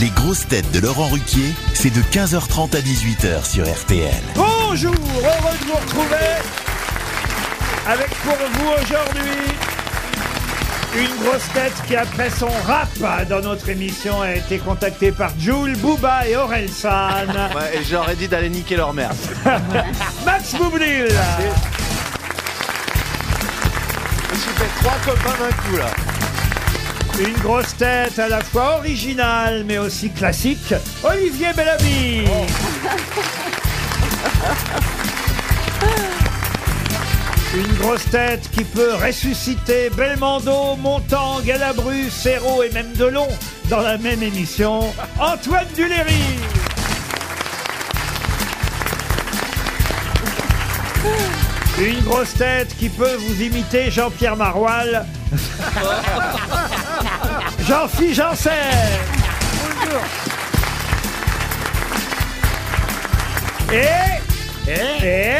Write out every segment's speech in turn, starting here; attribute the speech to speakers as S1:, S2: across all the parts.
S1: Les grosses têtes de Laurent Ruquier, c'est de 15h30 à 18h sur RTL.
S2: Bonjour, heureux de vous retrouver avec pour vous aujourd'hui une grosse tête qui après son rap dans notre émission a été contactée par Jules Bouba et Aurel San.
S3: Ouais, et j'aurais dit d'aller niquer leur mère.
S2: Max Boublil
S3: Je me suis fait trois copains d'un coup là.
S2: Une grosse tête à la fois originale mais aussi classique, Olivier Bellamy. Une grosse tête qui peut ressusciter Belmondo, Montand, Galabru, Serrault et même Delon dans la même émission, Antoine Duléry. Une grosse tête qui peut vous imiter Jean-Pierre Maroal, Jean-Philippe Janssen. Et, et,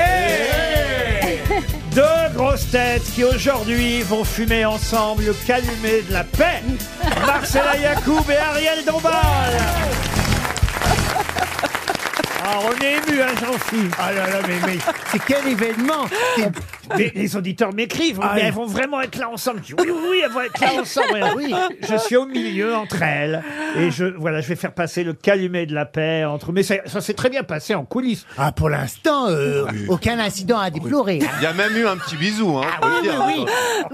S2: deux grosses têtes qui aujourd'hui vont fumer ensemble le calumet de la paix. Marcella Yacoub et Ariel Dombal. Alors on est ému, hein, Jean-Philippe. Ah là là, mais, mais
S4: C'est quel événement
S2: les, les auditeurs m'écrivent,
S5: hein.
S2: mais elles vont vraiment être là ensemble. Je dis, oui, oui, oui, elles vont être là ensemble. Ouais, oui, je suis au milieu entre elles et je voilà, je vais faire passer le calumet de la paix entre. Mais ça, ça s'est très bien passé en coulisses.
S4: Ah, pour l'instant, euh, aucun incident à déplorer. hein.
S3: Il y a même eu un petit bisou. Hein,
S5: Ah
S3: faut le dire.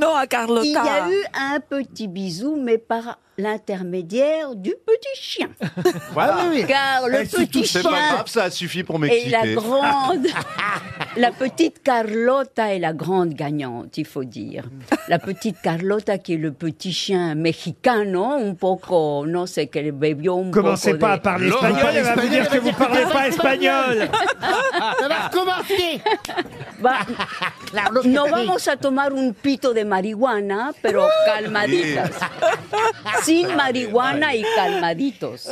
S6: Non, à Carlotta.
S7: Il y a eu un petit bisou, mais par l'intermédiaire du petit chien.
S3: Voilà.
S4: Ah
S3: Eh,
S4: oui, oui.
S7: Car le
S4: Et surtout,
S7: petit
S3: C'est pas
S7: chien
S3: grave, ça suffit pour
S7: et la
S3: m'exciter.
S7: grande, la petite Carlotta est la grande gagnante, il faut dire. La petite Carlotta qui est le petit chien mexicano, un poco, non sé qué, bébé, un
S2: Commencez
S7: poco
S2: pas à
S7: de-
S2: parler
S3: Laurent,
S2: espagnol, elle va vous
S4: espagnol,
S2: dire que
S4: elle
S2: vous parlez pas espagnol.
S4: Ça va recommencer
S7: Bah,
S4: Claro que
S7: No
S4: sí.
S7: vamos a tomar un pito de marihuana, pero calmaditas. Sin marihuana y calmaditos.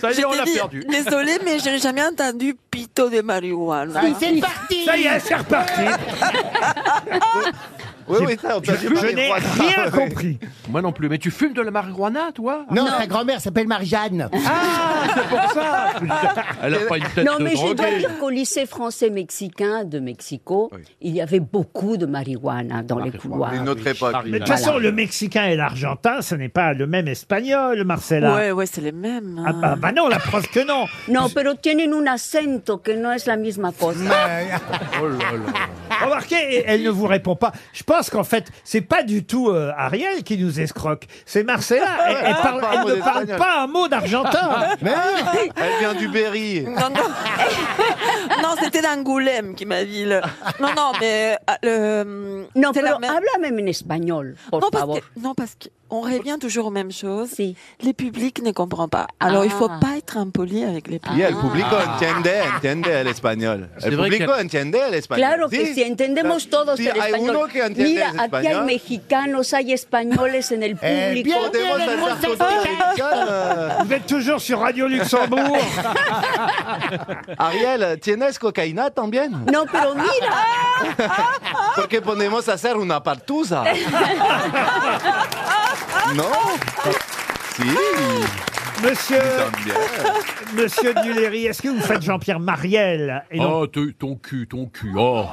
S3: Ça y est, on
S6: J'étais
S3: l'a
S6: dit-
S3: perdu.
S6: Désolée, mais je n'ai jamais entendu Pito de marijuana.
S4: Oui, c'est parti
S2: Ça y est, c'est reparti.
S3: Oui, oui, ça, on t'a dit
S2: Je
S3: pas les
S2: n'ai
S3: trois
S2: rien
S3: gars.
S2: compris.
S8: Moi non plus. Mais tu fumes de la marijuana, toi
S4: Non, sa grand-mère s'appelle Marie-Jeanne.
S8: Elle a pas une tête
S7: Euh, Non,
S8: de
S7: mais je dois
S8: droguée.
S7: dire qu'au lycée français-mexicain de Mexico, il y avait beaucoup de marijuana dans les couloirs.
S3: Une autre époque.
S2: Mais de toute façon, le mexicain et l'argentin, ce n'est pas le même espagnol, Marcella.
S6: Ouais, ouais, c'est les mêmes.
S2: Ah,
S6: hein.
S2: bah, bah non, la preuve que non.
S7: No, pero tienen un acento que no es la misma cosa.
S4: euh,
S2: Oh Remarquez, elle ne vous répond pas. Je pense qu'en fait, c'est pas du tout euh, Ariel qui nous escroque. C'est Marcella. Elle, elle
S4: Ah,
S2: parle-
S3: pas un
S2: elle
S3: mot
S2: ne parle
S3: d'espagnol.
S2: pas un mot d'argentin. Ah,
S4: Mais non,
S3: Elle vient du Berry.
S6: Non, non. non c'était d'Angoulême qui m'a dit. le- Non, non, mais. euh, le-
S7: No,
S6: c'est
S7: pero
S6: la même-
S7: háblame en español, por
S6: non, parce
S7: favor.
S6: que- non, parce qu'on revient toujours aux mêmes choses.
S7: Si.
S6: Les publics ne comprennent pas. Alors, il ne faut pas être impoli avec
S7: Ah.
S6: les
S3: Y
S6: publics.
S3: el público entiende, entiende el español. El
S8: C'est vrai
S3: público entiende el español.
S7: Claro que
S3: Sí.
S7: sí, entendemos todos
S3: Sí,
S7: el
S3: hay
S7: español.
S3: uno que entiende
S7: Mira, aquí
S3: el
S7: hay
S3: español.
S7: mexicanos, hay españoles en el
S4: Eh,
S7: público.
S4: bien, bien,
S3: Podemos
S4: la grosse
S3: hacer
S4: espagnole.
S3: cosas mexicanas.
S2: Vous êtes toujours sur Radio Luxembourg.
S3: Ariel, ¿tienes cocaína también?
S7: No, pero mira,
S3: Porque podemos hacer una partusa. No. Sí.
S2: Monsieur,
S3: También.
S2: monsieur Duléry, est-ce que vous faites Jean-Pierre Mariel et non
S8: Oh, te- ton cul, ton cul. Oh.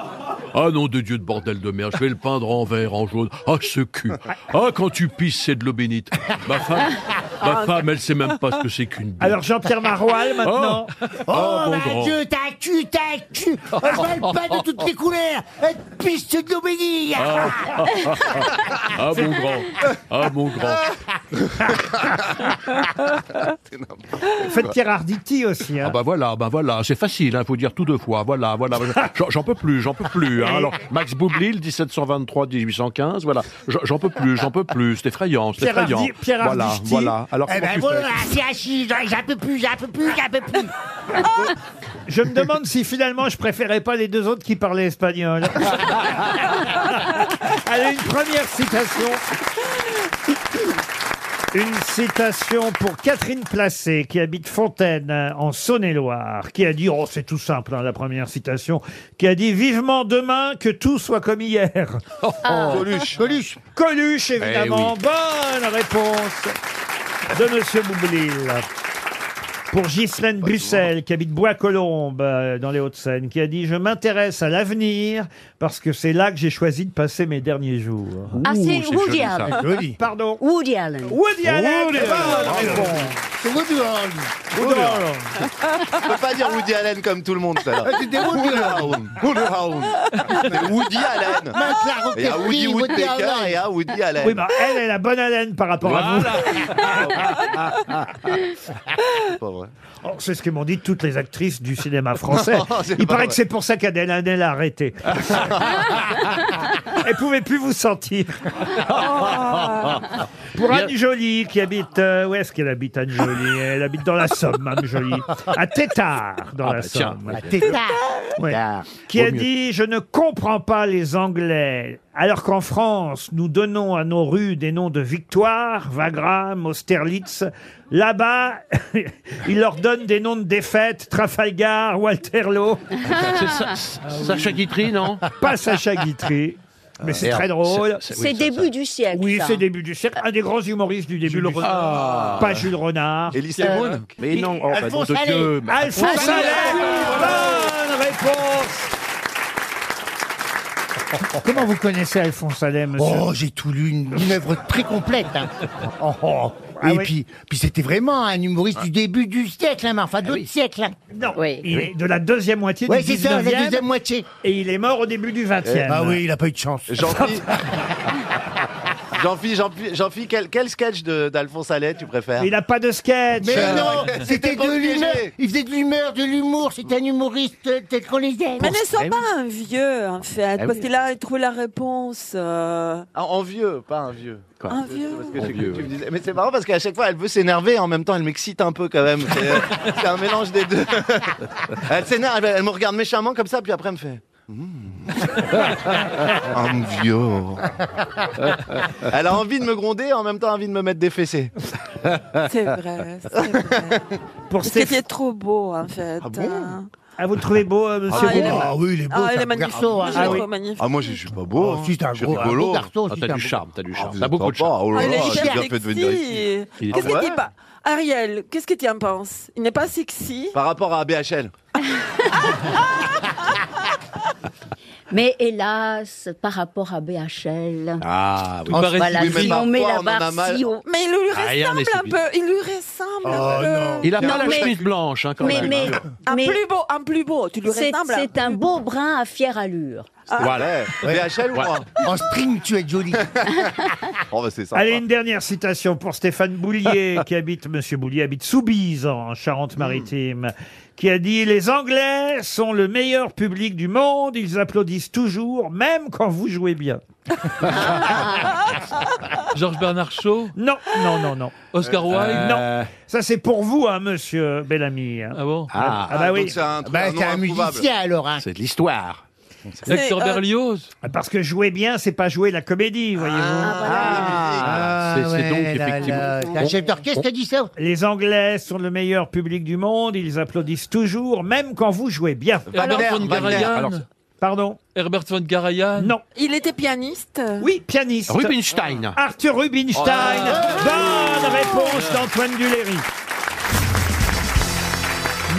S8: Ah non, de Dieu de bordel de merde, je vais le peindre en vert, en jaune. Ah, ce cul. Ah, quand tu pisses, c'est de l'eau bénite. Ma femme, ma femme, elle sait même pas ce que c'est qu'une bite.
S2: Alors Jean-Pierre Maroal maintenant.
S4: Oh,
S8: Ah, bon
S4: mon
S8: grand.
S4: Dieu, t'as un cul, t'as un cul Oh, Je vois le pas de toutes les couleurs Elle piste de l'obélie
S8: Ah, mon grand. Ah, mon grand.
S2: Faites Pierre Arditi aussi. hein.
S8: Ah bah voilà, bah voilà, c'est facile, hein, faut dire tout deux fois. Voilà, voilà. J'en- J'en peux plus, j'en peux plus. hein. Alors Max Boublil 1723-1815, voilà. J'en- J'en peux plus, j'en peux plus. C'est effrayant, c'est
S2: Pierre Hardy-
S8: effrayant.
S2: Pierre
S8: voilà,
S2: Hardy.
S8: voilà. Alors
S4: Eh
S8: comment
S4: ben
S8: tu
S4: voilà,
S8: fais
S4: c'est assis, j'en- j'en peux plus, j'en peux plus, j'en peux plus
S8: Oh.
S2: Je me demande si finalement je préférais pas les deux autres qui parlaient espagnol. Allez, une première citation. Une citation pour Catherine Placé, qui habite Fontaine, euh, en Saône-et-Loire, qui a dit, oh c'est tout simple, hein, la première citation, qui a dit vivement demain que tout soit comme hier.
S3: Coluche. Coluche.
S8: Eh
S4: Eh
S2: Coluche, évidemment. Bonne réponse de Monsieur Boublil. pour Ghislaine Bussel, qui habite Bois-Colombes, euh, dans les Hauts-de-Seine, qui a dit Je m'intéresse à l'avenir parce que c'est là que j'ai choisi de passer mes derniers jours.
S7: Ah, c'est
S9: c'est joli,
S7: Woody
S9: ça.
S7: Allen.
S2: Joli. Pardon.
S7: Woody Allen.
S2: Woody
S4: Oh,
S2: Allen.
S9: Woody
S2: bonne
S9: Allen.
S2: réponse.
S5: C'est Woody Allen.
S2: Woody Allen.
S3: Je peux pas dire Woody Allen comme tout le monde, celle-là.
S5: Ah, C'était Woody
S3: Woody
S5: Allen.
S3: Allen. Woody Allen. C'est Woody Allen.
S2: Bah,
S5: Max la
S3: Il y a Woody
S5: roqueterie, Woody
S3: Woodpecker et il y
S5: Allen.
S3: a Woody Allen.
S2: Oui, bah, elle, elle a bonne haleine par rapport à vous.
S3: C'est pas vrai.
S2: Oh, c'est ce que m'ont dit toutes les actrices du cinéma français.
S3: C'est
S2: Il
S3: pas
S2: paraît
S3: vrai.
S2: que c'est pour ça qu'Adèle Haenel a arrêté. Elle pouvait plus vous sentir. Pour Anne Jolie, qui habite... euh, où est-ce qu'elle habite, Anne Jolie Elle habite dans la Somme, Anne Jolie. À Tétard,
S3: Ah
S2: dans
S3: bah
S2: la
S9: Ah bah tiens.
S2: Somme.
S5: Tétard.
S2: Ouais.
S5: Tétard.
S2: Qui a dit « Je ne comprends pas les Anglais ». Alors qu'en France, nous donnons à nos rues des noms de victoires, Wagram, Austerlitz. Là-bas, ils leur donnent des noms de défaites, Trafalgar, Waterloo.
S9: Ah, C'est Sa- Sacha Guitry, non Ah,
S2: Pas Sacha Guitry. Mais c'est
S3: merde.
S2: très drôle.
S7: C'est début du siècle.
S2: Oui,
S7: ça.
S2: c'est début du siècle. Un des grands humoristes du début du siècle.
S9: Ah.
S2: Pas Jules Renard.
S3: Elise Moon Mais non, oh, bah,
S5: Alphonse
S3: non.
S5: Allais.
S2: euh, Alphonse
S3: Ah,
S5: Allez,
S3: bah,
S2: Allais Bonne réponse Comment vous connaissez Alphonse Allais, monsieur
S5: Oh, j'ai tout lu, une, une œuvre très complète. hein. Oh, oh.
S2: Ah
S5: et
S2: oui.
S5: puis, puis c'était vraiment un humoriste du début du siècle, hein, mais enfin d'autres siècles. Hein.
S2: Ah Non,
S7: Oui.
S2: il est de la deuxième moitié
S5: Ouais,
S2: du
S5: c'est ça,
S2: 19e
S5: la deuxième moitié.
S2: et il est mort au début du 20e.
S5: Ah oui, il a pas eu de chance.
S3: Jean-Phi. Jean-Phi, Jean-Phi, Jean-Phi, quel, quel sketch de- d'Alphonse Allais tu préfères
S2: Il n'a pas de sketch.
S5: Mais
S3: Euh,
S5: non,
S3: ouais.
S5: c'était
S3: C'était pas
S5: de l'humeur.
S3: obligé.
S5: Il faisait de l'humeur, de l'humour. C'était un humoriste euh, tel qu'on les aime.
S6: Mais ne sois pas un vieux, en fait, parce que là, il trouve la réponse. euh,
S3: Un, Ah, en vieux, pas un vieux.
S6: un vieux.
S3: Parce que j'ai- tu me disais- Mais c'est marrant parce qu'à chaque fois, elle veut s'énerver, en même temps, elle m'excite un peu quand même. C'est euh, c'est un mélange des deux. Elle s'énerve, elle, elle me regarde méchamment comme ça, puis après, elle me fait. Hmm. Un vieux. Elle a envie de me gronder, en même temps, envie de me mettre des fessées.
S6: C'est
S3: Ah.
S6: vrai, c'est vrai.
S2: Pour
S6: Parce qu'il
S2: Stéphane.
S6: est trop beau, en fait.
S3: Ah bon
S6: hein.
S2: Ah, vous le trouvez beau, euh, monsieur
S6: Ah, il est
S2: Beaumont
S5: Ah oui, il est beau.
S6: Ah, il
S5: c'est
S6: est
S5: un
S6: magnifique.
S5: garçon, hein.
S6: je
S2: Ah
S6: le
S2: oui.
S6: trouve magnifique.
S3: Ah, moi, je suis pas beau.
S5: Oh,
S3: hein.
S5: si, c'est un
S3: Je suis
S5: gros, un
S3: rigolo.
S5: beau garçon.
S9: Ah,
S5: si,
S9: T'as
S5: c'est un
S9: du
S5: beau-
S9: charme, t'as du
S3: Ah,
S9: charme.
S3: vous
S9: T'as
S3: êtes
S9: beaucoup de
S3: sympa.
S9: charme.
S3: Oh là
S6: Ah, il
S3: là,
S6: est
S3: j'ai
S6: hyper
S3: bien fait de venir ici.
S6: sexy.
S9: Il est
S6: Qu'est-ce
S3: Ah
S6: que
S3: ouais
S6: tu pas Ariel, qu'est-ce que tu en penses Il n'est pas sexy
S3: Par rapport à BHL.
S7: Mais hélas, par rapport à BHL,
S9: Ah, oui.
S7: voilà,
S3: oui, mais
S7: si on met la
S3: parfois, on en a
S7: barre
S3: mal.
S7: si haut.
S6: Mais il lui
S9: Ariel
S6: ressemble
S9: est
S6: un peu. Il lui ressemble
S2: Oh,
S6: un peu.
S9: Ah, Il a
S7: Oh, Non,
S9: pas la
S7: mais-
S9: chemise blanche, hein, quand
S7: Mais,
S9: même.
S7: mais,
S6: Un
S7: mais
S6: plus beau, un plus beau. Tu lui
S7: c'est
S6: ressembles. un-
S7: c'est un beau brun à fière allure. Ah.
S9: Voilà.
S3: Ouais. BHL ou
S9: Ouais.
S3: moi
S5: En string, tu es joli.
S3: Oh, bah, c'est sympa.
S2: Allez, une dernière citation pour Stéphane Boulier, qui habite, monsieur Boulier habite Soubise, en Charente-Maritime, qui a dit Les Anglais sont le meilleur public du monde, ils applaudissent toujours, même quand vous jouez bien.
S10: Georges Bernard Shaw,
S2: Non, non, non, non.
S10: Oscar Wilde. Euh.
S2: Non. Ça, c'est pour vous, hein, monsieur Bellamy. hein.
S10: Ah bon
S2: Ah,
S9: Ah,
S2: bah
S3: donc
S2: oui,
S3: c'est un, truc-
S5: Bah,
S3: un
S5: c'est
S3: nom
S5: un
S3: introuvable.
S5: musicien alors. Hein.
S9: c'est de l'histoire.
S10: L'acteur
S6: euh,
S10: Berlioz.
S2: Ah, parce que jouer bien, c'est pas jouer la comédie, voyez-vous.
S9: Ah, c'est- c'est donc effectivement-
S5: Un chef d'orchestre qui a dit ça.
S2: Les Anglais sont le meilleur public du monde, ils applaudissent toujours, même quand vous jouez bien.
S10: Herbert von
S3: Wagner, Wagner,
S10: Karajan.
S9: alors-
S2: Pardon
S10: Herbert von Karajan.
S2: Non.
S6: Il était pianiste.
S2: Oui, pianiste.
S9: Rubinstein.
S2: Arthur
S10: Oh
S2: Rubinstein. Bonne réponse d'Antoine Duléry.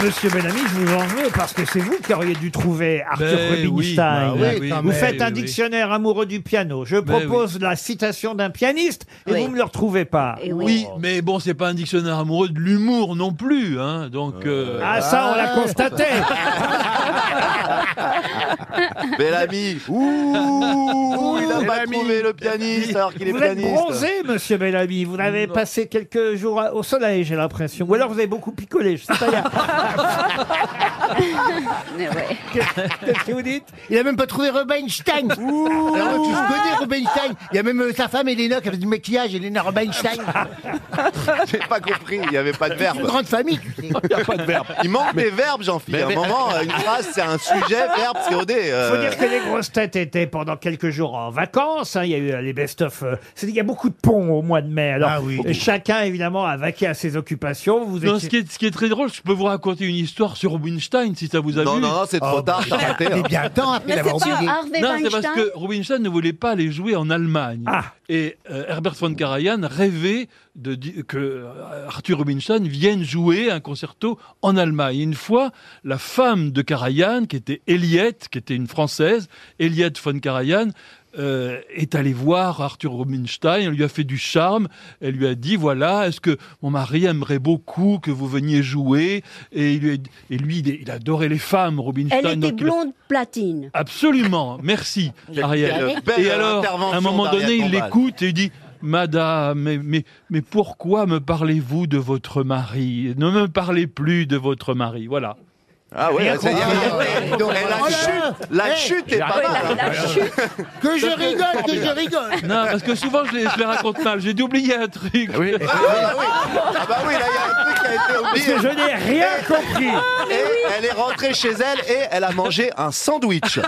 S2: Monsieur Bellamy, je vous en veux parce que c'est vous qui auriez dû trouver Arthur
S10: Ben oui,
S2: Rubinstein.
S10: bah oui,
S5: quand
S2: vous
S5: même.
S2: faites un
S10: Oui, oui.
S2: dictionnaire amoureux du piano. Je
S10: Ben
S2: propose la citation d'un pianiste et
S7: Oui.
S2: vous me le retrouvez pas.
S7: Et
S10: Oui, mais bon, c'est pas un dictionnaire amoureux de l'humour non plus, hein. Donc, euh,
S2: Ah ça, on l'a constaté.
S3: Bellamy. Ouh, il a pas trouvé le pianiste alors qu'il est
S2: Vous êtes
S3: pianiste.
S2: bronzé, monsieur Bellamy. Vous avez passé quelques jours à- au soleil, j'ai l'impression. Ou alors vous avez beaucoup picolé, je sais pas. bien.
S7: Mais ouais.
S2: Qu'est-ce que vous dites
S5: Il a même pas trouvé Rubinstein. Alors moi, tu le connais Rubinstein. Il y a même euh, sa femme Elena qui a fait du maquillage. Elena Rubinstein.
S3: J'ai pas compris, il n'y avait pas de
S5: Une
S3: verbe.
S5: grande famille. tu sais.
S3: Il manque des verbes, Jean-Philippe. À un moment, euh, une phrase, c'est un sujet, verbe, COD.
S2: Il faut
S3: euh,
S2: dire que les grosses têtes étaient pendant quelques jours en vacances. hein. Il y a eu euh, les best-of. euh, c'est- Il y a beaucoup de ponts au mois de mai. Alors,
S5: Ah oui.
S2: euh, chacun, évidemment, a vaqué à ses occupations. Vous
S10: non,
S2: étiez-
S10: ce qui, est, ce qui est très drôle, je peux vous raconter raconter une histoire sur Rubinstein si ça vous amuse.
S3: Non, non, non, c'est
S2: Oh,
S3: trop tard, t'as raté. hein.
S5: Il est bien temps après
S6: Mais
S5: l'avoir
S6: c'est
S7: Ah,
S5: oublié.
S7: Harvey
S10: Non, c'est
S7: Weinstein
S10: parce que Rubinstein ne voulait pas les jouer en Allemagne.
S2: Ah.
S10: Et euh, Herbert von Karajan rêvait de, di- que euh, Arthur Rubinstein vienne jouer un concerto en Allemagne. Et une fois, la femme de Karajan, qui était Eliette, qui était une Française, Eliette von Karajan, euh, est allée voir Arthur Rubinstein, elle lui a fait du charme, elle lui a dit, voilà, est-ce que mon mari aimerait beaucoup que vous veniez jouer Et, il lui, a- et lui, il il adorait les femmes, Rubinstein.
S7: Elle était
S10: donc il a-
S7: blonde platine.
S10: Absolument, merci Ariel.
S3: Quelle belle
S10: et alors,
S3: intervention
S10: à un moment donné,
S3: d'Ariel
S10: il
S3: Dombal.
S10: l'écoute et il dit Madame, mais, mais, mais pourquoi me parlez-vous de votre mari Ne me parlez plus de votre mari. Voilà.
S3: Ah ouais,
S2: Rien
S3: ça y est,
S2: compris.
S3: regardez.
S5: Donc,
S3: Et la
S5: oh là là.
S3: chute, la
S5: Eh,
S3: chute est pas
S7: Ouais,
S3: mal. hein.
S7: la, la chute.
S5: Que je rigole, que je rigole.
S10: Non, parce que souvent, je les, je les raconte mal. J'ai dû oublier un truc.
S3: Ah, bah oui. ah bah oui, là il y a un truc qui a été
S2: Parce
S3: oublié.
S2: que je n'ai rien compris.
S3: Et elle est rentrée chez elle et elle a mangé un sandwich.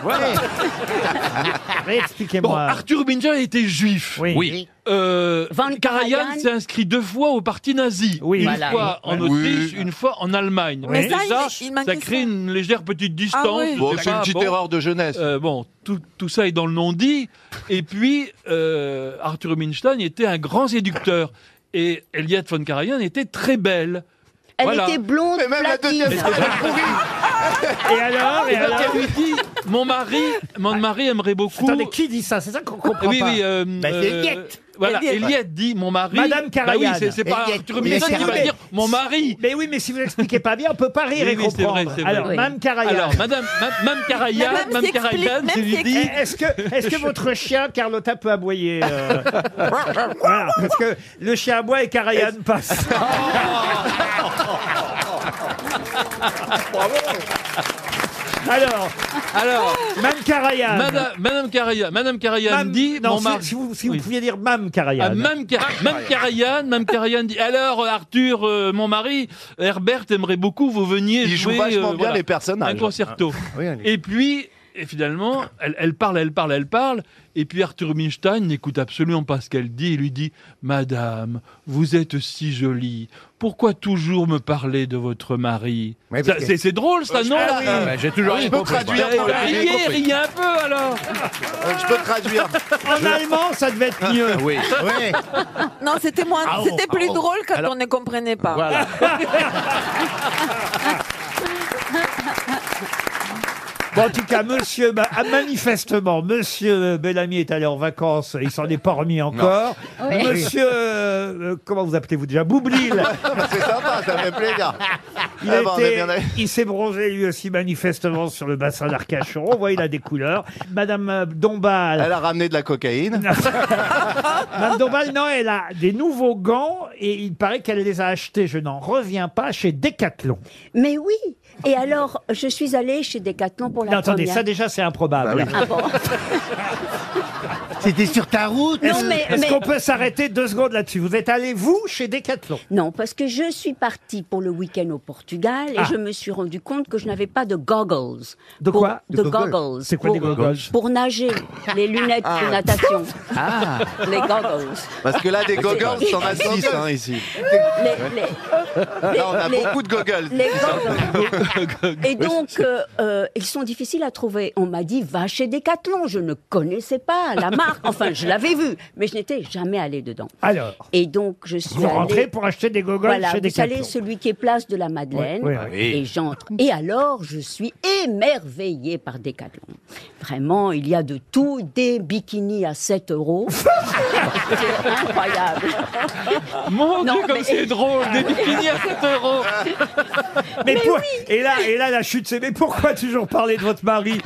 S10: Bon,
S2: Réexpliquez-moi.
S10: Arthur Binjan était juif.
S2: Oui.
S11: Oui.
S10: Euh,
S7: Van
S10: Karajan
S7: Karajan.
S10: s'est inscrit deux fois au parti nazi.
S2: Oui.
S10: Une
S2: Voilà.
S10: fois en
S11: Oui.
S10: Autriche, une fois en Allemagne.
S2: Mais
S10: Et
S6: ça, il-
S10: ça,
S6: il
S10: ça
S6: manquait
S10: crée
S6: ça.
S10: une légère petite distance.
S6: Ah oui.
S10: je
S3: Bon,
S10: sais
S3: c'est une
S10: pas,
S3: petite
S10: bon.
S3: erreur de jeunesse.
S10: Euh, bon, tout, tout ça est dans le non-dit. Et puis, euh, Arthur Rubinstein était un grand séducteur. Et Eliette von Karajan était très belle.
S7: Elle
S10: Voilà.
S7: était blonde
S3: Mais même la
S7: platine.
S3: deuxième fois, elle a pourri.
S2: Et alors, et
S10: Et donc,
S2: alors
S10: elle lui dit Mon mari, mon mari aimerait beaucoup.
S2: Attendez, qui dit ça C'est ça qu'on comprend
S10: oui,
S2: pas.
S10: oui. euh,
S5: c'est
S10: euh,
S5: Eliette.
S10: Voilà,
S6: Eliette.
S10: Eliette dit Mon mari.
S2: Madame
S10: Bah oui,
S2: Karajan.
S10: c'est- c'est pas
S5: Eliette.
S10: Arthur Rubinstein qui va
S2: Mais-
S10: dire Mon mari.
S2: Mais oui, mais si vous l'expliquez pas bien, on peut pas rire
S10: Oui,
S2: et
S10: oui, c'est
S2: comprendre.
S10: vrai, c'est vrai.
S2: Alors,
S7: Oui.
S2: Mme Karajan.
S10: Alors, Madame, ma- Mme Karajan,
S6: Bah, même
S10: Mme
S6: s'explique,
S10: Karajan,
S6: même
S10: elle lui
S2: Eh,
S10: dit
S2: Est-ce que, est-ce que votre chien, Carlotta, peut aboyer euh, voilà, Parce que le chien aboie et Karajan passe. Alors,
S10: Alors,
S2: Mme Karajan.
S10: Madame, Madame Karajan, Madame Karajan
S2: Mme-
S10: dit
S2: non,
S10: Mon
S2: si-
S10: mari.
S2: si, vous, si vous
S10: Oui.
S2: pouviez dire Mme Karajan.
S10: Ah, Mme Ka- Mme Karajan, Mme Karajan dit Alors, Arthur, euh, mon mari, Herbert aimerait beaucoup vous veniez
S3: Il joue
S10: jouer euh,
S3: vachement bien
S10: voilà,
S3: les personnages. Ah.
S10: un concerto.
S5: Oui, allez.
S10: Et puis, et finalement, elle, elle parle, elle parle, elle parle. Et puis Arthur Rubinstein n'écoute absolument pas ce qu'elle dit. Il lui dit Madame, vous êtes si jolie. Pourquoi toujours me parler de votre mari
S5: Ouais,
S10: Ça,
S5: parce que-
S10: C'est c'est drôle,
S4: Euh,
S10: ça, non bah,
S3: Ah oui.
S11: J'ai toujours
S3: Je
S11: rien
S3: peux
S11: compris.
S3: traduire
S10: Eh
S3: pour
S10: ben,
S3: la
S10: riez, riez un peu
S6: Oh.
S10: alors
S3: Euh, Je peux traduire.
S2: En allemand, ça devait être mieux.
S11: Oui.
S5: Ouais.
S6: Non, c'était moins,
S9: Ah, oh,
S6: c'était plus drôle quand on ne comprenait pas.
S11: Voilà.
S2: Bon, en tout cas, monsieur, bah, ah, manifestement, monsieur Bellamy est allé en vacances, il s'en est pas remis encore.
S7: Oui.
S2: Monsieur, euh, euh, comment vous appelez-vous déjà Boublil
S3: C'est sympa, ça fait plaisir.
S2: Il,
S3: Ah
S2: a
S3: bah, on est
S2: été-
S3: bien allé.
S2: il s'est bronzé lui aussi manifestement sur le bassin d'Arcachon. On voit, il a des couleurs. Madame euh, Dombal.
S3: Elle a ramené de la cocaïne.
S2: Madame Dombal, non, elle a des nouveaux gants et il paraît qu'elle les a achetés, je n'en reviens pas, chez Decathlon.
S7: Mais oui. Et alors, je suis allée chez Decathlon pour la
S2: Non, attendez,
S7: première. Ah
S2: ça déjà c'est
S3: Bah
S2: improbable.
S5: C'était sur ta route.
S7: Non, mais,
S2: Est-ce
S7: mais-
S2: qu'on peut s'arrêter deux secondes là-dessus Vous êtes allé, vous, chez Decathlon
S7: non, parce que je suis partie pour le week-end au Portugal et
S2: Ah.
S7: je me suis rendu compte que je n'avais pas de goggles.
S2: De
S7: Pour-
S2: quoi
S7: De
S5: De goggles.
S7: goggles.
S2: C'est quoi des
S7: Pour-
S2: goggles
S7: Pour nager, les lunettes de natation.
S2: Ah.
S7: Les goggles.
S3: Ah.
S7: Ah,
S3: Parce que là, des goggles, t'en as 6 hein, ici.
S7: Les, les, les-
S3: Là, on a
S7: les-
S3: beaucoup de goggles.
S7: les goggles. Et donc, euh, euh, ils sont difficiles à trouver. On m'a dit, va chez Decathlon. Je ne connaissais pas la marque. Enfin, je l'avais vue, mais je n'étais jamais allée dedans.
S2: Alors,
S7: Et donc, je suis
S2: vous rentrez
S7: allée...
S2: pour acheter des gogoles
S7: Voilà,
S2: chez
S7: vous
S2: Decathlon.
S7: savez, celui qui est place de la Madeleine,
S2: Ouais, ouais, ouais.
S7: et j'entre. Et alors, je suis émerveillée par Decathlon. Vraiment, il y a de tout, des bikinis à 7 euros. C'est incroyable.
S10: Mon
S7: Non,
S10: Dieu, comme
S7: mais-
S10: c'est drôle Des bikinis à 7 euros
S7: Ah,
S2: Mais, pour- et, là, et là, la chute, c'est mais pourquoi toujours parler de votre mari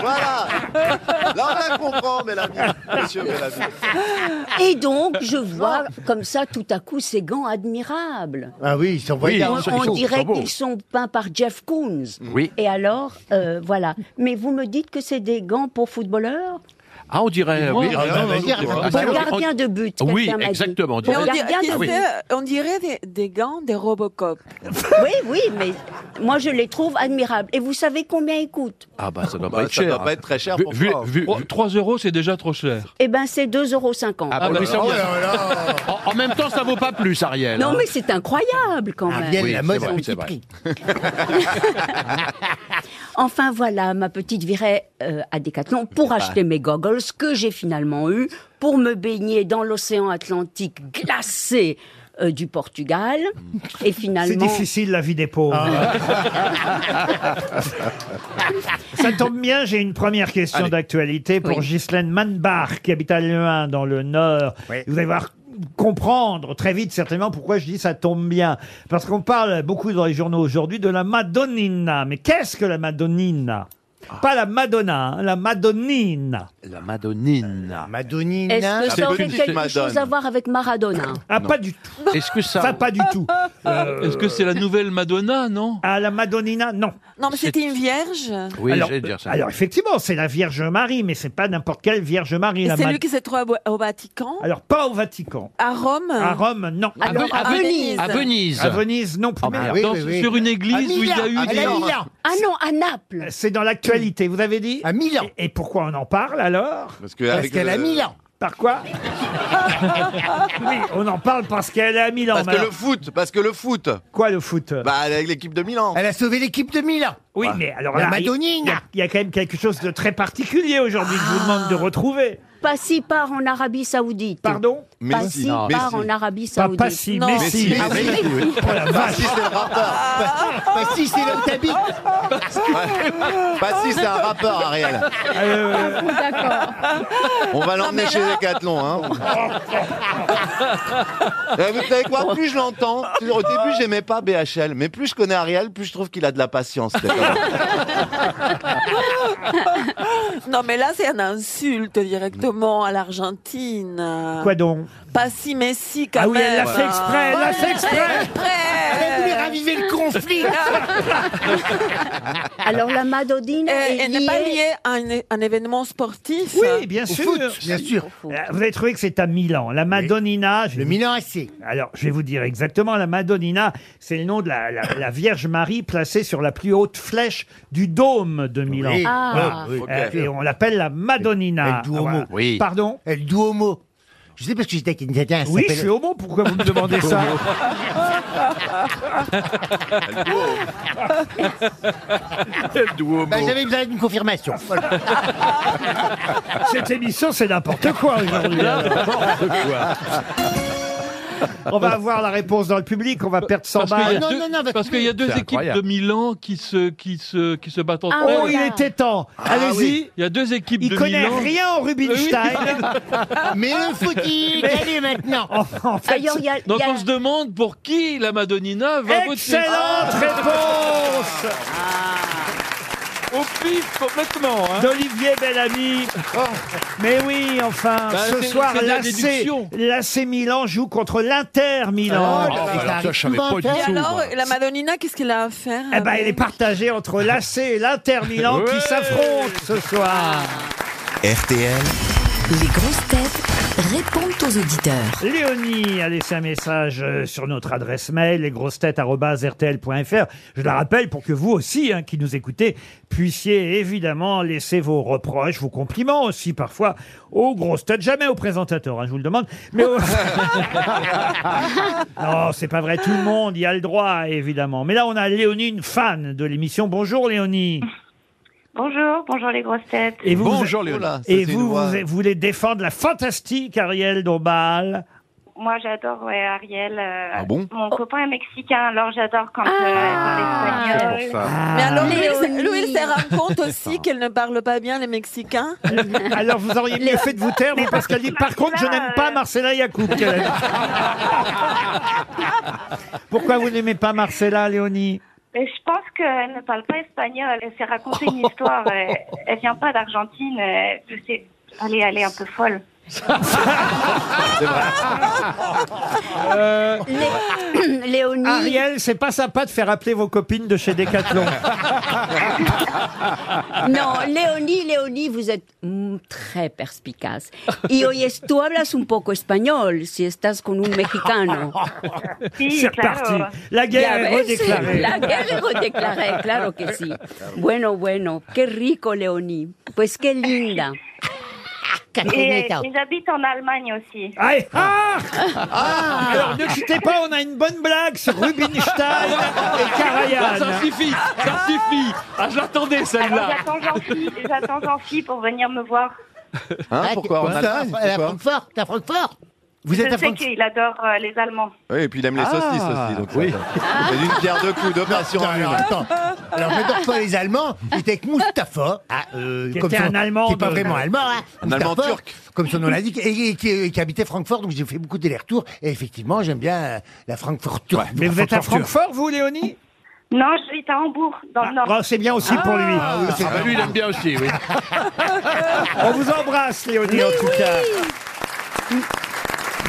S3: Voilà. Là, on la comprend, Mélanie. Monsieur Mélanie.
S7: Et donc, je vois comme ça, tout à coup, ces gants admirables.
S5: Ah oui, ils sont voyants.
S7: on, on dirait qu'ils sont peints par Jeff Koons.
S11: Oui.
S7: Et alors, euh, voilà. Mais vous me dites que c'est des gants pour footballeurs
S9: Ah, on dirait.
S10: Dis-moi.
S9: Oui,
S10: Ah, non,
S9: ah,
S10: non,
S9: bah,
S10: non,
S9: non,
S10: c'est
S9: ah,
S10: pas-
S9: si,
S7: Un
S9: on-
S7: gardien de but.
S9: on- Oui,
S7: quelqu'un m'a dit.
S9: exactement. on
S6: Mais
S9: dirait-
S6: on,
S7: Il y a
S6: di-
S7: rien
S6: qui
S8: Ah
S7: de-
S6: sait, on dirait des, des gants des Robocop.
S7: Oui, oui, mais moi je les trouve admirables. Et vous savez combien ils coûtent
S9: Ah, bah, ça doit
S3: Bah,
S9: pas être
S3: ça
S9: cher.
S3: doit pas
S9: hein.
S3: être très cher
S9: Vu-
S3: pour
S9: vu-
S3: toi.
S9: vu-
S10: Oh,
S9: vu-
S10: 3 euros, c'est déjà trop cher.
S7: Eh ben, c'est 2,50 euros.
S9: Ah, bah,
S10: bah,
S9: oui, ça
S10: oh
S9: vaut-
S5: là là
S9: en, en même temps, ça vaut pas plus, Ariel.
S7: Non,
S9: hein.
S7: mais c'est incroyable quand même.
S5: Ariel,
S9: Oui,
S5: la
S9: c'est
S5: mode à
S9: vrai,
S5: petit
S9: c'est vrai.
S5: prix.
S7: Enfin voilà, ma petite virée euh, à Décathlon pour acheter mes goggles que j'ai finalement eu pour me baigner dans l'océan Atlantique glacé euh, du Portugal.
S3: Mm.
S7: Et
S2: C'est
S7: finalement,
S2: difficile la vie des pauvres.
S3: Ah.
S2: Ça tombe bien, j'ai une première question
S3: Allez.
S2: d'actualité pour
S7: Oui.
S2: Ghislaine Manbar, qui habite à Leuin, dans le Nord.
S5: Oui.
S2: Vous allez voir comprendre très vite certainement pourquoi je dis ça tombe bien. Parce qu'on parle beaucoup dans les journaux aujourd'hui de la Madonnina. Mais qu'est-ce que la Madonnina Pas la Madonna, hein, la Madonnina.
S9: La Madonnina.
S5: Madonnina.
S7: est-ce que
S3: c'est
S7: ça aurait
S3: politique,
S7: quelque
S3: madame.
S7: chose à voir avec Maradona
S2: Ah, pas du tout.
S9: Est-ce que ça.
S2: Ça, pas du tout.
S10: Est-ce que c'est la nouvelle Madonna, non
S2: Ah, la Madonnina, non.
S6: Non, mais c'était une vierge.
S9: Oui,
S2: alors,
S9: j'allais dire ça.
S2: alors, effectivement, c'est la Vierge Marie, mais c'est pas n'importe quelle Vierge Marie.
S6: Et
S2: la
S6: c'est
S2: Mad-
S6: lui qui s'est trouvé au- au Vatican.
S2: Alors, pas au Vatican.
S6: À Rome.
S2: À Rome, non.
S9: à, Ve-
S6: alors,
S9: à
S6: à
S9: Ve-
S6: Venise.
S9: à Venise.
S2: À Venise, non plus.
S9: Ah, merde.
S5: Oui,
S10: Dans-
S5: oui, oui.
S10: Sur une église
S5: À
S10: où il y a
S5: Milan,
S10: eu
S5: elle
S10: des...
S5: a
S3: des-
S5: Milan.
S7: Ah non, à Naples
S2: C'est dans l'actualité, vous avez dit
S5: À Milan.
S2: Et pourquoi on en parle alors
S3: Parce que
S5: Parce
S3: avec
S5: qu'elle
S3: le-
S5: a Milan.
S2: Par quoi Oui, on en parle parce qu'elle est à Milan.
S3: Parce
S2: mais
S3: que le
S2: alors,
S3: foot, parce que le foot,
S2: Quoi le foot
S3: bah avec l'équipe de Milan.
S5: Elle a sauvé l'équipe de Milan.
S2: Oui, mais alors
S5: Ah. La
S2: là, il- il y,
S5: Madonnina.
S2: a- il y a quand même quelque chose de très particulier aujourd'hui que je vous
S6: Ah.
S2: demande de retrouver.
S7: Passy part en Arabie Saoudite.
S2: Pardon
S7: Passy
S3: Messi,
S7: part
S3: Messi.
S7: en Arabie
S2: Pas
S7: Saoudite. Ah
S2: Passy,
S6: Non.
S3: Messi,
S2: Messi.
S3: Messi.
S2: Oh la vache.
S3: Passy, c'est le rappeur.
S5: Bah si, c'est là où t'habites.
S3: Ouais. Passy, c'est un rappeur, Ariel.
S2: Ah, euh,
S3: On va l'emmener chez Decathlon. Hein. Eh, vous savez quoi Plus je l'entends, plus- au début j'aimais pas BHL, mais plus je connais Ariel, plus je trouve qu'il a de la patience. cet homme.
S6: Non, mais là, c'est une insulte directement à l'Argentine.
S2: Quoi donc
S6: Pas si Messi, quand
S2: Ah oui,
S6: même. Ah,
S2: elle l'a fait exprès, elle l'a fait exprès
S5: Elle voulait
S6: exprès.
S5: raviver le conflit.
S7: Alors la Madonnina
S6: Et
S7: est
S6: Euh, elle n'est pas
S7: liée-
S6: liée à un, un événement sportif.
S2: Oui, bien sûr.
S5: Bien sûr.
S2: Euh, Vous avez trouvé que c'est à Milan. La Madonnina, je vais
S5: Le
S2: vous
S5: Milan AC.
S2: Alors, je vais vous dire exactement, la Madonnina, c'est le nom de la, la- la Vierge Marie placée sur la plus haute flèche du dôme de Milan.
S5: Oui.
S7: Ah.
S5: Oui, oui,
S2: Euh,
S5: bien
S2: et
S5: sûr.
S2: on l'appelle la Madonnina.
S5: El Duomo.
S9: Oui.
S2: Pardon
S5: Ah, Elle Duomo. Je sais parce que j'étais avec une quelqu'un. elle
S2: Oui, je
S5: s'appelle-
S2: suis homo, pourquoi vous me demandez ça
S5: Bah, J'avais besoin d'une confirmation. Voilà.
S2: Cette émission, c'est n'importe quoi aujourd'hui. on va avoir la réponse dans le public, on va perdre 100
S10: Parce qu'il y a
S2: balles.
S5: non,
S10: deux-
S5: non, non,
S10: parce qu'il y a deux
S9: C'est
S10: équipes de
S9: incroyable.
S10: Milan qui se, qui se, qui se battent entre
S7: Ah
S10: elles.
S2: Oh,
S7: oui.
S2: il était temps
S3: Ah
S2: Allez-y
S10: Allez-y, il y a deux équipes
S2: Il
S10: de
S2: connaît
S10: Milan. Euh,
S2: rien au Rubinstein.
S5: Mais le footy, allez maintenant.
S2: En- en fait,
S7: Ailleurs, il y a- il
S10: Donc
S7: y a-
S10: on se demande pour qui la Madonnina va Ah.
S2: excellente réponse
S10: voter. Au pif complètement. Hein.
S2: d'Olivier Bellamy. Oh. Mais oui, enfin,
S10: Bah,
S2: ce
S10: c'est-
S2: soir,
S10: c'est de la
S2: l'AC
S10: déduction.
S2: l'AC Milan joue contre l'Inter Milan.
S5: Oh là là.
S9: Ah, bah, alors ça, je savais pas du
S5: Et
S6: Et
S9: tout,
S6: alors, euh,
S9: moi.
S6: la Madonnina, qu'est-ce qu'elle a à faire
S2: Eh ben, elle est partagée entre l'AC et l'Inter Milan qui
S9: Ouais.
S2: s'affrontent ce soir.
S1: RTL,
S11: Les grosses têtes répondent aux auditeurs.
S2: Léonie a laissé un message euh, sur notre adresse mail, lesgrossetêtes.rtl.fr. Je la rappelle pour que vous aussi, hein, qui nous écoutez, puissiez évidemment laisser vos reproches, vos compliments aussi parfois aux grosses têtes, jamais aux présentateurs, hein, je vous le demande. Mais aux- non, c'est pas vrai, tout le monde y a le droit, évidemment. Mais là, on a Léonie, une fan de l'émission. Bonjour Léonie.
S12: Bonjour, bonjour les grosses têtes.
S2: Et vous,
S9: Bonjour,
S3: Oh
S9: Léon.
S3: là, ça,
S2: et
S3: c'est
S2: vous,
S3: une voix.
S2: vous voulez défendre la fantastique Ariel Dombal.
S12: Moi j'adore ouais, Ariel. euh,
S9: Ah bon
S12: Mon copain est mexicain, alors j'adore quand euh,
S7: Ah.
S12: elle parle espagnol.
S6: Mais alors, lui, il
S7: Léonie.
S6: se- lui, il se rend compte aussi qu'elle ne parle pas bien les Mexicains.
S2: Alors vous auriez mieux fait de vous taire, vous, parce qu'elle dit par contre je n'aime
S6: euh,
S2: pas Marcella Yacoub. qu'elle a dit. Pourquoi vous n'aimez pas Marcella, Léonie
S12: Mais je pense qu'elle ne parle pas espagnol. Elle s'est racontée une histoire. euh, elle vient pas d'Argentine. euh, je sais, elle est, elle est un peu folle.
S6: Euh,
S2: Euh,
S7: Lé- Léonie.
S2: Ariel, c'est pas sympa de faire appeler vos copines de chez Decathlon.
S7: Non, Léonie, Léonie, vous êtes mm, très perspicace. Y oyes, tú hablas un poco español si estás con un mexicano.
S2: C'est reparti. La guerre
S7: Ya
S2: est
S7: ves,
S2: redéclarée.
S7: La guerra es redeclarada, claro que sí. Bueno, bueno, qué rico, Leonie. Pues qué linda.
S13: Et ils habitent en Allemagne aussi.
S2: Ah, et- ah Alors ne quittez pas, on a une bonne blague sur Rubinstein et Karajan.
S10: Ah, Ça suffit, ça suffit. Ah, je l'attendais
S13: Alors
S4: Ah,
S10: celle-là.
S13: j'attends Jean-Phi, j'attends Jean-Phi pour venir me voir.
S3: Hein,
S5: Ah,
S3: pourquoi en
S5: t'es-
S3: Allemagne
S5: à la
S3: pourquoi
S5: Francfort, t'es à Francfort. Vous êtes
S13: Je
S5: à
S13: sais
S5: Francfort.
S13: qu'il adore euh, les Allemands.
S3: Oui, et puis il aime les saucisses aussi. Donc Ah. oui. Ah. C'est d'une pierre deux coups, deux passions en une.
S5: Alors, attends. Alors, mettons toi les Allemands, ils étaient avec Mustafa. Ah, euh,
S2: Qui était un Allemand
S5: Qui est pas
S2: de-
S5: vraiment allemand, hein.
S3: Un Allemand
S5: Mustafa,
S3: turc.
S5: Comme son nom l'indique, et, et qui, et qui habitait Francfort, donc j'ai fait beaucoup d'allers-retours. Et effectivement, j'aime bien euh, la Francforture.
S2: Mais
S5: La
S2: vous êtes à
S5: Francforture.
S2: Francfort, vous, Léonie
S13: Non, j'habite à Hambourg, dans le Nord.
S2: Ah, C'est bien aussi pour lui.
S8: Ah bah, lui, il aime bien aussi, oui.
S2: On vous embrasse, Léonie, en tout cas.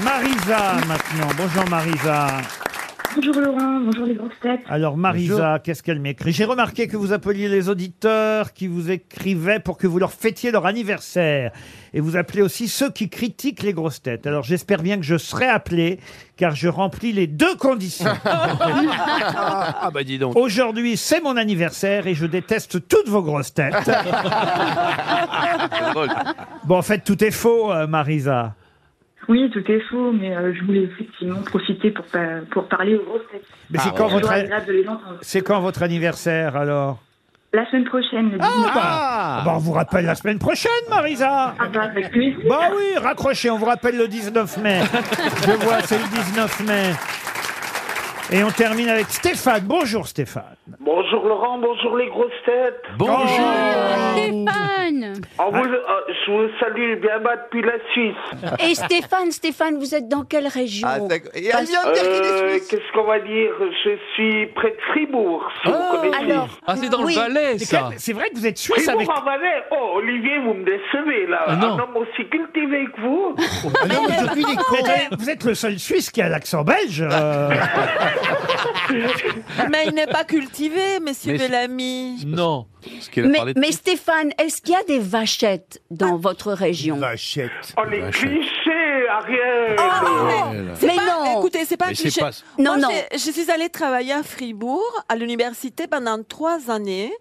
S2: Marisa, maintenant. Bonjour, Marisa.
S13: Bonjour Laurent, bonjour les grosses têtes.
S2: Alors, Marisa, qu'est-ce qu'elle m'écrit J'ai remarqué que vous appeliez les auditeurs qui vous écrivaient pour que vous leur fêtiez leur anniversaire. Et vous appelez aussi ceux qui critiquent les grosses têtes. Alors, j'espère bien que je serai appelé, car je remplis les deux conditions.
S8: Ah bah dis donc.
S2: Aujourd'hui, c'est mon anniversaire et je déteste toutes vos grosses têtes.
S3: C'est drôle.
S2: Bon, en fait, tout est faux, euh, Marisa.
S13: Oui, tout est faux, mais euh, je voulais effectivement profiter pour, pa- pour parler aux grosses têtes.
S2: Mais
S5: Ah
S2: c'est quand,
S13: C'est toujours
S2: votre...
S13: agréable de les entendre.
S2: c'est quand votre anniversaire, alors
S13: La semaine prochaine, le 19.
S2: Ah bah, On vous rappelle la semaine prochaine, Marisa
S13: Ah, bah, avec lui.
S2: Bah oui, raccrochez, on vous rappelle le 19 mai. Je vois, c'est le 19 mai. Et on termine avec Stéphane. Bonjour Stéphane.
S4: Bonjour Laurent, bonjour les grosses têtes.
S7: Stéphane
S4: On vous- euh, je vous salue bien bas depuis la Suisse.
S7: Et Eh, Stéphane, Stéphane, vous êtes dans quelle région
S3: Ah, c'est- et elle vient de dire qu'il est
S4: Euh,
S3: suisse.
S4: Qu'est-ce qu'on va dire Je suis près de Fribourg, si vous connaissez.
S7: Alors,
S10: Ah, c'est dans
S7: Oui.
S10: le Valais,
S2: C'est
S10: ça.
S2: quand même- c'est vrai que vous êtes suisse avec...
S4: Fribourg en Valais Oh, Olivier, vous me décevez là.
S10: Ah, non.
S4: Un homme aussi cultivé que vous.
S2: bah
S5: Ah non, mais je suis des
S2: Vous
S5: cons.
S2: êtes- Vous êtes le seul Suisse qui a l'accent belge. euh.
S6: Mais il n'est pas cultivé, messieurs Bellamy.
S10: Non.
S8: Parce qu'elle a
S7: mais,
S8: parlé de-
S7: mais Stéphane, est-ce qu'il y a des vachettes
S6: Ah.
S7: dans votre région
S5: Vachette.
S4: Oh, les clichés, Ariel.
S6: C'est
S7: Ah, Oh, Mais
S6: Ah, pas-
S7: non.
S6: Écoutez, c'est pas un
S8: Mais c'est
S6: cliché.
S8: pas-
S6: Moi,
S7: Non, non.
S6: j'ai- Je suis allée travailler à Fribourg, à l'université, pendant trois années.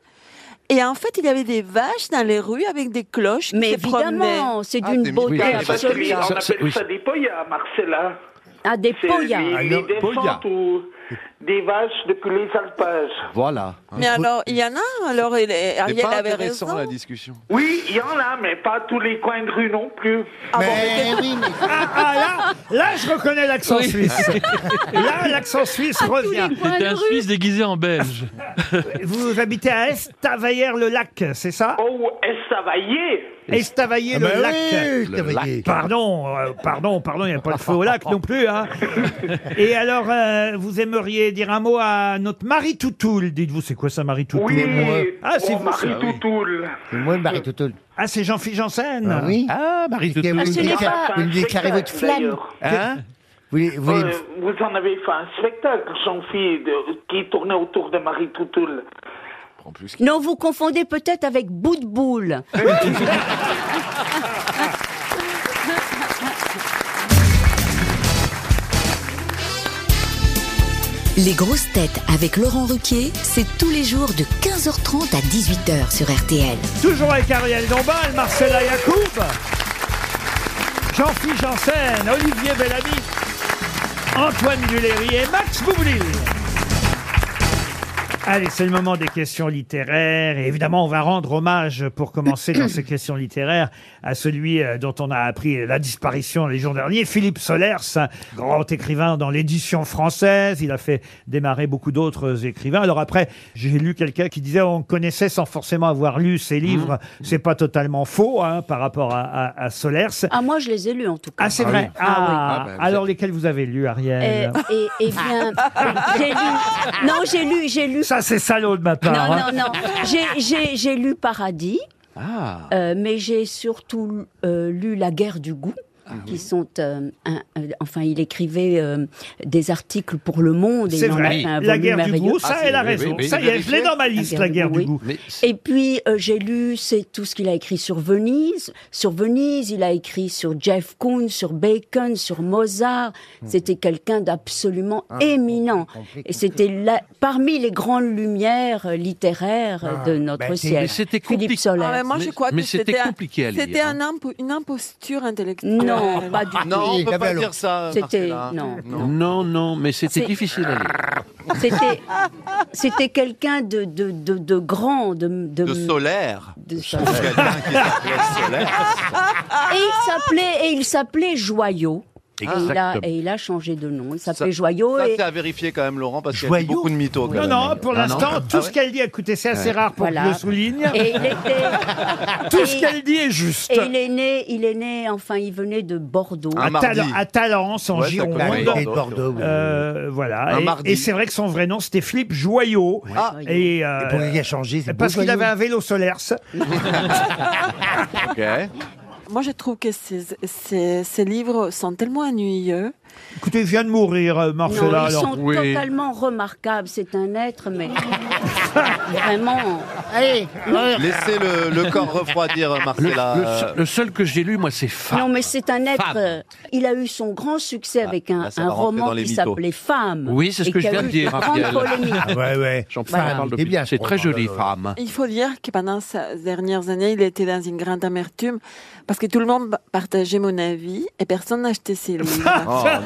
S6: Et en fait, il y avait des vaches dans les rues avec des cloches qui
S7: Mais
S6: se promenaient.
S7: évidemment, c'est
S3: Ah,
S7: d'une
S3: t'es-
S7: beauté
S3: oui,
S4: Ça,
S3: oui,
S4: c'est
S7: absolue.
S4: les- on
S8: Ça, c'est-
S4: appelle
S8: oui.
S4: ça des poyas, Marcella.
S7: Ah, des
S4: C'est
S7: poyas.
S4: les- les descentes ou des vaches depuis les alpages.
S3: Voilà.
S6: Mais
S2: Ah,
S6: alors, il y en a Alors, il est-
S3: C'est
S6: Ariel
S3: pas
S6: avait
S3: intéressant
S6: raison.
S3: la discussion.
S4: Oui, il y en a, mais pas à tous les coins de rue non plus.
S6: Ah bon,
S5: Mais oui, mais
S2: Ah, ah, là, là, je reconnais l'accent suisse. Là, l'accent suisse revient.
S10: C'était un Suisse déguisé en Belge.
S2: Vous habitez à Estavayer-le-Lac, c'est ça
S4: Oh, est-ce ça va y est
S6: Ah,
S5: Ben
S2: Estavayer-le-Lac.
S5: oui, t'as voyé.
S2: Pardon, euh, pardon, pardon, il n'y a pas de feu au lac non plus. Hein. Et alors, euh, vous aimeriez dire un mot à notre Marie Toutoul Dites-vous, c'est quoi ça, Marie Toutoul
S4: Oui,
S2: Ah, c'est
S4: on
S2: vous,
S4: marie
S2: ça, oui.
S4: Toutoul.
S5: C'est moi, Marie Totoul.
S2: Ah, c'est Jean-Philippe Janssen
S5: Ah oui
S3: Ah, Marie
S5: Vous
S7: Ah,
S5: me
S7: ce n'est
S5: déclarez-
S7: pas-
S5: vous me déclarez votre
S4: spectacle,
S5: flamme.
S4: d'ailleurs.
S3: Hein
S5: Vous, vous,
S4: Euh, vous en avez fait un spectacle, Jean-Philippe, qui tournait autour de Marie Toutoul.
S3: En plus,
S7: Non, vous confondez peut-être avec bout de boule.
S14: Les grosses têtes avec Laurent Ruquier, c'est tous les jours de 15h30 à 18h sur RTL.
S2: Toujours avec Ariel Dombal, Marcella Yacoub, Jean-Philippe Janssen, Olivier Bellamy, Antoine Duléry et Max Boublil. Allez, c'est le moment des questions littéraires. Et évidemment, on va rendre hommage, pour commencer dans ces questions littéraires, à celui euh, dont on a appris la disparition les jours derniers, Philippe Solers, un grand écrivain dans l'édition française. Il a fait démarrer beaucoup d'autres écrivains. Alors après, j'ai lu quelqu'un qui disait on connaissait sans forcément avoir lu ses livres. C'est pas totalement faux hein, par rapport à, à, à Solers.
S7: Ah, moi, je les ai lus, en tout cas.
S2: Ah, c'est vrai.
S7: Ah oui.
S2: Ah,
S3: Ah, bah, vous
S2: alors lesquels vous avez lus,
S7: Euh,
S2: Ariel Ah.
S7: et, et bien, j'ai lu. Non, j'ai lu, j'ai lu.
S2: Ça, c'est salaud de ma part.
S7: Non,
S2: hein.
S7: non, non. J'ai- J'ai j'ai lu Paradis,
S3: Ah.
S7: euh, mais j'ai surtout euh, lu La guerre du goût.
S2: Ah
S7: qui sont, euh, un- euh, enfin, il écrivait euh, des articles pour Le Monde. et
S2: C'est
S7: il en a
S2: vrai.
S7: fait un
S2: La
S7: volume
S2: guerre du
S7: merveilleux. Ah,
S2: goût, ça, elle a raison. ça y est, je l'ai dans ma liste, la guerre du goût.
S7: Et puis euh, j'ai lu c'est tout ce qu'il a écrit sur Venise. Sur Venise, il a écrit sur Jeff Koons, sur Bacon, sur Mozart.
S2: Hum.
S7: C'était quelqu'un d'absolument
S15: Ah,
S7: éminent.
S15: compliqué.
S7: Et c'était là- parmi les grandes lumières euh, littéraires
S2: Ah,
S7: euh, de
S2: bah,
S7: notre siècle.
S9: Mais c'était
S7: Philippe
S9: compliqué.
S7: Soler.
S6: Ah ouais, moi, je crois que
S9: mais c'était
S6: un-
S9: compliqué à lire,
S6: C'était
S9: hein.
S6: un impo- une imposture intellectuelle.
S7: Non, pas du
S3: Non, on peut pas dire ça.
S7: C'était-
S3: Marcella.
S7: non.
S9: Non, non, mais c'était
S7: C'est-
S9: difficile à lire.
S7: C'était- C'était quelqu'un de, de, de, de grand, de, de,
S3: De solaire.
S7: de
S3: Quelqu'un qui s'appelait solaire.
S7: Et il s'appelait et il s'appelait Joyau. Et il, a,
S3: Exactement.
S7: et il a changé de nom. Il
S3: Ça-
S7: s'appelait Joyau
S3: Ça,
S7: et
S3: c'est à vérifier quand même, Laurent, parce qu'il y a beaucoup de mythos. quand
S2: Non,
S3: même.
S2: non, pour
S3: Ah,
S2: l'instant,
S3: Ah
S2: tout ce
S3: ouais
S2: qu'elle dit, écoutez, c'est assez
S3: Ouais.
S2: rare pour que je
S7: Voilà.
S2: le souligne.
S7: Et il était.
S2: Tout ce
S7: et-
S2: qu'elle dit est juste.
S7: Et il est né, il est né, enfin, il venait de Bordeaux.
S2: à, Tal- à Talence, en
S3: Ouais, ça
S2: Gironde.
S3: connaît Bordeaux, Ouais, Bordeaux,
S2: Euh, voilà.
S3: Un
S2: Et-
S3: mardi.
S2: Et, c'est vrai que son vrai nom, c'était Philippe Joyau.
S3: Ah.
S2: Et, euh,
S5: Et pourquoi il a changé, c'est
S2: Parce
S5: beau,
S2: qu'il
S5: Joyau.
S2: avait un vélo solaire.
S6: Moi, je trouve que ces, ces- ces livres sont tellement ennuyeux.
S2: Écoutez, il vient de mourir, euh,
S7: Non,
S2: Marcella.
S7: ils
S2: alors.
S7: sont totalement remarquables. C'est un être, mais vraiment.
S5: Allez,
S3: Laissez le, le corps refroidir,
S9: Le,
S3: Marcella.
S9: le seul- le seul que j'ai lu, moi, c'est Femme.
S7: Non, mais c'est un être.
S9: Femme. Ah,
S7: euh, Il a eu son grand succès avec un,
S9: là, ça
S7: un
S9: va rentrer dans
S7: roman
S9: les
S7: qui
S9: mythos.
S7: s'appelait Femme.
S9: Oui, c'est ce
S7: et
S9: que
S7: qui
S9: je
S7: a
S9: viens
S7: eu
S9: de dire,
S7: une grande
S9: Ariel.
S7: polémique.
S2: Ah
S5: Ouais, ouais.
S9: J'en
S7: Voilà.
S9: parle
S5: C'est
S9: depuis.
S5: bien,
S9: C'est
S5: je
S9: très
S5: crois.
S9: joli,
S2: euh.
S9: Femme.
S6: Il faut dire que pendant ces dernières années, il était dans une grande amertume parce que tout le monde partageait mon avis et personne n'achetait ses livres.
S9: Ah.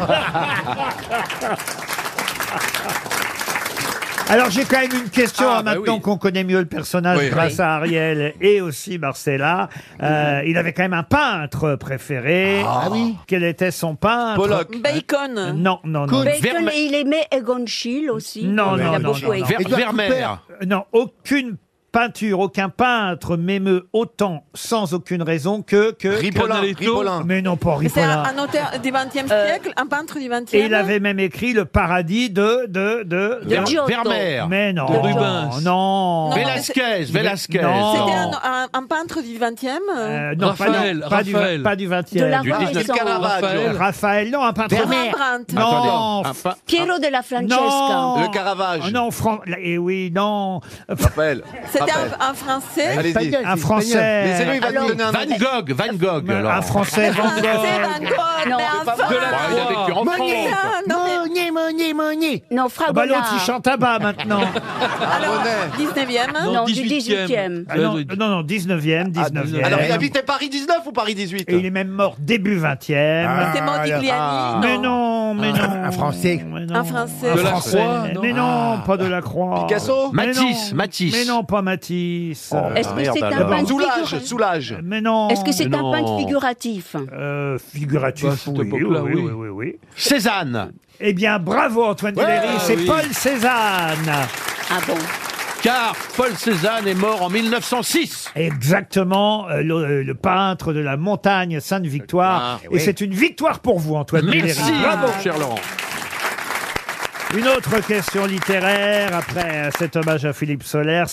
S2: Alors j'ai quand même une question
S3: Ah,
S2: hein,
S3: bah
S2: maintenant qu'on connaît mieux le personnage
S9: Oui.
S2: grâce à Ariel et aussi Marcella. Euh, Il avait quand même un peintre préféré. Ah oui. Quel était son peintre
S3: Pollock.
S6: Bacon.
S2: Non, non, non.
S7: Bacon, et il aimait Egon Schiele aussi.
S2: Non,
S7: il
S2: non,
S7: a
S2: non,
S7: beaucoup
S2: non,
S7: écrit.
S9: Ver-
S2: Édouard
S9: Vermeer.
S2: Cooper. Non, aucune peinture, aucun peintre m'émeut autant sans aucune raison que... que
S3: Ripollin,
S2: Canaletto.
S3: Ripollin.
S2: Mais non, pas
S6: C'est un,
S2: Ripollin.
S6: un auteur du XXe siècle, un peintre du XXe.
S2: Euh, Et il avait même écrit le paradis de... de, de,
S7: De Giotto. Vermeer.
S2: Mais non,
S9: De Rubens.
S2: non.
S6: Non, mais
S9: Velasquez,
S6: c'est-
S9: Velasquez.
S2: Non.
S6: C'était un, euh, un- un peintre du XXe.
S2: Euh, non, pas-
S9: Raphaël,
S2: pas, du,
S9: Raphaël.
S2: pas du 20e.
S7: De la
S9: Du 19e.
S7: Renaissance.
S3: Caravaggio.
S9: Raphaël.
S2: Raphaël, non, un peintre.
S5: Vermeer.
S6: Rembrandt.
S2: Non,
S9: Attendez, un pein-
S7: Piero de la Francesca.
S2: non.
S3: Le Caravage.
S2: Ah non, Fran... et oui, non.
S3: Raphaël.
S6: C'était
S3: Raphaël.
S6: un, un français.
S3: Allez-y.
S5: Espagnol,
S2: Un
S5: c'est
S2: français.
S3: Laissez-le, il va nous donner un nom.
S9: Van Gogh, Van Gogh. alors.
S2: Un français, Van
S6: Un
S2: Gogh.
S6: français, Van Gogh,
S7: Non.
S6: mais
S7: C'est pas
S6: enfin,
S9: De la il a vécu en
S5: Monnier,
S9: France.
S6: Ah, non, mais-
S5: Monnier, Monnier, Monnier.
S7: Non,
S2: Ah bah l'autre, il
S7: Fragonard.
S2: chante à bas maintenant.
S6: alors,
S3: Bonnet.
S6: 19e.
S7: Hein Non, du 18e.
S2: Ah non, non, non, 19e, 19e.
S3: Alors, il habitait Paris 19 ou Paris 18
S2: Et il est même mort début 20e.
S7: Ah,
S6: C'était Modigliani.
S3: Ah.
S2: mais non, mais non.
S5: Un Français.
S2: Mais non.
S6: Un Français.
S2: Un
S6: De la
S2: Français.
S10: Croix, non
S2: Mais
S7: Ah.
S2: non, pas de la Croix.
S3: Picasso
S2: Mais
S9: Matisse,
S2: non.
S9: Matisse.
S2: Mais non, pas Matisse.
S7: Est-ce que c'est un
S9: alors.
S7: peintre
S3: Soulage,
S7: figuratif
S3: soulage.
S2: Mais non.
S7: Est-ce que c'est un
S9: Non.
S7: peintre figuratif
S2: Euh,
S10: Bah, à
S2: figuratif,
S10: cette
S2: oui, oui,
S10: époque-là,
S2: oui,
S10: oui.
S2: oui, oui, oui.
S9: Cézanne,
S2: Eh bien, bravo Antoine
S9: Ouais,
S2: Valéry, c'est
S9: oui.
S2: Paul Cézanne.
S7: Ah bon
S9: car Paul Cézanne est mort en 1906.
S2: Exactement, euh, le, le peintre de la montagne Sainte-Victoire.
S9: Ah,
S2: et c'est une victoire pour vous, Antoine Valéry.
S9: Merci,
S2: Bravo.
S9: cher Laurent.
S2: Une autre question littéraire après euh, cet hommage à Philippe Solers.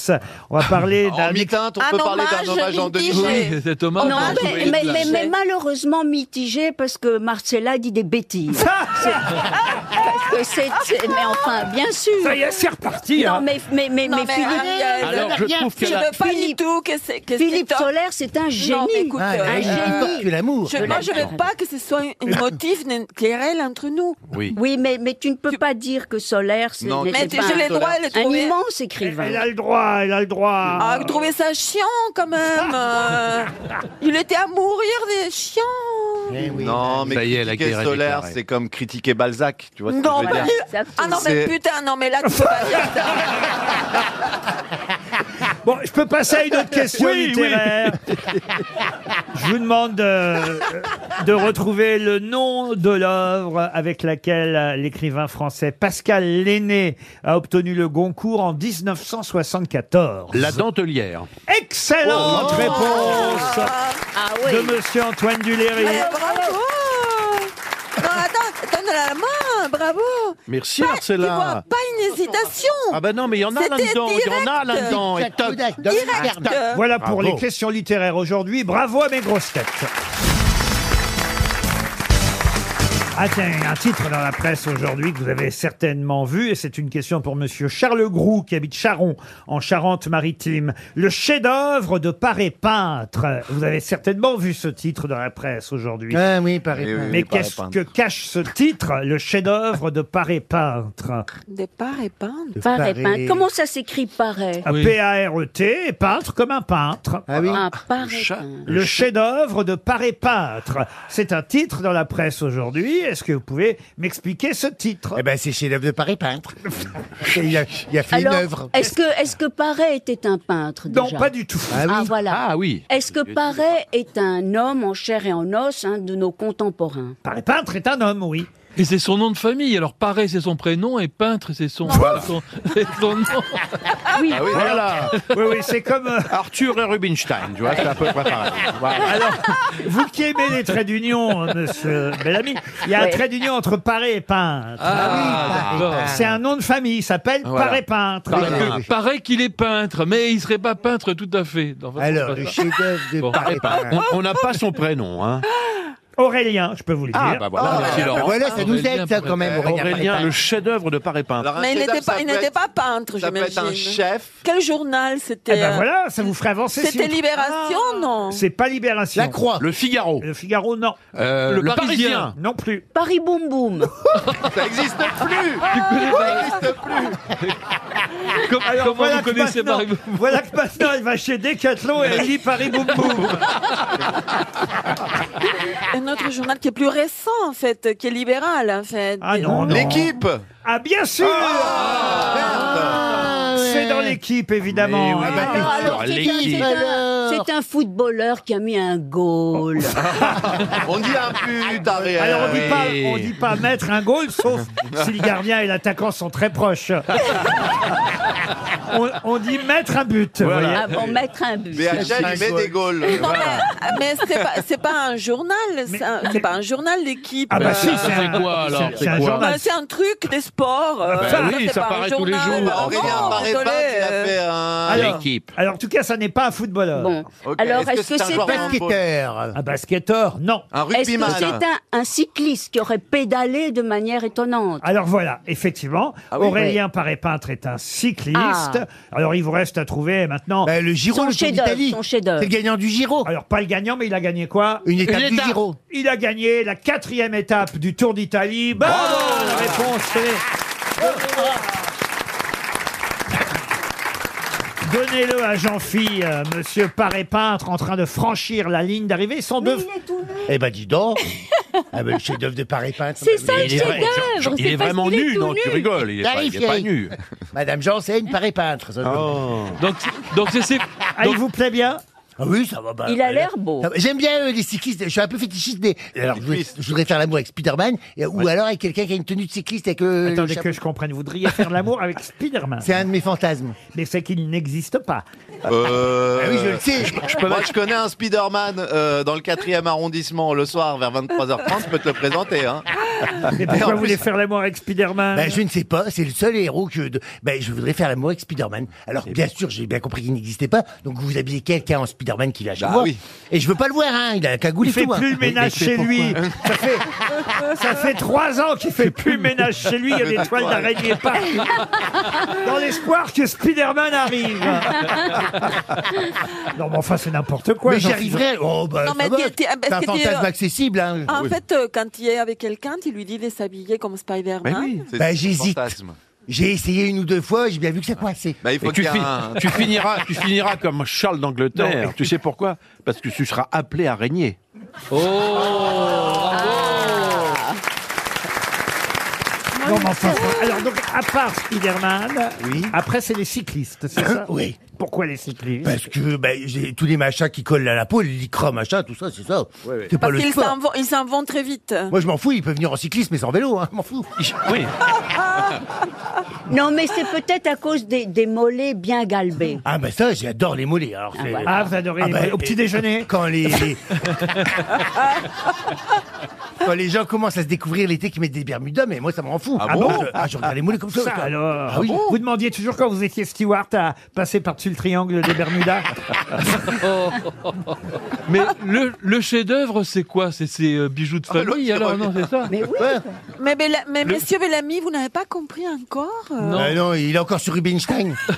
S2: On va parler
S3: En
S2: d'un.
S3: mi-teinte, on
S6: Un
S3: peut parler d'un
S6: hommage
S3: hommage en deux
S6: mitigé.
S3: minutes.
S10: Oui, cet hommage.
S7: Non,
S6: bah,
S7: mais,
S6: oui,
S7: mais-
S6: là.
S7: mais- mais malheureusement mitigé parce que Marcella dit des bêtises. C'est- parce que c'est, c'est- mais enfin, bien sûr.
S2: Ça y est, c'est reparti.
S7: Non,
S2: hein.
S7: mais, mais, mais,
S6: Non,
S7: mais
S6: mais euh,
S7: Philippe, euh,
S6: Ariel,
S9: Alors, je trouve
S6: je
S9: qu'elle a...
S6: ne veux pas du
S7: Philippe-
S6: tout que c'est. que
S7: Philippe
S6: c'est un-
S7: Solaire, c'est un génie.
S6: Non, mais écoute,
S5: Ah,
S6: euh,
S5: il
S6: euh,
S5: porte l'amour.
S6: je- moi, je ne veux pas que ce soit un- un motif d'une querelle entre nous.
S9: Oui.
S7: Oui, mais, mais tu ne peux pas dire que Solaire, c'est
S3: Non,
S6: Mais
S7: n'était
S6: tu-
S7: pas
S6: j'ai
S7: un,
S6: le droit de le
S7: un
S6: trouver.
S7: immense
S2: Elle
S7: écrivain.
S2: elle a le droit, elle a le droit.
S6: Ah, vous trouvez ça chiant quand même. euh. il était à mourir des chiants.
S3: Non, mais
S9: Ça y est, la guerre
S3: critiquer
S9: est
S3: Solaire,
S9: déclarée.
S3: c'est comme critiquer Balzac. Tu vois ce que
S6: Non,
S3: je veux
S6: mais-
S3: dire
S6: Ah non, mais
S3: C'est-
S6: putain, non, mais là, tu peux pas dire ça.
S2: Bon, je peux passer à une autre question littéraire.
S5: Oh,
S2: Je vous demande euh, de, retrouver le nom de l'œuvre avec laquelle euh, l'écrivain français Pascal Lenné a obtenu le Goncourt en 1974.
S9: La dentelière.
S2: Excellente réponse
S7: Ah
S2: de
S7: oui.
S2: Monsieur Antoine Duléry.
S6: Mais bravo Oh. Non, attends, donne la main, bravo
S9: Merci,
S6: Pas- Tu vois,
S9: Marcella.
S6: pas une hésitation
S9: Ah ben non, mais il y en a
S6: C'était
S9: là-dedans. Il y en a
S6: direct.
S9: là-dedans. Et toc.
S5: Direct.
S6: Direct
S2: Voilà pour
S9: Bravo.
S2: les questions littéraires aujourd'hui. Bravo à mes grosses têtes. Ah tiens, il y a un titre dans la presse aujourd'hui que vous avez certainement vu, et c'est une question pour Monsieur Charles Groux, qui habite Charon, en Charente-Maritime. Le chef-d'œuvre de Paré Peintre. Vous avez certainement vu ce titre dans la presse aujourd'hui.
S5: Ah oui, Paré Oui, Peintre. oui,
S2: Mais
S5: oui, Paré
S2: qu'est-ce
S5: Peintre.
S2: que cache ce titre, le chef-d'œuvre de Paré Peintre
S6: Des parts et peintes.
S2: De
S7: Paré
S2: Paré.
S7: peint. Comment ça s'écrit pareil
S5: Ah
S2: Un P-A-R-E-T, E peintre comme un peintre.
S7: Un paré peint.
S2: Le chef-d'œuvre de Paré Peintre. C'est un titre dans la presse aujourd'hui. Est-ce que vous pouvez m'expliquer ce titre
S5: Eh ben, c'est chef-d'œuvre de Paris Peintre. il, a, il a fait
S7: Alors,
S5: une œuvre.
S7: est-ce que, est-ce que Paré était un peintre
S5: Non,
S7: déjà
S5: pas du tout. Ah oui.
S7: voilà.
S5: Ah oui.
S7: Est-ce que Paré est un homme en chair et en os, un de nos contemporains
S2: Paré peintre est un homme, oui.
S10: Et c'est son nom de famille. Alors, Paré, c'est son prénom, et Peintre, c'est son, son- c'est son nom. Ah
S7: Oui,
S4: Ah
S10: voilà.
S2: Oui, oui, c'est comme. euh,
S15: Arthur et Rubinstein, tu vois, c'est à peu près pareil. Voilà.
S2: Alors, vous qui aimez les traits d'union, euh, monsieur Bellamy, il y a un
S15: Ouais. bah,
S2: trait d'union entre Paré et Peintre.
S10: Ah oui, d'accord.
S2: C'est un nom de famille, il s'appelle
S10: Voilà.
S2: Paré Peintre.
S10: Parce que Paraît qu'il est peintre, mais il serait pas peintre tout à fait. Enfin,
S15: Alors,
S10: c'est pas
S15: le
S10: ça.
S15: chef-d'œuvre de Paré Peintre. On- on n'a pas son prénom, hein.
S2: Aurélien, je peux vous le dire.
S15: Ah, bah voilà. Merci, Laurent. Aurélien,
S2: Paré
S15: le chef-d'œuvre de Paré Peintre.
S6: Mais il n'était pas, il n'était pas peintre,
S3: ça peut être
S6: j'imagine.
S3: un chef.
S6: Quel journal c'était
S2: Eh ben
S6: euh,
S2: voilà, ça vous ferait avancer. si
S6: C'était
S2: vous-
S6: Libération, non
S2: Hein C'est pas Libération. La Croix.
S15: Le Figaro.
S2: Le Figaro, non.
S15: Euh, Le le Parisien. Parisien.
S2: Non plus.
S7: Paris Boum Boum.
S3: Ça n'existe plus Ça n'existe plus
S10: Comme-
S2: Alors,
S10: comment
S2: voilà
S10: vous
S2: que
S10: connaissez
S2: maintenant-
S10: Paris Boum
S2: Voilà que maintenant, elle va chez Decathlon et elle lit Paris Boum Boum.
S6: Un autre journal qui est plus récent, en fait, qui est libéral, en fait.
S2: Ah non, non. L'équipe Ah bien sûr
S6: Ah
S2: C'est dans l'équipe, évidemment.
S7: oui. Ah, bah, Alors,
S2: Ah,
S7: c'est un- c'est un- C'est un footballeur qui a mis un goal.
S3: On dit ah, un but, Ariel.
S2: Alors on dit pas, on dit pas mettre un goal, sauf si le gardien et l'attaquant sont très proches. on, on dit mettre un but. voyez.
S7: Avant Ah, mettre un but.
S3: Mais Achel, il met des goals.
S6: Non, mais, mais c'est pas, c'est pas un journal, c'est un- c'est pas un journal, l'équipe.
S2: Ah bah si,
S6: euh,
S2: c'est un- C'est quoi, alors c'est- c'est un
S6: Bah,
S2: journal.
S6: C'est un truc des sports. euh,
S2: Bah oui,
S6: c'est
S2: ça
S6: pas un
S2: paraît tous les
S6: journal.
S2: jours.
S6: Bah,
S2: Aurélien
S6: non,
S2: paraît
S6: désolé,
S3: pas qu'il a
S6: euh,
S3: fait hein. un-
S2: Alors,
S3: L'équipe.
S2: alors, en tout cas, ça n'est pas un footballeur.
S7: Bon. Ok, Alors, est-ce que est-ce que c'est un c'est joueur de un- football
S2: Un basketteur Non. Un
S7: Est-ce que c'est un, un cycliste qui aurait pédalé de manière étonnante
S2: Alors voilà, effectivement,
S7: oui.
S2: Aurélien Paré-Peintre est un cycliste.
S7: Ah.
S2: Alors il vous reste à trouver maintenant...
S5: Bah, le Giro, Son le Tour chef-d'œuvre, d'Italie. son chef-d'œuvre. C'est le gagnant
S2: du Giro. Alors pas le gagnant, mais il a gagné quoi
S5: Une étape Une du étape. Giro.
S2: Il a gagné la quatrième étape du Tour d'Italie. Bonne réponse c'est- Donnez-le à Jean-Phi, euh, monsieur Paré-Peintre, en train de franchir la ligne d'arrivée. Ils sont deux...
S5: Eh ben, dis donc. ah ben, le chef-d'œuvre de Paris Peintre.
S7: C'est ça,
S15: le chef-d'œuvre, c'est parce qu'il est tout nu. T'arrives, chérie.
S5: Madame Janssen, Paris Peintre.
S7: Oh.
S10: Donc, donc c'est. c'est- donc-
S2: vous plaît bien
S5: ah oui, ça va. bah,
S7: Il a l'air beau.
S5: ça va. J'aime bien euh, les cyclistes. Je suis un peu fétichiste des. Alors, je voudrais, je voudrais faire l'amour avec Spider-Man et- ou alors avec quelqu'un qui a une tenue de cycliste avec. euh, le
S2: Attendez
S5: chapeau.
S2: que je comprenne, vous voudriez faire l'amour avec Spider-Man
S5: C'est un de mes fantasmes.
S2: Mais c'est qu'il n'existe pas.
S3: Euh,
S5: Ah oui, je le sais. Je peux
S3: Moi,
S5: mettre-
S3: je connais un Spider-Man euh, dans le 4e arrondissement le soir vers 23h30. Je peux te le présenter. Hein.
S5: Et
S2: Mais
S5: ben, en
S2: Ah, pourquoi vous
S5: plus-
S2: voulez faire l'amour avec Spider-Man
S5: Ben, je ne sais pas, c'est le seul héros que de- ben, je voudrais faire l'amour avec Spider-Man. Alors, bien sûr, j'ai bien compris qu'il n'existait pas, donc vous habillez quelqu'un en Spider-Man qui l'a chez
S3: Bah
S5: moi.
S3: oui.
S5: Et je veux pas le voir, hein, il a la cagoule
S2: Il
S5: et
S2: fait
S5: tout, hein.
S2: plus le ménage
S5: Mais- mais
S2: chez lui.
S5: pourquoi
S2: Ça fait, ça fait trois ans qu'il fait plus le ménage chez lui. Il y a
S5: Ah, Mais
S2: des toiles
S5: d'accord.
S2: d'araignée partout. Dans l'espoir que Spider-Man arrive. Non, mais enfin, c'est n'importe quoi.
S5: Mais j'y
S2: j'en-
S5: arriverai. Oh, bah,
S6: Non, mais
S5: ça
S6: ah,
S5: va.
S6: t'es- t'es-
S5: C'est un
S6: est-ce que t'es-
S5: fantasme accessible, hein.
S6: euh, En
S5: Oui.
S6: fait, euh, quand tu es avec quelqu'un, tu lui dis de s'habiller comme Spider-Man.
S3: C'est
S2: Bah,
S5: Ben,
S3: un
S5: j'hésite.
S3: fantasme.
S5: J'ai essayé une ou deux fois, j'ai bien vu que ça coincait.
S3: Bah, il faut
S15: Et tu,
S3: qu'il y ait
S15: fi-
S3: un-
S15: tu finiras, tu finiras comme Charles d'Angleterre.
S3: Non.
S15: Tu sais pourquoi Parce que tu seras appelé à régner.
S2: Non, mais enfin, alors, donc, à part Spider-Man, après, c'est les cyclistes, c'est ça
S5: Oui.
S2: Pourquoi les cyclistes
S5: Parce que ben, j'ai tous les machins qui collent à la peau, les lycra, machin, tout ça, c'est ça. C'est pas
S6: Parce
S5: le
S6: qu'il
S5: sport.
S6: s'invente- il s'invente très vite.
S5: Moi, je m'en fous, il peut venir en cyclisme, mais sans vélo, hein, je m'en fous.
S15: Oui.
S7: Non, mais c'est peut-être à cause des, des mollets bien galbés.
S5: Ah ben ça, j'adore les mollets. Alors, c'est- Ah, ben,
S7: voilà.
S2: Ah, vous adorez les mollets. Au petit déjeuner
S5: Quand les... les- Quand les gens commencent à se découvrir l'été qui mettent des Bermudas, mais moi ça m'en fout.
S2: Ah bon
S5: Moi, je, ah, je regarde les moules comme ça.
S2: Ça, alors
S5: Ah oui.
S2: Vous demandiez toujours quand vous étiez steward à passer par-dessus le triangle des Bermudas Oh.
S10: Mais le, le chef-d'œuvre, c'est quoi C'est ces euh, bijoux de famille, alors non, c'est ça
S7: Mais oui euh,
S6: Mais, Bella- mais
S10: Le-
S6: monsieur Bellamy, vous n'avez pas compris encore euh,
S5: Non. Ah, non, il est encore sur Rubinstein.
S6: Ah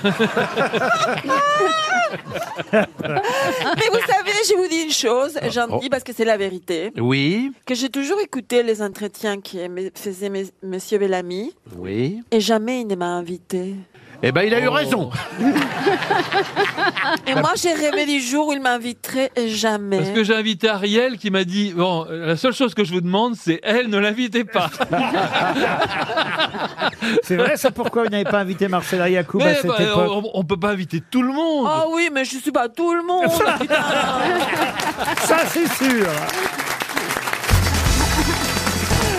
S6: Mais vous savez, je vous dis une chose, j'en
S15: Oh.
S6: dis parce que c'est la vérité,
S15: Oui,
S6: que j'ai toujours écouté les entretiens que me- faisait mes- monsieur Bellamy,
S15: oui.
S6: et jamais il ne m'a invité.
S15: Eh ben, il a eu raison.
S6: Et moi, j'ai rêvé du jour où il m'inviterait, et jamais.
S10: Parce que j'ai invité Ariel qui m'a dit Bon, euh, la seule chose que je vous demande, c'est elle, ne l'invitez pas.
S2: C'est vrai, ça pourquoi vous n'avez pas invité Marcella Yacoub à
S10: Mais,
S2: cette
S10: bah,
S2: époque
S10: on, on peut pas inviter tout le monde.
S6: Ah oui, mais je suis pas tout le monde.
S2: Ça, c'est sûr.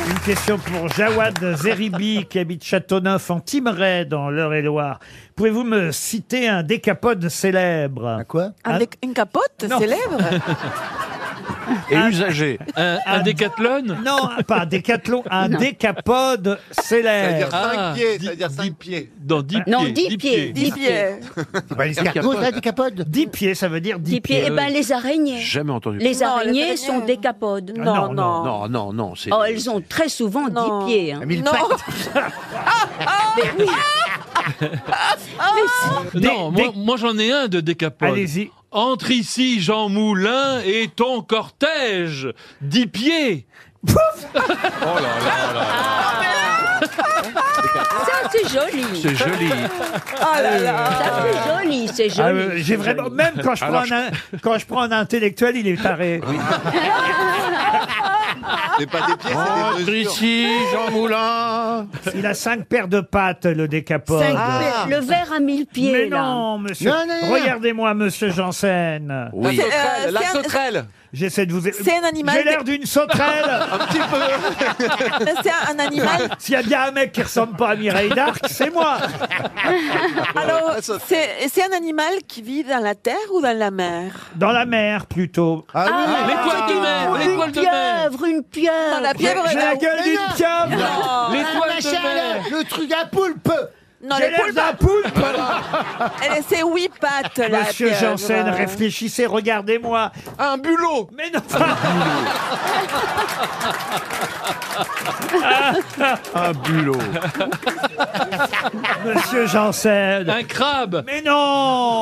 S2: Une question pour Jawad Zeribi, qui habite Châteauneuf, en Timeray, dans l'Eure-et-Loire. Pouvez-vous me citer un décapode célèbre Un
S5: quoi
S6: Avec une capote
S2: Non.
S6: célèbre
S2: Et
S15: usagé.
S10: Un, un décathlon
S2: Non, pas un décathlon, un décapode
S3: C'est-à-dire
S2: célèbre. Ah,
S3: 5 pieds, c'est-à-dire 5 pieds.
S10: Dans 10
S7: Non, Ah. pieds, 10 10 pieds, pieds. 10 pieds.
S5: C'est pas l'escargot, ça, des capodes
S2: 10 pieds, ça veut dire 10,
S7: Dix pieds. Ah, Eh ben,
S15: oui.
S7: les araignées.
S15: Jamais entendu.
S7: Les
S6: Non, les
S7: araignées
S6: araignées,
S7: sont
S6: non.
S7: des capodes.
S2: Ah, non,
S6: Non,
S2: non.
S6: non.
S15: Non, non, non, c'est.
S7: Oh, elles ont très souvent
S6: Non.
S7: 10 pieds. hein.
S5: Mille
S6: Non.
S5: pattes.
S7: Mais oui.
S2: Oh.
S10: Euh, Non,
S2: Des-
S10: moi, moi, j'en ai un de décapode.
S2: Allez-y.
S10: Entre ici, Jean Moulin, et ton cortège. 10 pieds. Oh
S7: Ça, c'est joli.
S15: C'est joli.
S6: Ah là là.
S7: Oh Ça, c'est joli, c'est
S2: Euh, Ah,
S7: joli.
S2: euh, J'ai vraiment, même quand je, prends
S15: Alors,
S2: un, quand je prends un intellectuel, il est taré.
S3: C'est pas des pieds, c'est
S15: Entre
S3: des mesures.
S15: ici, Oh, Jean Moulin.
S2: Il a cinq paires de pattes, le décapode.
S7: Cinq pieds. Ah. Le verre à mille pieds,
S2: euh, Mais
S7: là.
S2: non, monsieur.
S5: Non, non, non.
S2: Regardez-moi, monsieur Janssen.
S15: Oui.
S6: C'est, euh, c'est un-
S2: J'essaie de vous.
S6: C'est un animal
S2: J'ai l'air d'une sauterelle.
S3: Un petit peu.
S6: c'est un un animal.
S2: S'il y a bien un mec qui ressemble pas à Mireille d'Arc, c'est moi.
S6: Alors, c'est c'est un animal qui vit dans la terre ou dans la mer
S2: Dans la mer, plutôt.
S7: Ah,
S10: L'étoile de mer, l'étoile
S7: une
S10: de mer.
S7: pieuvre, une pieuvre.
S6: Dans la
S2: J'ai
S6: pieuvre
S2: j'ai la
S6: et
S2: gueule d'une pieuvre.
S6: la... Non,
S10: L'étoile de mer.
S5: Le truc à poulpe
S6: non
S2: J'ai
S6: les
S2: l'air
S6: poules,
S2: d'un poulpe.
S6: elle- c'est huit pattes, la
S2: Monsieur
S6: pieuvre.
S2: Janssen, réfléchissez, regardez-moi.
S15: Un bulot.
S2: Mais non.
S15: Un bulot.
S2: Monsieur Janssen.
S10: Un crabe.
S2: Mais non.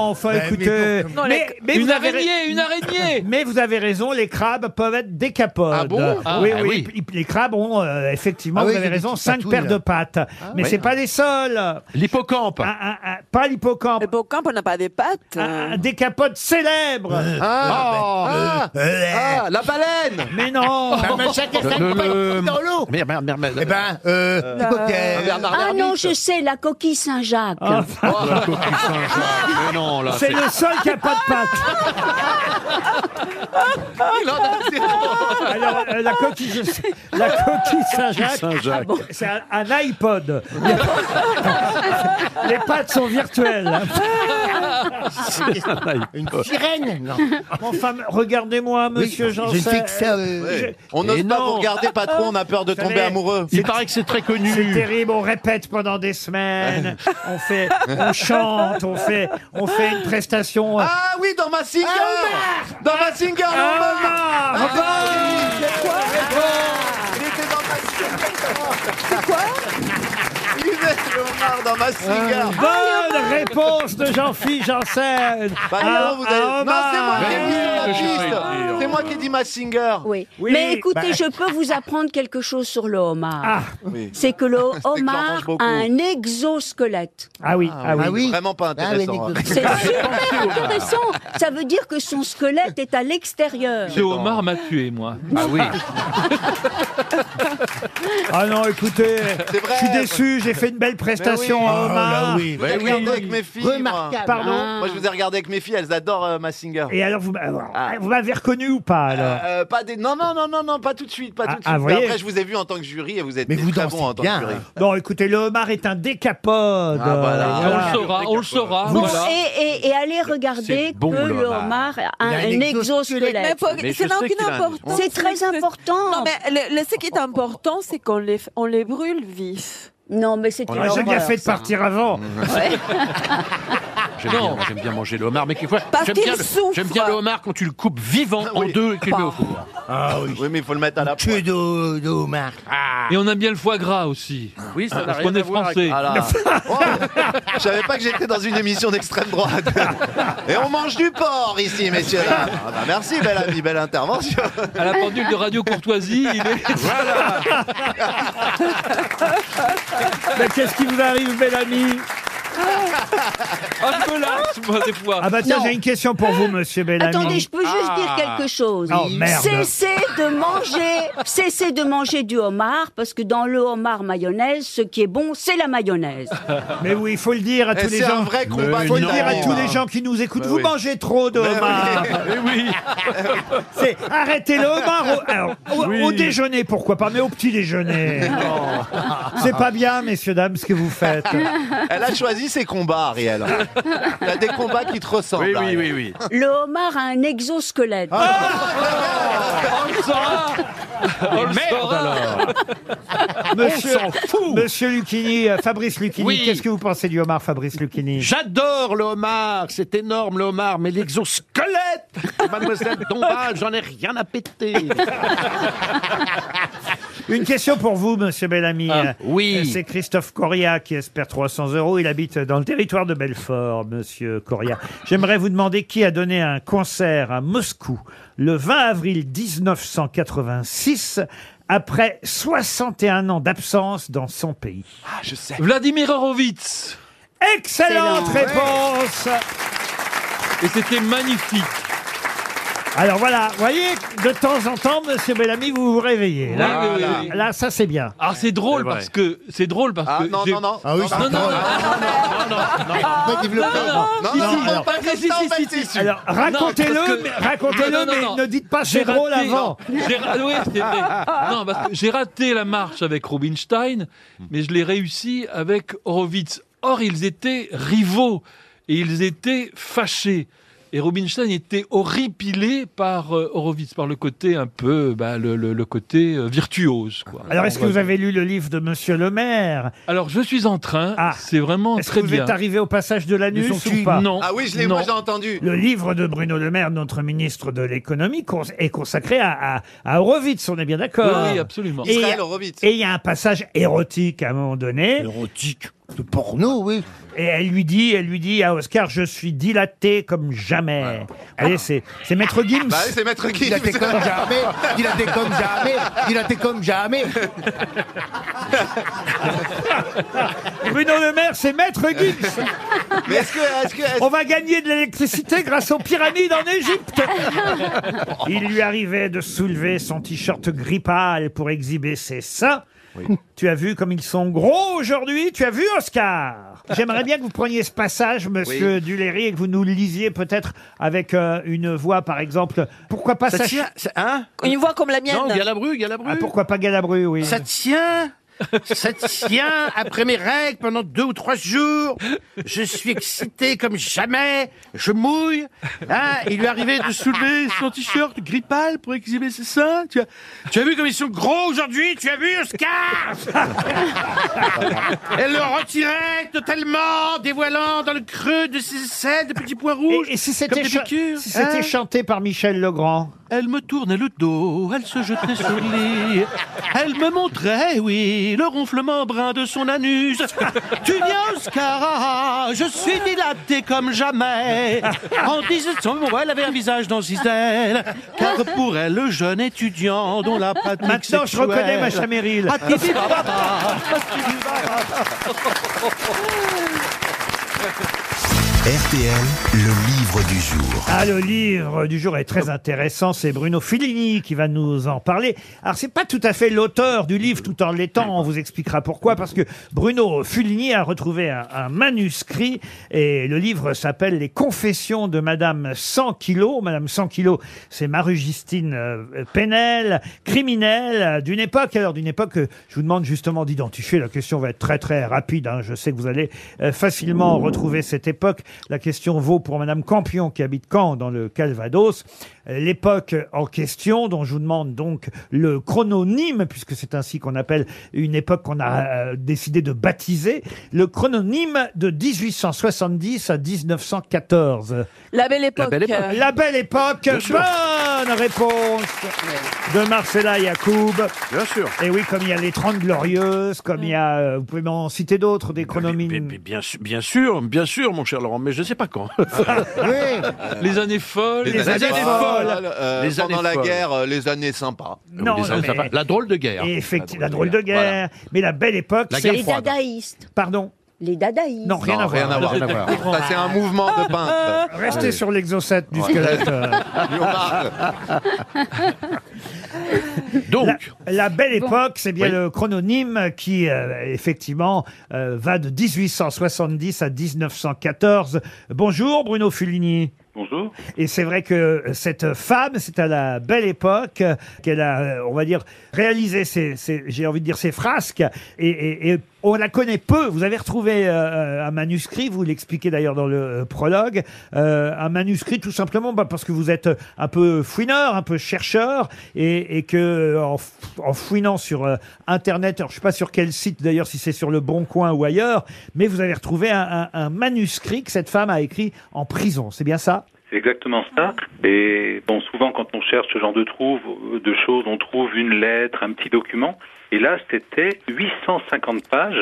S2: Enfin,
S5: Ben, Mais- mais
S2: écoutez.
S5: pour-
S6: Non, la-
S10: une
S2: vous avez-
S10: araignée, une araignée.
S2: Mais vous avez raison, les crabes peuvent être des capodes.
S15: Ah bon Ah,
S2: oui,
S15: ah
S2: oui, ils- Les crabes ont euh, effectivement,
S5: Ah oui,
S2: vous avez
S5: ils ont des
S2: raison,
S5: petites
S2: cinq
S5: patouilles,
S2: paires
S5: là.
S2: de pattes.
S5: Ah
S2: mais
S15: oui.
S2: c'est pas les seuls. Un-
S15: L'hippocampe.
S2: un- un- pas l'hippocampe.
S6: Le bocamp, on n'a pas des pattes.
S2: Un, un décapode célèbre.
S15: Ah,
S5: Euh, Ah,
S15: la baleine.
S2: Mais non.
S5: Un machin qui a cinq
S15: Le-
S5: pattes dans l'eau
S15: Merde, merde, merde, merde.
S5: Eh ben, euh, hypothèse.
S7: Ah non, je sais, la coquille Saint-Jacques. Oh.
S2: Ah,
S15: Oh, la coquille Saint-Jacques. Mais non, là.
S2: c'est le seul qui a pas
S7: Ah.
S2: de pattes.
S3: Ah, Il en a assez.
S2: Alors, euh, la coquille, la coquille Saint-Jacques, Ah
S15: Saint-Jacques.
S2: c'est un, un iPod. les pattes sont virtuelles.
S3: Ah
S5: Une sirène Non.
S2: Enfin, regardez-moi, monsieur
S5: Oui, Je ne
S2: Janssen. Ah,
S5: fais que ça. euh,
S3: Ouais. On
S15: Mais
S3: n'ose pas
S15: non.
S3: vous regarder, patron, on a peur de tomber
S2: savez-
S3: amoureux.
S15: Il paraît que c'est très connu.
S2: C'est terrible, on répète pendant des semaines, on fait, on chante, on fait, on fait une prestation.
S3: Ah oui, dans ma singer Dans ma singer, Lombard
S2: Ah, Omar
S3: ah, Il était dans ma singer Il était Omar dans ma singer
S2: Bonne réponse de Jean-Philippe Janssen.
S3: Bah
S2: Ah,
S3: non, vous avez...
S2: ah,
S3: Non, c'est moi
S2: Omar.
S3: qui ai
S15: Bah oui,
S3: mis sur la
S15: je suis
S3: piste
S15: sûr.
S3: C'est moi qui ai dit ma singer
S7: Oui.
S2: Oui,
S7: Mais écoutez,
S2: bah-
S7: je peux vous apprendre quelque chose sur le homard.
S2: Ah,
S3: Oui.
S7: C'est que le
S3: mange
S7: homard
S3: beaucoup.
S7: a un exosquelette.
S2: ah oui, ah oui.
S5: Ah oui
S3: Vraiment pas
S5: Ah,
S3: intéressant.
S5: oui,
S3: hein.
S5: d'accord.
S7: C'est super intéressant. Ça veut dire que son squelette est à
S3: hein.
S7: l'extérieur.
S3: Ah
S10: Ce homard m'a tué, moi.
S15: Ah oui.
S2: Ah non, écoutez,
S3: C'est vrai.
S2: je suis déçu, j'ai fait une belle prestation
S3: Mais oui.
S2: à Omar. Ah.
S3: Ah là oui. Je vous ai regardé avec mes filles. moi.
S2: Pardon
S3: Moi, je vous ai regardé avec mes filles, elles adorent euh, Massinger. Ah.
S2: Et alors, vous, m'a- alors, vous m'avez reconnu ou pas alors
S3: Euh, pas des... Non, non, non, non, non, pas tout de suite, pas tout de suite.
S2: ah, vous
S3: Mais
S2: voyez.
S3: Après, je vous ai vu en tant que jury et vous êtes
S2: Mais
S3: des
S2: vous
S3: très
S2: dansez
S3: bon en tant que
S2: bien,
S3: jury.
S2: Non, écoutez, le homard est un décapode.
S3: Ah, voilà.
S10: On le saura, on le saura.
S2: Vous-
S10: voilà.
S7: Et, et- et allez regarder
S2: Ah, C'est bon,
S7: que
S2: le
S7: le
S2: homard.
S7: homard a
S2: Il
S7: un,
S2: a un
S7: exosquelette.
S6: Mais faut- c'est là aucune importance.
S7: C'est très important.
S6: Non, mais le, le- ce qui est important, c'est qu'on les, on les brûle vifs.
S7: Non, mais c'est
S6: On
S7: une
S6: a jamais
S7: horreur,
S6: fait de
S7: ça.
S2: partir avant.
S8: J'aime bien, j'aime bien manger le homard, mais quelquefois,
S7: Parce
S8: j'aime
S7: qu'il
S8: bien, le-
S7: souffre. Ah
S8: j'aime bien le homard quand tu le coupes vivant en deux et que tu le mets au four.
S4: Ah oui.
S3: mais il faut le mettre à la
S4: Que de, de homard.
S8: Ah.
S10: Et on aime bien le foie gras aussi.
S8: Oui, ça n'a
S10: Parce
S8: rien
S10: qu'on est
S8: à voir
S10: français.
S3: avec- Ah Je savais pas que j'étais dans une émission d'extrême droite. Et on mange du porc ici, messieurs. dames. Ah bah merci, belle amie, belle intervention.
S10: À la pendule de Radio Courtoisie, il est.
S3: Voilà.
S2: Mais qu'est-ce qui vous arrive, bel ami
S10: Un peu lasse, moi, des fois.
S2: Ah bah tiens,
S7: Non.
S2: j'ai une question pour vous, monsieur Bellamy.
S7: Attendez, je peux juste
S3: Ah.
S7: dire quelque chose.
S2: Oh merde.
S7: Cessez de manger, cessez de manger du homard parce que dans le homard mayonnaise, ce qui est bon, c'est la mayonnaise.
S2: Mais oui, il faut le dire à
S7: Et
S3: Eh,
S2: tous les
S7: c'est
S2: gens.
S7: un vrai combat
S2: faut le
S7: qui
S2: dire à
S7: t'arrive,
S2: tous
S7: hein.
S2: les gens qui nous écoutent.
S7: Mais
S2: vous
S7: oui.
S2: mangez trop de
S7: Mais oui.
S2: homard. C'est arrêtez le homard au, alors, au- au déjeuner, pourquoi pas, mais au petit déjeuner. C'est pas bien, messieurs dames, ce que vous faites.
S3: Elle a choisi ses combats, Ariel. Il y a des combats qui te ressemblent.
S8: Oui, oui,
S3: Ariel.
S8: oui, oui.
S7: Le homard a un exosquelette.
S2: Ah.
S8: Oh, Merde alors
S2: Ah. Monsieur,
S8: On s'en
S2: Monsieur Lucchini, euh, Fabrice Lucchini,
S8: Oui.
S2: qu'est-ce que vous pensez du homard, Fabrice Lucchini
S8: J'adore le homard, c'est énorme le homard, mais l'exosquelette Mademoiselle Dombal, j'en ai rien à péter
S2: Une question pour vous, monsieur Bellamy.
S8: Ah, oui.
S2: Euh, C'est Christophe Coria qui espère 300 euros. Il habite dans le territoire de Belfort, monsieur Coria. J'aimerais vous demander qui a donné un concert à Moscou le 20 avril 1986 après 61 ans d'absence dans son pays. Ah, je sais.
S10: Vladimir Horowitz.
S2: Excellente
S10: Excellent.
S2: réponse
S10: Et c'était magnifique.
S2: Alors voilà, voyez, de temps en temps, monsieur Bellamy, vous vous réveillez. Là,
S10: Oui, oui, oui, oui.
S2: là ça c'est bien.
S10: Ah, c'est drôle parce que. C'est drôle parce que.
S3: non,
S10: j'ai-
S3: non, non.
S2: Ah oui, c'est
S10: non, non, non,
S2: drôle. Ah,
S10: non, non, non, non, non, si, si,
S2: alors-
S10: pas si, si, si, si, si.
S2: Alors,
S10: Non,
S2: racontez-le,
S10: parce que-
S2: mais- racontez-le,
S10: Non, non,
S2: mais
S10: non, non.
S2: ne dites pas
S10: J'ai
S2: c'est drôle
S10: raté-
S2: avant.
S10: J'ai ra- oui, c'est vrai. Non, parce que j'ai raté la marche avec Rubinstein, mais je l'ai réussi avec Horowitz. Or, ils étaient rivaux et ils étaient fâchés. Et Rubinstein était horripilé par euh, Horowitz, par le côté un peu, bah, le, le- le côté euh, virtuose. Quoi.
S2: Alors, est-ce que
S10: Voilà.
S2: vous avez lu le livre de Monsieur le Maire
S10: Alors, je suis en train. c'est vraiment
S2: Ah. Est-ce que
S10: très
S2: vous
S10: bien.
S2: êtes arrivé au passage de l'anus
S10: Ils sont
S2: ou pas
S10: Non. Ah oui, je l'ai- moi, Non. j'ai
S3: entendu.
S2: Le livre de Bruno Le Maire, notre ministre de l'économie, cons- est consacré à, à, à Horowitz, on est bien d'accord
S10: Oui, oui, absolument.
S2: Et il y a-
S10: Israël Horowitz.
S2: Et il y a un passage érotique à un moment donné. Érotique De porno, oui. Et elle lui dit, elle lui dit à Oscar, je suis dilaté comme jamais. Allez, c'est c'est Maître
S10: Ah,
S2: Gims.
S3: Bah oui, c'est Maître Gims.
S4: Dilaté comme jamais, dilaté comme jamais, dilaté comme jamais.
S2: Bruno Le Maire, c'est Maître Gims. On va gagner de l'électricité grâce aux pyramides en Égypte. Il lui arrivait de soulever son t-shirt gris pâle pour exhiber ses seins. Tu as vu comme ils sont gros aujourd'hui Tu as vu, Oscar J'aimerais bien que vous preniez ce passage, monsieur
S8: Oui.
S2: Duléry, et que vous nous le lisiez peut-être avec euh, une voix, par exemple. Pourquoi pas
S8: Ça
S2: Sacha-
S8: tient- ça- hein
S6: Une voix comme la mienne.
S8: Non, Galabru, Galabru
S2: Ah, pourquoi pas Galabru, oui.
S8: Ça tient Ça tient après mes règles pendant deux ou trois jours. Je suis excité comme jamais. Je mouille. Hein, il lui arrivait de soulever son t-shirt gris pâle pour exhiber ses seins. Tu as, tu as vu comme ils sont gros aujourd'hui Tu as vu, Oscar Elle le retirait totalement, dévoilant dans le creux de ses selles de petits points rouges.
S2: Et, et si
S8: comme
S2: c'était
S8: des
S2: cha-
S8: piqûres,
S2: si c'était
S8: hein.
S2: chanté par Michel Legrand
S8: Elle me tournait le dos, elle se jetait sur le lit. Elle me montrait, oui, le ronflement brun de son anus. Tu viens, Oscar, ah, je suis dilaté comme jamais. En 1700, elle avait un visage dans ses ailes, car pour elle, le jeune étudiant dont la pratique
S2: Maintenant, je
S8: sexuelle-
S2: reconnais ma chamérille.
S8: Ah, tipi, papa.
S1: RTL, le livre du jour.
S2: Ah, le livre du jour est très intéressant. C'est Bruno Fellini qui va nous en parler. Alors, c'est pas tout à fait l'auteur du livre tout en l'étant. On vous expliquera pourquoi. Parce que Bruno Fellini a retrouvé un, un manuscrit et le livre s'appelle Les Confessions de Madame 100 kilos. Madame 100 kilos, c'est Marie-Justine euh, Penel, criminelle euh, d'une époque. Alors, d'une époque, euh, je vous demande justement d'identifier. La question va être très très rapide. hein. Je sais que vous allez euh, facilement retrouver cette époque. La question vaut pour Madame Campion qui habite Caen dans le Calvados. Euh, L'époque en question, dont je vous demande donc le chrononyme, puisque c'est ainsi qu'on appelle une époque qu'on a euh, décidé de baptiser, le chrononyme de 1870 à 1914.
S6: La belle époque. euh,
S2: La belle époque.
S6: Bien sûr.
S2: Bonne réponse de Marcella Yacoub. Bien sûr. Et oui, comme il y a les 30 glorieuses, comme il y a, euh, vous pouvez m'en citer d'autres, des chronomines.
S16: Mais bien, su- bien sûr, bien sûr, mon cher Laurent, mais je ne sais pas quand.
S10: Les années folles.
S16: Les années folles.
S17: euh,
S16: Les années
S17: pendant la
S16: folles.
S17: guerre, euh, les années sympas.
S2: Non,
S16: Les années
S2: mais-
S16: sympas. La drôle de guerre.
S2: Et effectivement, la drôle de guerre. Mais la belle époque,
S16: La
S2: c'est-
S16: guerre
S7: Les dadaïstes.
S2: Pardon
S7: Les dadaïstes.
S2: Non, rien à voir.
S17: Ça, c'est un mouvement de peintre.
S2: Euh, Restez
S17: Oui.
S2: sur l'exocète du
S17: Ouais.
S2: squelette.
S16: Donc.
S2: La, la belle époque, c'est bien
S16: Oui.
S2: le chrononyme qui, euh, effectivement, euh, va de 1870 à 1914. Bonjour, Bruno Fulini.
S18: Bonjour.
S2: Et c'est vrai que cette femme, c'est à la belle époque euh, qu'elle a, euh, on va dire, réalisé ses, ses- j'ai envie de dire, ses frasques. Et, et- et on la connaît peu. Vous avez retrouvé euh, un manuscrit, vous l'expliquez d'ailleurs dans le euh, prologue, euh, un manuscrit tout simplement bah, parce que vous êtes un peu fouineur, un peu chercheur, et, et que euh, en, f- en fouinant sur euh, Internet, alors je ne sais pas sur quel site d'ailleurs, si c'est sur le Bon Coin ou ailleurs, mais vous avez retrouvé un- un- un manuscrit que cette femme a écrit en prison. C'est bien ça
S18: C'est exactement ça. Et bon, souvent quand on cherche ce genre de trouve, de choses, on trouve une lettre, un petit document. Et là, c'était 850 pages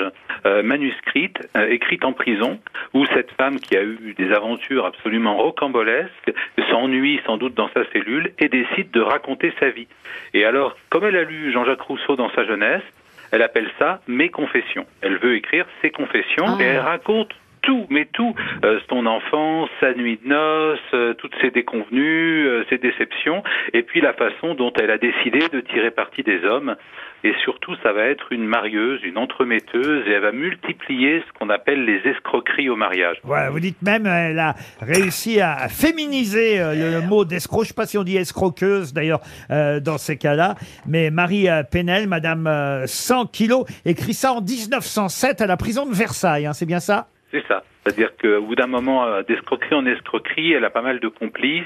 S18: euh, manuscrites, euh, écrites en prison, où cette femme qui a eu des aventures absolument rocambolesques s'ennuie sans doute dans sa cellule et décide de raconter sa vie. Et alors, comme elle a lu Jean-Jacques Rousseau dans sa jeunesse, elle appelle ça mes confessions. Elle veut écrire ses confessions et elle raconte tout, mais tout, Euh, son enfance, sa nuit de noces, euh, toutes ses déconvenues, euh, ses déceptions, et puis la façon dont elle a décidé de tirer parti des hommes. Et surtout, ça va être une marieuse, une entremetteuse, et elle va multiplier ce qu'on appelle les escroqueries au mariage.
S2: Voilà, vous dites même, euh, elle a réussi à à féminiser euh, le, le mot d'escroc. Je ne sais pas si on dit escroqueuse d'ailleurs euh, dans ces cas-là. Mais Marie euh, Penel, Madame euh, 100 kilos, écrit ça en 1907 à la prison de Versailles. hein, c'est bien ça
S18: C'est ça. C'est-à-dire qu'au bout d'un moment, euh, d'escroquerie en escroquerie, elle a pas mal de complices.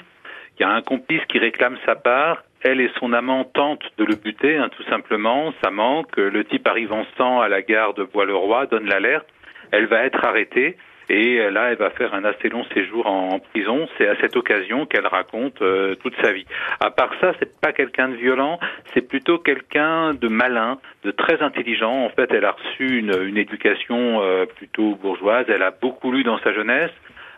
S18: Il y a un complice qui réclame sa part. Elle et son amant tentent de le buter, hein, tout simplement. Ça manque. Le type arrive en sang à la gare de Bois-le-Roi, donne l'alerte. Elle va être arrêtée. Et euh, là, elle va faire un assez long séjour en en prison. C'est à cette occasion qu'elle raconte euh, toute sa vie. À part ça, c'est pas quelqu'un de violent, c'est plutôt quelqu'un de malin, de très intelligent. En fait, elle a reçu une, une éducation euh, plutôt bourgeoise. Elle a beaucoup lu dans sa jeunesse.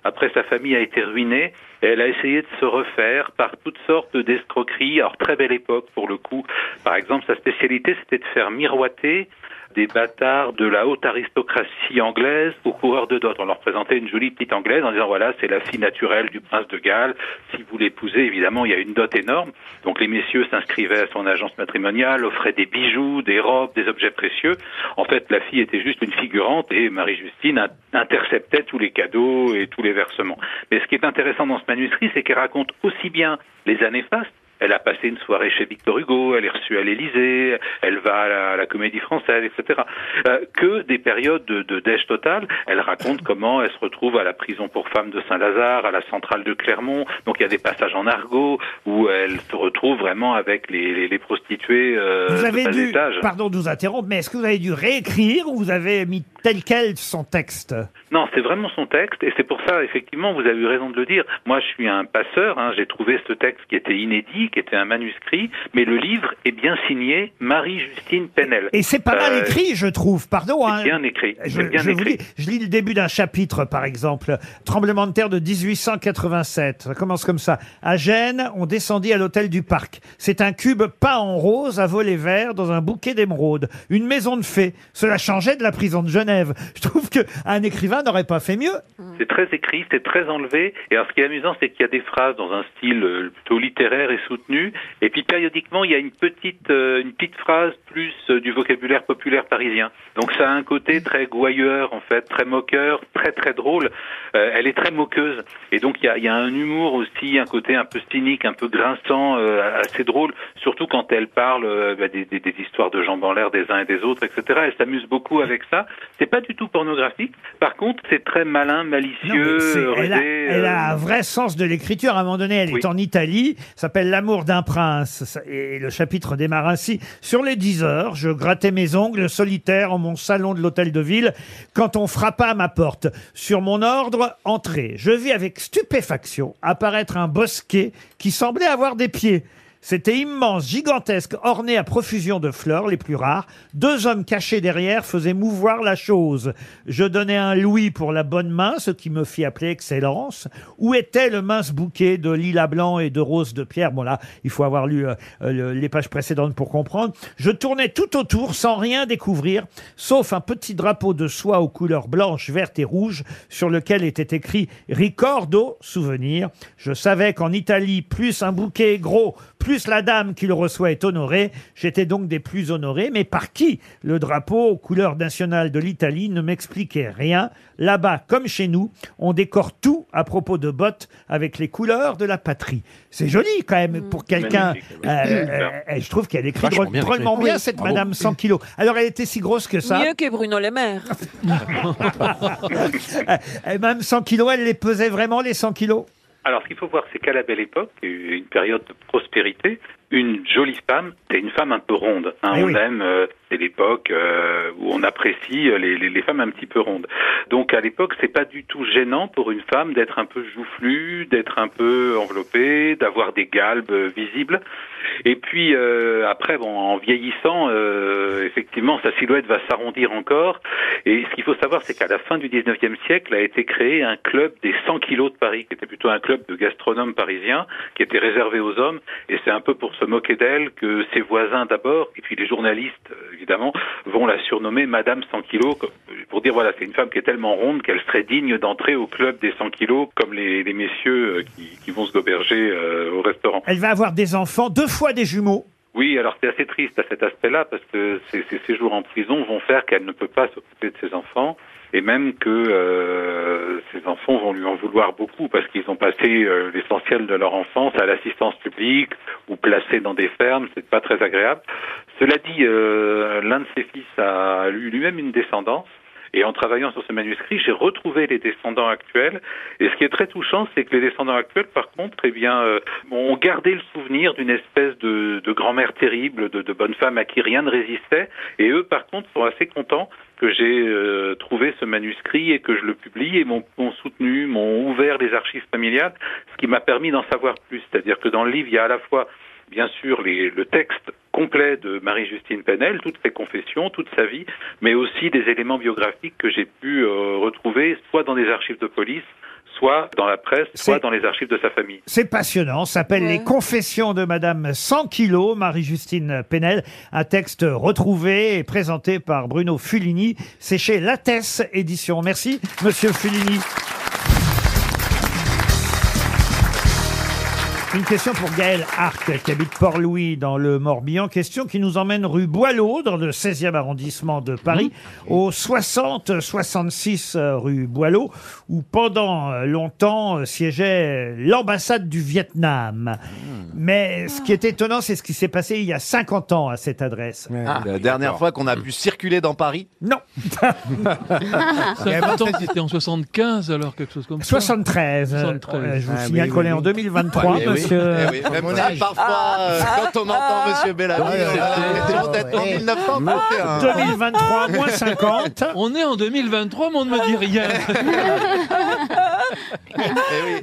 S18: Après, sa famille a été ruinée et elle a essayé de se refaire par toutes sortes d'escroqueries. Alors, très belle époque pour le coup. Par exemple, sa spécialité, c'était de faire miroiter des bâtards de la haute aristocratie anglaise aux coureurs de dot. On leur présentait une jolie petite anglaise en disant voilà, c'est la fille naturelle du prince de Galles. Si vous l'épousez, évidemment, il y a une dot énorme. Donc les messieurs s'inscrivaient à son agence matrimoniale, offraient des bijoux, des robes, des objets précieux. En fait, la fille était juste une figurante et Marie-Justine in- interceptait tous les cadeaux et tous les versements. Mais ce qui est intéressant dans ce manuscrit, c'est qu'elle raconte aussi bien les années fastes elle a passé une soirée chez Victor Hugo, elle est reçue à l'Élysée, elle va à la, à la Comédie Française, etc. Euh, que des périodes de, de dèche totale. Elle raconte comment elle se retrouve à la prison pour femmes de Saint-Lazare, à la centrale de Clermont. Donc il y a des passages en argot où elle se retrouve vraiment avec les, les- les prostituées euh,
S2: Vous avez
S18: de bas
S2: dû,
S18: étage.
S2: pardon de vous interrompre, mais est-ce que vous avez dû réécrire ou vous avez mis tel quel son texte
S18: Non, c'est vraiment son texte, et c'est pour ça, effectivement, vous avez eu raison de le dire. Moi, je suis un passeur, hein, j'ai trouvé ce texte qui était inédit, qui était un manuscrit, mais le livre est bien signé Marie-Justine Penel.
S2: Et c'est pas mal
S18: Euh,
S2: écrit, je trouve, pardon. hein.
S18: C'est bien écrit. c'est
S2: Je,
S18: bien
S2: je vous
S18: écrit.
S2: lis, je lis le début d'un chapitre, par exemple. Tremblement de terre de 1887. Ça commence comme ça. À Gênes, on descendit à l'hôtel du parc. C'est un cube peint en rose à volet vert dans un bouquet d'émeraudes. Une maison de fées. Cela changeait de la prison de Genève. Je trouve que un écrivain n'aurait pas fait mieux.
S18: C'est très écrit, c'est très enlevé. Et alors, ce qui est amusant, c'est qu'il y a des phrases dans un style euh, plutôt littéraire et soutenu. Et puis, périodiquement, il y a une petite, euh, une petite phrase plus euh, du vocabulaire populaire parisien. Donc, ça a un
S2: Mm.
S18: côté très gouailleur, en fait, très moqueur, très, très drôle. Euh, elle est très moqueuse. Et donc, il y a, il y a un humour aussi, un côté un peu cynique, un peu grinçant, euh, assez drôle. Surtout quand elle parle euh, bah, des, des- des histoires de jambes en l'air des uns et des autres, etc. Elle s'amuse beaucoup avec ça. C'est pas du tout pornographique. Par contre, c'est très malin,
S2: Non, mais
S18: malicieux,
S2: c'est-
S18: rusé,
S2: elle, a, elle a
S18: euh,
S2: un vrai sens de l'écriture. À un moment donné, elle est en Italie, s'appelle L'amour d'un prince. Ça- Et le chapitre démarre ainsi. Sur les 10 heures, je grattais mes ongles solitaires en mon salon de l'hôtel de ville quand on frappa à ma porte. Sur mon ordre, entrée. Je vis avec stupéfaction apparaître un bosquet qui semblait avoir des pieds. C'était immense, gigantesque, orné à profusion de fleurs les plus rares. Deux hommes cachés derrière faisaient mouvoir la chose. Je donnais un louis pour la bonne main, ce qui me fit appeler excellence. Où était le mince bouquet de lilas blanc et de roses de pierre Bon là, il faut avoir lu euh, euh, le- les pages précédentes pour comprendre. Je tournais tout autour sans rien découvrir, sauf un petit drapeau de soie aux couleurs blanches, vertes et rouges, sur lequel était écrit Ricordo, souvenir. Je savais qu'en Italie, plus un bouquet est gros, plus la dame qui le reçoit est honorée. J'étais donc des plus honorés, mais par qui Le drapeau aux couleurs nationales de l'Italie ne m'expliquait rien. Là-bas, comme chez nous, on décore tout à propos de bottes avec les couleurs de la patrie. C'est joli quand même pour quelqu'un.
S8: Mm. Magnifique,
S2: Euh,
S8: oui.
S2: euh, euh, je trouve qu'elle écrit
S8: Vachement
S2: drôle-
S8: bien
S2: drôlement
S8: écrit.
S2: bien
S8: Oui.
S2: cette
S8: Bravo.
S2: madame 100 kilos. Alors elle était si grosse que ça. Ah,
S6: Mieux que Bruno Le Maire.
S2: Et Eh, même 100 kilos, elle les pesait vraiment les 100 kilos.
S18: Alors, ce qu'il faut voir, c'est qu'à la belle époque, il y a eu une période de prospérité, une jolie femme, c'est une femme un peu ronde. hein.
S2: Eh
S18: on
S2: oui.
S18: aime, euh, c'est l'époque euh, où on apprécie euh, les, les- les femmes un petit peu rondes. Donc, à l'époque, c'est pas du tout gênant pour une femme d'être un peu joufflue, d'être un peu enveloppée, d'avoir des galbes euh, visibles. Et puis, euh, après, bon, en vieillissant, euh, effectivement, sa silhouette va s'arrondir encore. Et ce qu'il faut savoir, c'est qu'à la fin du 19e siècle a été créé un club des 100 kilos de Paris, qui était plutôt un club de gastronomes parisiens, qui était réservé aux hommes. Et c'est un peu pour se moquer d'elle que ses voisins d'abord, et puis les journalistes, euh, évidemment, vont la surnommer Madame 100 kilos, comme- pour dire, voilà, c'est une femme qui est tellement ronde qu'elle serait digne d'entrer au club des 100 kilos, comme les, les messieurs euh, qui, qui vont se goberger euh, au restaurant.
S2: Elle va avoir des enfants, deux fois des jumeaux.
S18: Oui, alors c'est assez triste à cet aspect-là parce que ces, ces séjours en prison vont faire qu'elle ne peut pas s'occuper de ses enfants et même que euh, ses enfants vont lui en vouloir beaucoup parce qu'ils ont passé euh, l'essentiel de leur enfance à l'assistance publique ou placés dans des fermes, c'est pas très agréable. Cela dit, euh, l'un de ses fils a eu lui-même une descendance. Et en travaillant sur ce manuscrit, j'ai retrouvé les descendants actuels. Et ce qui est très touchant, c'est que les descendants actuels, par contre, eh bien, euh, ont gardé le souvenir d'une espèce de, de grand-mère terrible, de, de bonne femme à qui rien ne résistait. Et eux, par contre, sont assez contents que j'ai euh, trouvé ce manuscrit et que je le publie et m'ont m'ont soutenu, m'ont ouvert les archives familiales, ce qui m'a permis d'en savoir plus. C'est-à-dire que dans le livre, il y a à la fois bien sûr les- le texte complet de Marie-Justine Penel, toutes ses confessions, toute sa vie, mais aussi des éléments biographiques que j'ai pu euh, retrouver soit dans des archives de police, soit dans la presse, soit dans les archives de sa famille.
S2: C'est passionnant, ça s'appelle Les Confessions de Madame 100 kilos, Marie-Justine Pénel, un texte retrouvé et présenté par Bruno Fulini. C'est chez Lattès Édition. Merci, Monsieur Fulini. Une question pour Gaël Arc, qui habite Port-Louis dans le Morbihan. Question qui nous emmène rue Boileau, dans le 16e arrondissement de Paris,
S6: Mmh.
S2: au 60-66 euh, rue Boileau, où pendant euh, longtemps euh, siégeait euh, l'ambassade du Vietnam.
S6: Mmh.
S2: Mais ce qui est étonnant, c'est ce qui s'est passé il y a 50 ans à cette adresse.
S3: Ah, la dernière fois qu'on a pu circuler dans Paris
S2: Ah, Non.
S10: 50 ans, c'était en 75 alors, quelque chose comme ça.
S2: 73. euh,
S10: 73.
S2: euh, Je vous
S10: Ah,
S2: signale
S10: oui,
S2: qu'on
S10: oui,
S2: est en
S10: oui.
S2: 2023,
S10: Eh oui,
S2: monsieur.
S10: eh oui, même
S2: Mon
S3: Ah,
S2: âge.
S3: parfois, euh, quand on entend Monsieur Bellamy,
S2: Ah,
S3: euh,
S2: c'était-
S3: on est toujours d'être en 1931. Ah.
S2: 2023, moins 50.
S10: On est en 2023, mais on ne me dit rien.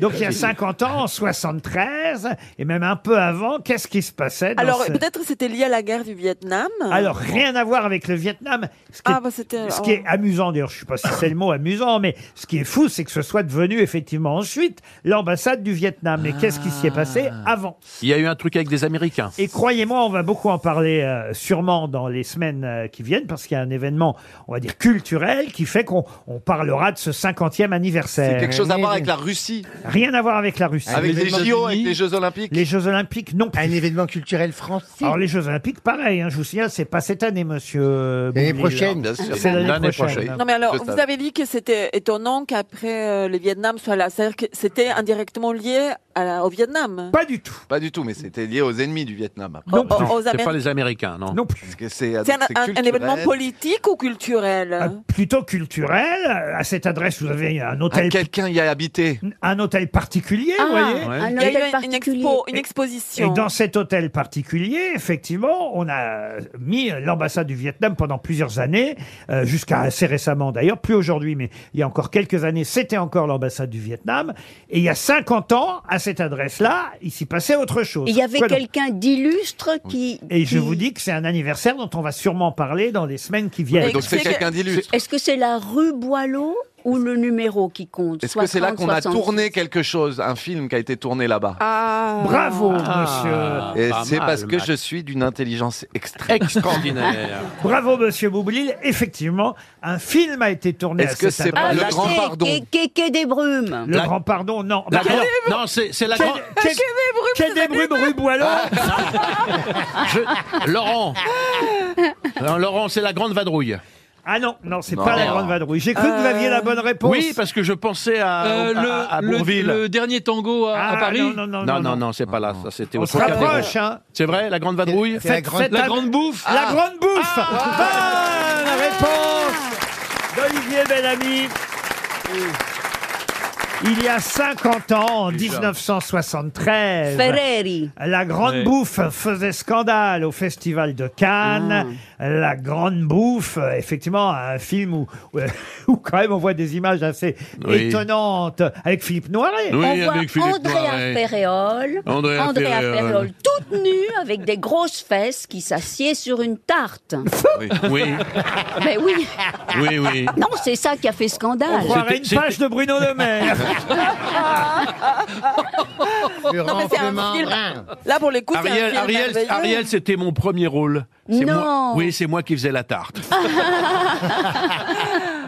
S2: Donc il y a 50 ans, en 73, et même un peu avant, qu'est-ce qui se passait dans
S6: Alors,
S2: ce-
S6: peut-être c'était lié à la guerre du Vietnam.
S2: Alors, rien à voir avec le Vietnam. Ce qui,
S6: Ah,
S2: est,
S6: bah, c'était-
S2: ce qui est amusant, d'ailleurs, je ne sais pas si c'est le mot amusant, mais ce qui est fou, c'est que ce soit devenu effectivement ensuite l'ambassade du Vietnam. Mais qu'est-ce qui s'y est passé
S6: Ah.
S2: avant
S16: Il y a eu un truc avec des Américains.
S2: Et croyez-moi, on va beaucoup en parler euh, sûrement dans les semaines euh, qui viennent, parce qu'il y a un événement, on va dire, culturel qui fait qu'on on parlera de ce 50e anniversaire.
S3: C'est quelque chose à
S6: Eh
S3: voir avec la Russie.
S2: Rien à voir avec la Russie.
S3: Avec les JO, avec les Jeux Olympiques.
S2: Les Jeux Olympiques, non. Un événement culturel français. Alors, les Jeux Olympiques, pareil, hein, je vous signale, c'est pas cette année, monsieur.
S5: L'année
S2: Boublil.
S5: prochaine. Bien sûr.
S2: C'est l'année
S5: L'année
S2: prochaine.
S5: prochaine.
S6: Non mais alors, vous avez dit que c'était étonnant qu'après euh, le Vietnam soit là. C'est-à-dire que c'était indirectement lié à la- au Vietnam.
S2: Pas du tout.
S17: Pas du tout, mais c'était lié aux ennemis du Vietnam.
S6: Non plus. Aux- aux C'est Américains. pas les
S17: Américains,
S2: non Non plus.
S17: C'est
S6: C'est un,
S17: c'est
S6: un- un
S17: culturel.
S6: événement politique ou culturel
S2: Ah, Plutôt culturel. À cette adresse, vous avez un hôtel.
S17: Quelqu'un y a habité.
S2: Un hôtel particulier,
S6: Ah,
S2: vous voyez.
S6: un Il y a eu hôtel une- une particulier. expo- une exposition.
S2: Et dans cet hôtel particulier, effectivement, on a mis l'ambassade du Vietnam pendant plusieurs années, euh, jusqu'à assez récemment d'ailleurs, plus aujourd'hui, mais il y a encore quelques années, c'était encore l'ambassade du Vietnam. Et il y a 50 ans, à cette adresse-là, il s'y passait autre chose.
S7: Il y avait
S2: Quoi donc
S7: quelqu'un d'illustre qui.
S2: Et
S7: qui-
S2: je vous dis que c'est un anniversaire dont on va sûrement parler dans les semaines qui viennent.
S7: Est-ce que c'est la rue Boileau ou le numéro qui compte
S17: Est-ce que c'est là
S7: 60,
S17: qu'on a
S7: 60?
S17: tourné quelque chose, un film qui a été tourné là-bas
S7: Ah.
S2: Bravo, monsieur.
S17: Et
S2: Ah, Pas
S17: c'est
S2: mal,
S17: parce que
S2: Max.
S17: je suis d'une intelligence extra- extraordinaire.
S2: Bravo, monsieur Boublil. Effectivement, un film a été tourné à
S17: Est-ce que
S2: cette
S17: c'est pas
S2: adresse.
S17: Le Grand Pardon
S7: Ah, bah, Quai- Quai- Quai des Brumes.
S2: Le grand pardon, non.
S7: La
S2: Bah,
S7: grande-
S2: alors-
S16: non, c'est- c'est la
S2: Quai-
S16: grande-
S2: Quai- Quai des Brumes, rue Boileau. ah,
S16: Laurent. Non, Laurent, c'est la grande vadrouille.
S2: Ah non, non, c'est pas la grande vadrouille. J'ai cru que vous aviez la bonne réponse.
S16: Euh, Oui, parce que je pensais à,
S10: Euh,
S16: à-
S10: le-
S16: à- à
S10: le-
S16: Bourville.
S10: le dernier tango à- à Ah, Paris non, non, non,
S16: non,
S10: non, non.
S16: non, c'est pas là. Ça, c'était
S10: On
S16: au
S10: se
S16: Trocadéro.
S10: rapproche, hein.
S16: C'est vrai, la grande vadrouille
S10: C'est la Faites- grande- faites la un- grande bouffe. Ah.
S2: La grande bouffe Bonne réponse d'Olivier Bellamy il y a 50 ans, en 1973,
S7: Ferreri.
S2: la Grande
S7: Ouais.
S2: Bouffe faisait scandale au Festival de Cannes. La Grande Bouffe, euh, effectivement, un film où, où, où quand même on voit des images assez
S16: Oui.
S2: étonnantes avec Philippe Noiret.
S7: On voit Andrea Ferréol,
S2: Andrea Ferréol.
S7: Ferréol toute nue avec des grosses fesses qui s'assied sur une tarte.
S16: Oui. oui,
S7: Mais oui.
S16: oui, oui.
S7: Non, c'est ça qui a fait scandale.
S2: On croirait une page de Bruno Le Maire.
S6: Non, mais c'est un film. Là, pour les coups, c'est un
S16: Ariel,
S6: film
S16: Ariel,
S6: merveilleux.
S16: Ariel, c'était mon premier rôle. C'est
S6: Non.
S16: moi- Oui, c'est moi qui faisais la tarte.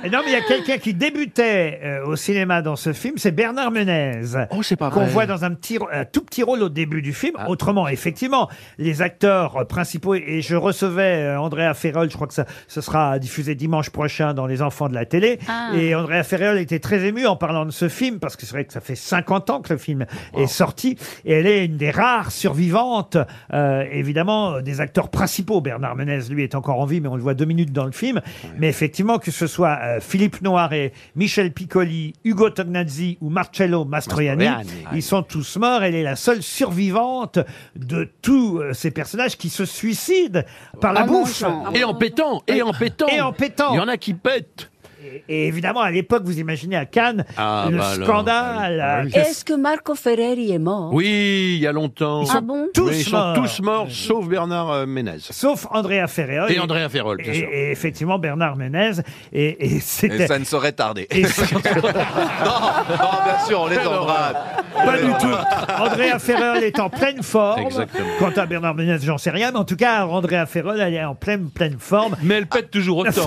S2: Et Non, mais il y a quelqu'un qui débutait euh, au cinéma dans ce film, c'est Bernard Menez. Oh, c'est pas Ah. Qu'on
S16: vrai.
S2: voit dans un, petit, un tout petit rôle au début du film. Autrement, effectivement, les acteurs euh, principaux, et je recevais euh, Andrea Ferrol, je crois que ça, ce sera diffusé dimanche prochain dans Les Enfants de la télé.
S8: Ah.
S2: Et Andrea Ferrol était très émue en parlant de ce film, parce que c'est vrai que ça fait 50 ans que le film est sorti. Et elle est une des rares survivantes, euh, évidemment, des acteurs principaux. Bernard Menez, lui, est encore en vie, mais on le voit deux minutes dans le film. Mais effectivement, que ce soit euh, Philippe Noiret, Michel Piccoli, Hugo Tognazzi ou Marcello Mastroianni,
S16: Mastroianni.
S2: ils sont tous morts. Elle est la seule survivante de tous euh, ces personnages qui se suicident par
S6: Ah
S2: la
S16: En
S2: bouffe.
S16: mangeant. Et en pétant, et en pétant.
S2: Et en pétant.
S16: Il y en a qui pètent.
S2: Et évidemment, à l'époque, vous imaginez à Cannes
S16: Ah,
S2: le
S16: bah Ah, alors.
S2: scandale. euh, que-
S7: Est-ce que Marco Ferreri est mort
S16: Oui, il y a longtemps.
S7: Ils sont Ah bon
S16: Oui,
S2: tous
S16: Ils sont
S2: morts.
S16: tous morts, sauf Bernard euh, Ménez.
S2: Sauf Andrea Ferreol.
S16: Et Andrea Ferreol, bien
S2: et-
S16: sûr.
S2: Et effectivement, Bernard Menez. Et, et c'était.
S17: Et ça ne saurait tarder.
S2: Et c'est-
S17: Non, bien sûr, on les embrasse.
S2: Pas du tout. Andrea Ferrol est en pleine forme.
S17: Exactement.
S2: Quant à Bernard Menez, j'en sais rien, mais en tout cas, Andrea Ferrol, elle est en pleine, pleine forme.
S10: Mais elle pète toujours autant.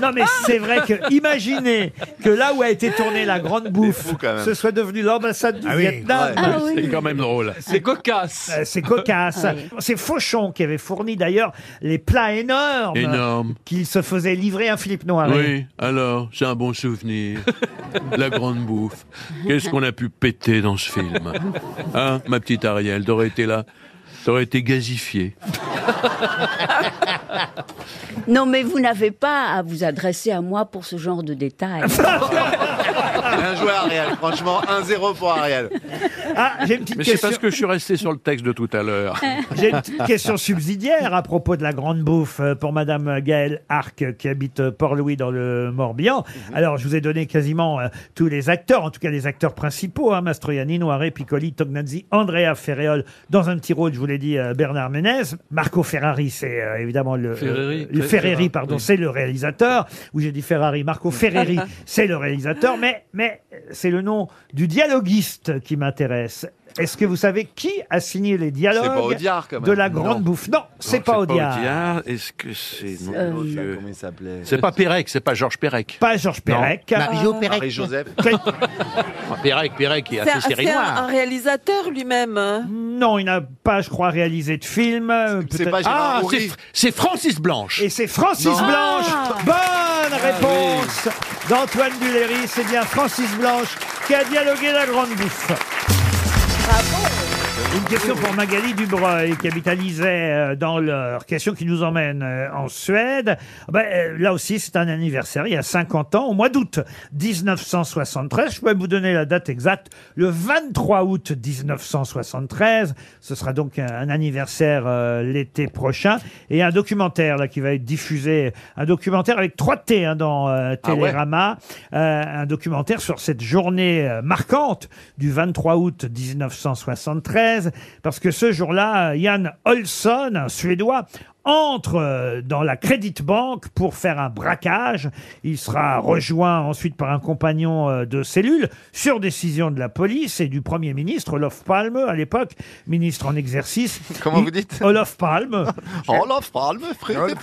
S2: Non, mais c'est vrai que, imaginez que là où a été tournée la grande bouffe,
S16: même.
S2: ce soit devenu l'ambassade
S8: Ah
S2: du Vietnam.
S6: Ah
S16: C'est quand même drôle.
S10: C'est cocasse.
S2: Euh, C'est cocasse.
S16: Oui.
S2: C'est Fauchon qui avait fourni d'ailleurs les plats énormes
S16: Énorme.
S2: qu'il se faisait livrer à Philippe Noiret.
S16: Oui, alors, c'est un bon souvenir. La grande bouffe. Qu'est-ce qu'on a pu péter dans ce film Hein, ma petite Ariel, t'aurais été là.
S9: Ça aurait été gazifié.
S7: Non, mais vous n'avez pas à vous adresser à moi pour ce genre de détails.
S17: Bien joué, Ariel. Franchement, 1-0 pour Ariel.
S2: Ah,
S16: Mais c'est
S2: question-
S16: parce que je suis resté sur le texte de tout à l'heure.
S2: J'ai une petite question subsidiaire à propos de la grande bouffe euh, pour Madame Gaëlle Arc qui habite euh, Port-Louis dans le Morbihan. Alors, je vous ai donné quasiment euh, tous les acteurs, en tout cas les acteurs principaux, hein, Mastroianni, Noiret, Piccoli, Tognazzi, Andrea Ferreol. Dans un petit rôle, je vous l'ai dit, euh, Bernard Menez. Marco Ferrari, c'est euh, évidemment le...
S10: Ferreri.
S2: le Ferreri,
S10: Ferrari,
S2: pardon,
S10: oui.
S2: c'est le réalisateur. Où j'ai dit Ferrari, Marco Ferreri, c'est le réalisateur. Mais, mais c'est le nom du dialoguiste qui m'intéresse. Est-ce que vous savez qui a signé les dialogues
S17: C'est pas Audiard, quand même.
S2: de la
S17: Non.
S2: grande bouffe. Non, c'est pas, Audiard.
S16: Est-ce que c'est.
S17: C'est
S16: Mon
S17: l'autre, là,
S16: Dieu.
S17: comment il s'appelait
S16: C'est pas Pérec, c'est pas Georges Pérec.
S2: Pas Georges Euh, Perec.
S16: Mario Pérec.
S17: Marie-Joseph.
S16: Ah, Pérec, Pérec, il a
S6: C'est un-
S16: fait série
S6: c'est un,
S16: noire.
S6: un réalisateur lui-même. hein.
S2: Non, il n'a pas, je crois, réalisé de film. euh, peut-être-
S16: pas Gérard Ah, Houry. c'est Fr- c'est Francis Blanche.
S2: Et c'est Francis
S16: Non.
S2: Blanche.
S16: Ah.
S2: Bonne
S16: Ah,
S2: réponse d'Antoine Duléry. C'est bien Francis Blanche qui a dialogué la grande bouffe.
S5: Ah
S2: Une question pour Magali Dubreuil, qui habite à Lisay, euh, dans l'Eure. Question qui nous emmène euh, en Suède. Ah ben, euh, là aussi, c'est un anniversaire, il y a 50 ans, au mois d'août 1973. Je peux vous donner la date exacte, le 23 août 1973. Ce sera donc un, un anniversaire euh, l'été prochain. Et un documentaire là, qui va être diffusé, un documentaire avec 3 T hein, dans euh,
S16: Ah ouais.
S2: Télérama. Télérama, euh, un documentaire sur cette journée euh, marquante du 23 août 1973, parce que ce jour-là, euh, Jan Olsson, un Suédois, entre euh, dans la Credit Bank pour faire un braquage. Il sera rejoint ensuite par un compagnon euh, de cellule sur décision de la police et du Premier ministre Olof Palme, à l'époque ministre en exercice.
S17: Comment vous Oh,
S2: dites Olof Palme.
S17: Olof Palme, frère
S2: Et-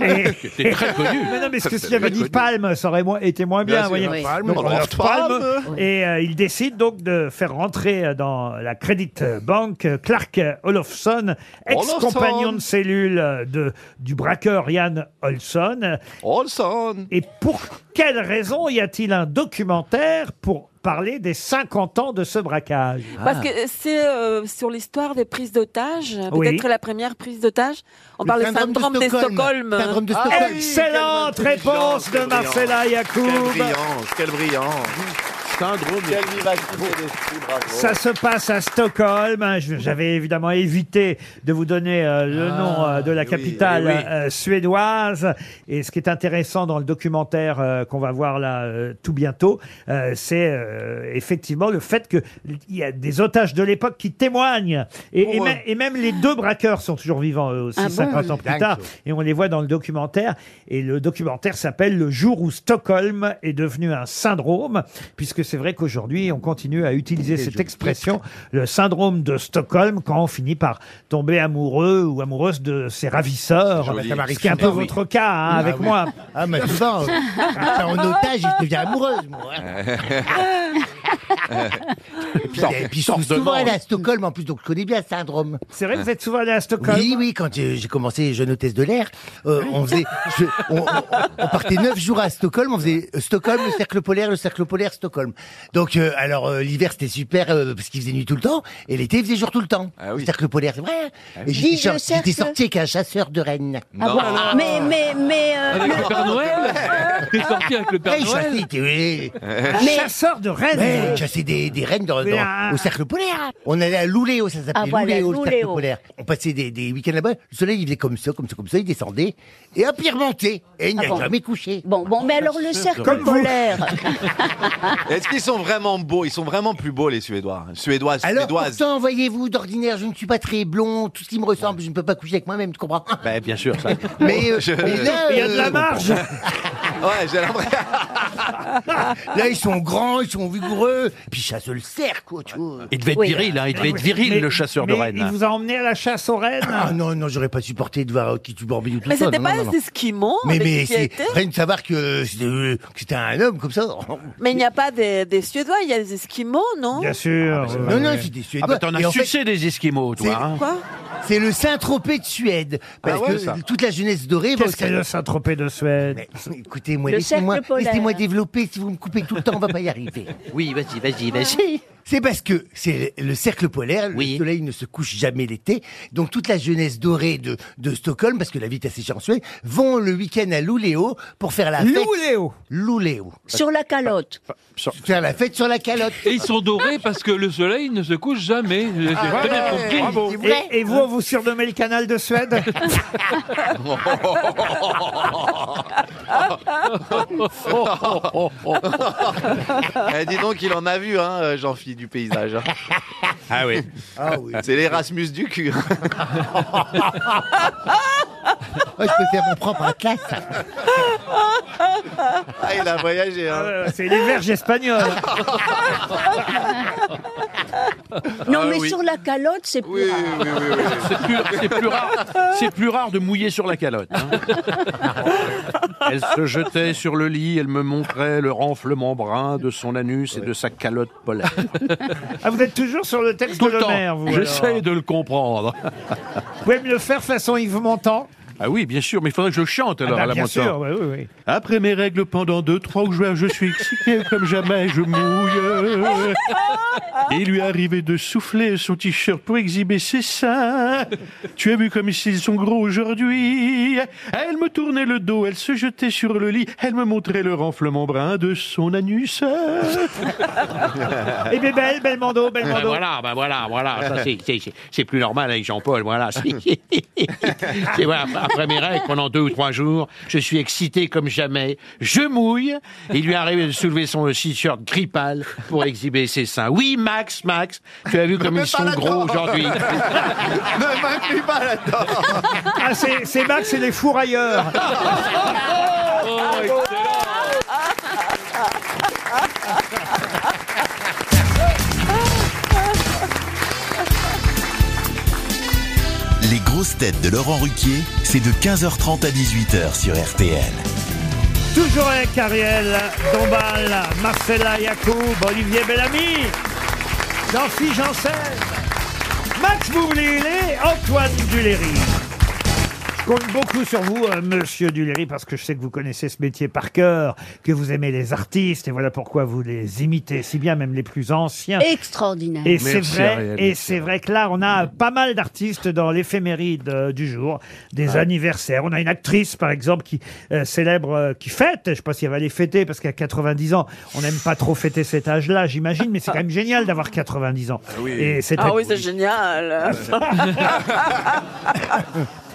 S2: Mais non, mais ce que s'il y avait dit Palme, ça aurait moins- été moins bien.
S17: Bien sûr.
S2: voyez.
S17: Oui. Palme,
S2: Donc,
S17: Palme,
S2: Olof
S17: Palme.
S2: Palme. Et euh, il décide donc de faire rentrer euh, dans la Credit Bank euh, Clark Olofsson, ex-compagnon de cellule euh, de, du braqueur Ian Olson.
S17: Olson.
S2: Et pour quelle raison y a-t-il un documentaire pour parler des 50 ans de ce braquage
S6: Parce que c'est euh, sur l'histoire des prises d'otages, euh, peut-être
S2: Oui.
S6: la première prise d'otage. On
S2: Le
S6: parle du
S2: syndrome de
S6: syndrome de
S2: Stockholm.
S6: Stockholm. Ah
S2: Syndrome de Stockholm.
S6: oui,
S2: Excellente
S6: quelle bonne
S2: réponse
S6: intelligence,
S2: de
S6: quelle brillance.
S2: Marcella Yacoub.
S17: Quelle brillance, quelle brillance. Syndrome. Quelle vivacité d'esprit, bravo.
S2: Ça se passe à Stockholm. hein. Je- J'avais évidemment évité de vous donner euh, le nom euh, de la capitale
S17: eh Ah, oui.
S2: euh, suédoise. Et ce qui est intéressant dans le documentaire euh, qu'on va voir là euh, tout bientôt, euh, c'est euh, effectivement le fait que il y a des otages de l'époque qui témoignent. Et, et,
S17: Pour
S2: me-
S17: eux.
S2: et même les deux braqueurs sont toujours vivants eux aussi,
S17: Ah bon
S2: 50 ans
S17: Dingue,
S2: plus tard.
S17: ça.
S2: Et on les voit dans le documentaire. Et le documentaire s'appelle Le jour où Stockholm est devenu un syndrome, puisque c'est vrai qu'aujourd'hui, on continue à utiliser cette expression, le syndrome de Stockholm, quand on finit par tomber amoureux ou amoureuse de ses ravisseurs.
S5: Joli.
S2: Ce qui est un peu
S5: Ah oui.
S2: votre cas hein,
S5: Ah
S2: avec
S5: oui.
S2: moi.
S5: Ah, mais souvent, ça, en otage, je deviens amoureuse, moi. Et puis, et puis je suis souvent allé à Stockholm, en plus, donc je connais bien le syndrome.
S2: C'est vrai, vous êtes souvent allé à Stockholm
S5: Oui, oui, quand euh, j'ai commencé jeune hôtesse de l'air, euh, on faisait, je- on, on- on partait neuf jours à Stockholm, on faisait euh, Stockholm, le cercle polaire, le cercle polaire, Stockholm. Donc, euh, alors, euh, l'hiver, c'était super, euh, parce qu'il faisait nuit tout le temps, et l'été, il faisait jour tout le temps. Le cercle polaire, c'est vrai. hein.
S7: Ah
S5: Et
S7: oui.
S5: j'étais
S7: Vive le
S5: sor- j'étais
S7: cercle.
S5: sorti avec un chasseur de rennes.
S7: Ah bon Mais, mais, mais. euh,
S5: Avec le Père Noël
S10: T'es sorti avec le Père
S5: Eh,
S10: Noël
S5: chassé, t'es- oui.
S10: Un
S2: chasseur de rennes.
S5: Ouais, chasser des, des rennes dans,
S10: Mais
S5: dans-
S10: un-
S5: au cercle polaire. On allait à Louléo, ça s'appelait
S7: Ah, voilà,
S5: Louléo, le cercle
S7: Louléo.
S5: polaire. On passait des, des week-ends là-bas, le soleil il faisait comme ça, comme ça, comme ça, il descendait, et hop, il remontait. Et il n'a
S7: Ah bon.
S5: jamais couché.
S7: Bon, bon, mais alors le cercle polaire.
S17: Est-ce qu'ils sont vraiment beaux Ils sont vraiment plus beaux, les Suédois. Suédoises,
S5: Alors,
S17: Suédoises.
S5: pourtant, voyez-vous, d'ordinaire, je ne suis pas très blond, tout ce qui me ressemble, je ne peux pas coucher avec moi-même, tu comprends
S16: Ben, bien sûr, ça.
S5: Mais, euh,
S17: Je-
S5: mais là,
S17: Il y a de la
S5: euh,
S17: marge. Ouais, j'ai l'impression.
S5: Là, ils sont grands, ils sont vigoureux, puis ils chassent le cerf, quoi, tu vois.
S16: Il devait être Oui. viril, hein, il
S2: Ah,
S16: devait être viril, le chasseur de
S5: mais
S16: rennes.
S5: il vous
S2: a emmené à la chasse aux rennes
S5: Ah non, non, j'aurais pas supporté de voir euh, qui tu barbille ou tout
S6: Mais
S5: ça.
S6: c'était
S5: non,
S6: pas
S5: non, non.
S6: les Esquimaux
S5: Mais,
S6: avec
S5: mais
S6: Oh, qui
S5: c'est
S6: était
S5: rien de savoir que euh, c'était euh, que c'était un homme comme ça. Oh,
S6: Mais il n'y a pas des, des Suédois, il y a des Esquimaux, non
S2: sûr.
S5: non, non, c'est des Suédois.
S16: Ah, ben, t'en
S5: Et
S16: as
S5: en fait,
S16: sucé des Esquimaux,
S5: c'est-
S16: toi. hein.
S5: C'est le Saint-Tropez de Suède. Parce
S16: Ah ouais,
S5: que
S16: ça.
S5: toute la jeunesse dorée va
S2: Qu'est-ce que le Saint-Tropez de Suède
S5: Écoutez, moi,
S2: Le
S5: laissez-moi
S2: cercle polaire.
S5: laissez-moi développer. Si vous me coupez tout le temps, on va pas y arriver.
S16: Oui, vas-y, vas-y,
S5: vas-y. C'est parce que c'est le cercle polaire, le soleil ne se couche jamais l'été, donc toute la jeunesse dorée de, de Stockholm, parce que la vie est assez chanceuse, vont le week-end à Luleå pour faire la fête. Luleå Luleå.
S7: Sur la calotte.
S5: Faire la fête sur la calotte.
S10: Et ils sont dorés parce que le soleil ne se couche jamais. J'ai très
S4: Euh,
S10: bien compris.
S2: Ah Et, et vous, on vous surnommez le canal de Suède
S3: Eh, dis donc, il en a vu, hein, euh, Jean-Philippe du paysage. Ah oui. C'est l'Erasmus du cul. hein.
S5: Ouais, Oh, je peux faire mon propre atlas.
S3: Ah, il a voyagé. hein.
S2: C'est les verges espagnoles.
S7: Non,
S8: Ah,
S7: mais
S8: oui.
S7: sur la calotte, c'est plus rare.
S8: C'est plus, c'est plus rare, c'est plus rare de mouiller sur la calotte. hein. Elle se jetait sur le lit, elle me montrait le renflement brun de son anus et de sa calotte polaire.
S2: Ah, vous êtes toujours sur le texte
S8: Tout
S2: de
S8: le
S2: Lemaire,
S8: temps,
S2: vous.
S8: j'essaye
S2: alors.
S8: de le comprendre.
S2: Vous pouvez me le faire façon Yves Montand
S8: Ah oui, bien sûr, mais il faudrait que je le chante alors
S2: Ah bah,
S8: à la
S2: Bien
S8: Montand.
S2: sûr, ouais, oui, oui.
S8: Après mes règles pendant deux, trois joueurs, je suis excité comme jamais, je mouille. Il lui arrivait de souffler son t-shirt pour exhiber ses seins. Tu as vu comme ils sont gros aujourd'hui. Elle me tournait le dos, elle se jetait sur le lit, elle me montrait le renflement brun de son anus.
S2: Et Bébel, Belmondo,
S8: Belmondo.
S4: Ben voilà, ben voilà, voilà. Ça, c'est- c'est- c'est- C'est plus normal avec Jean-Paul, voilà. C'est- c'est voilà, après- après mes règles, pendant deux ou trois jours, je suis excité comme jamais. Je mouille. Il lui arrive de soulever son t-shirt gris pâle pour exhiber ses seins. Oui, Max, Max, tu as vu comme
S3: Me
S4: ils sont
S3: parle à
S4: gros
S3: toi.
S4: aujourd'hui.
S3: ne m'inclus pas là-dedans.
S2: Ah, c'est c'est Max et les fourrailleurs.
S1: Les grosses têtes de Laurent Ruquier, c'est de 15h30 à 18h sur RTL.
S2: Toujours avec Ariel, Dombal, Marcella Yacoub, Olivier Bellamy, Jean-Philippe Janssen, Max Boublil et Antoine Duléry. Je compte beaucoup sur vous, euh, monsieur Duléry, parce que je sais que vous connaissez ce métier par cœur, que vous aimez les artistes, et voilà pourquoi vous les imitez si bien, même les plus anciens.
S7: Extraordinaire.
S2: Et c'est vrai, et c'est vrai que là, on a pas mal d'artistes dans l'éphéméride euh, du jour, des anniversaires. On a une actrice, par exemple, qui euh, célèbre, euh, qui fête. Je ne sais pas si elle va les fêter, parce qu'à 90 ans, on n'aime pas trop fêter cet âge-là, j'imagine, mais c'est quand même génial d'avoir 90 ans. Et Ah, cette,
S6: Ah
S2: ac-
S6: oui, c'est génial.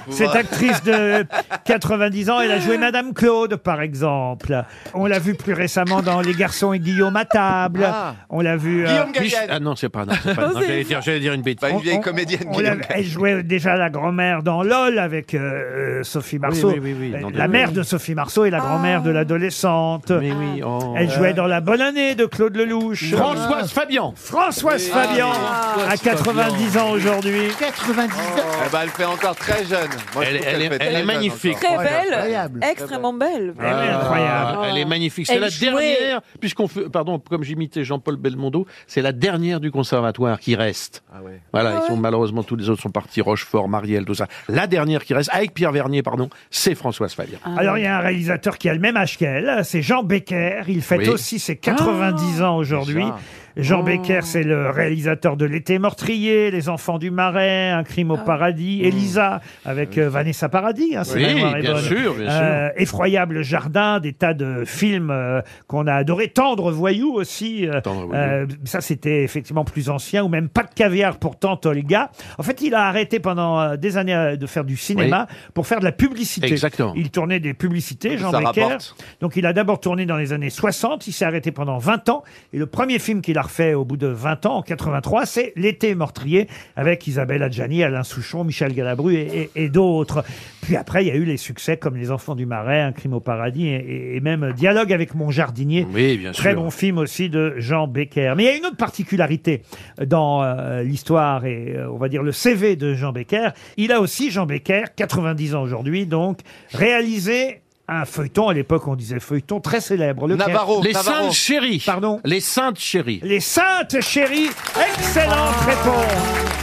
S2: cette actrice de 90 ans, elle a joué Madame Claude, par exemple. On l'a vue plus récemment dans Les Garçons et Guillaume à table.
S8: Ah.
S2: On l'a vue. euh,
S8: Mich- Ah non, c'est pas. non, c'est pas
S2: Oh,
S8: non, j'allais, dire, j'allais dire une bêtise.
S2: On- on- on l'a- Elle jouait déjà la grand-mère dans LOL avec euh, euh, Sophie Marceau.
S8: oui, oui, oui,
S2: Euh,
S8: dans
S2: la
S8: des-
S2: mère de Sophie Marceau et la grand-mère de l'adolescente.
S8: oh.
S2: Elle jouait dans La Bonne Année de Claude Lelouch.
S8: Françoise Fabian.
S2: Françoise Fabian,
S4: Ah,
S8: Ah.
S2: à 90 ans aujourd'hui.
S5: 90
S3: Eh ben, elle fait encore très jeune. Moi, je
S8: Elle-
S3: trouve
S8: elle
S3: qu'elle
S8: est-
S3: fait
S8: elle
S3: très
S8: est
S3: jeune
S8: magnifique.
S3: encore.
S6: Très belle.
S8: incroyable.
S6: Extrêmement belle.
S2: Ah,
S8: incroyable. Elle est magnifique. C'est
S6: Elle
S8: la
S6: jouait.
S8: dernière, puisqu'on fait, pardon, comme j'imitais Jean-Paul Belmondo, c'est la dernière du conservatoire qui reste.
S6: Ah
S8: Voilà, ils sont malheureusement tous les autres sont partis, Rochefort, Marielle, tout ça. La dernière qui reste, avec Pierre Vernier, pardon, c'est Françoise Fabian.
S6: Ah.
S2: Alors, il y a un réalisateur qui a le même âge qu'elle, c'est Jean Becker. Il fête
S8: Oui.
S2: aussi ses 90 ans aujourd'hui.
S8: déjà.
S2: Jean Becker, c'est le réalisateur de L'été meurtrier, Les Enfants du Marais, Un crime au paradis,
S8: Mmh.
S2: Elisa,
S8: Ah
S2: avec euh, Vanessa Paradis, hein, si
S8: Oui,
S2: ma mémoire est
S8: bien
S2: bonne. Euh,
S8: sûr, bien sûr.
S2: Effroyable jardin, des tas de films euh, qu'on a adoré. Tendre voyou aussi. euh, euh, ça, c'était effectivement plus ancien, ou même Pas de caviar pour Tante Olga. En fait, il a arrêté pendant euh, des années euh, de faire du cinéma pour faire de la publicité.
S8: Exactement.
S2: Il tournait des publicités, Jean
S8: Ça
S2: Becker.
S8: rapporte.
S2: Donc il a d'abord tourné dans les années 60, il s'est arrêté pendant 20 ans, et le premier film qu'il a refait au bout de 20 ans, en 83, c'est L'été meurtrier, avec Isabelle Adjani, Alain Souchon, Michel Galabru et, et- et d'autres. Puis après, il y a eu les succès comme Les Enfants du Marais, Un crime au paradis, et, et même Dialogue avec mon jardinier.
S8: Oui, bien
S2: Très
S8: sûr.
S2: bon film aussi de Jean Becker. Mais il y a une autre particularité dans euh, l'histoire et euh, on va dire le CV de Jean Becker. Il a aussi, Jean Becker, 90 ans aujourd'hui, donc, réalisé un feuilleton, à l'époque on disait feuilleton, très célèbre. Lequel
S8: Les Saintes Chéries.
S2: Pardon.
S8: Les Saintes Chéries.
S2: Les Saintes Chéries. Excellente réponse.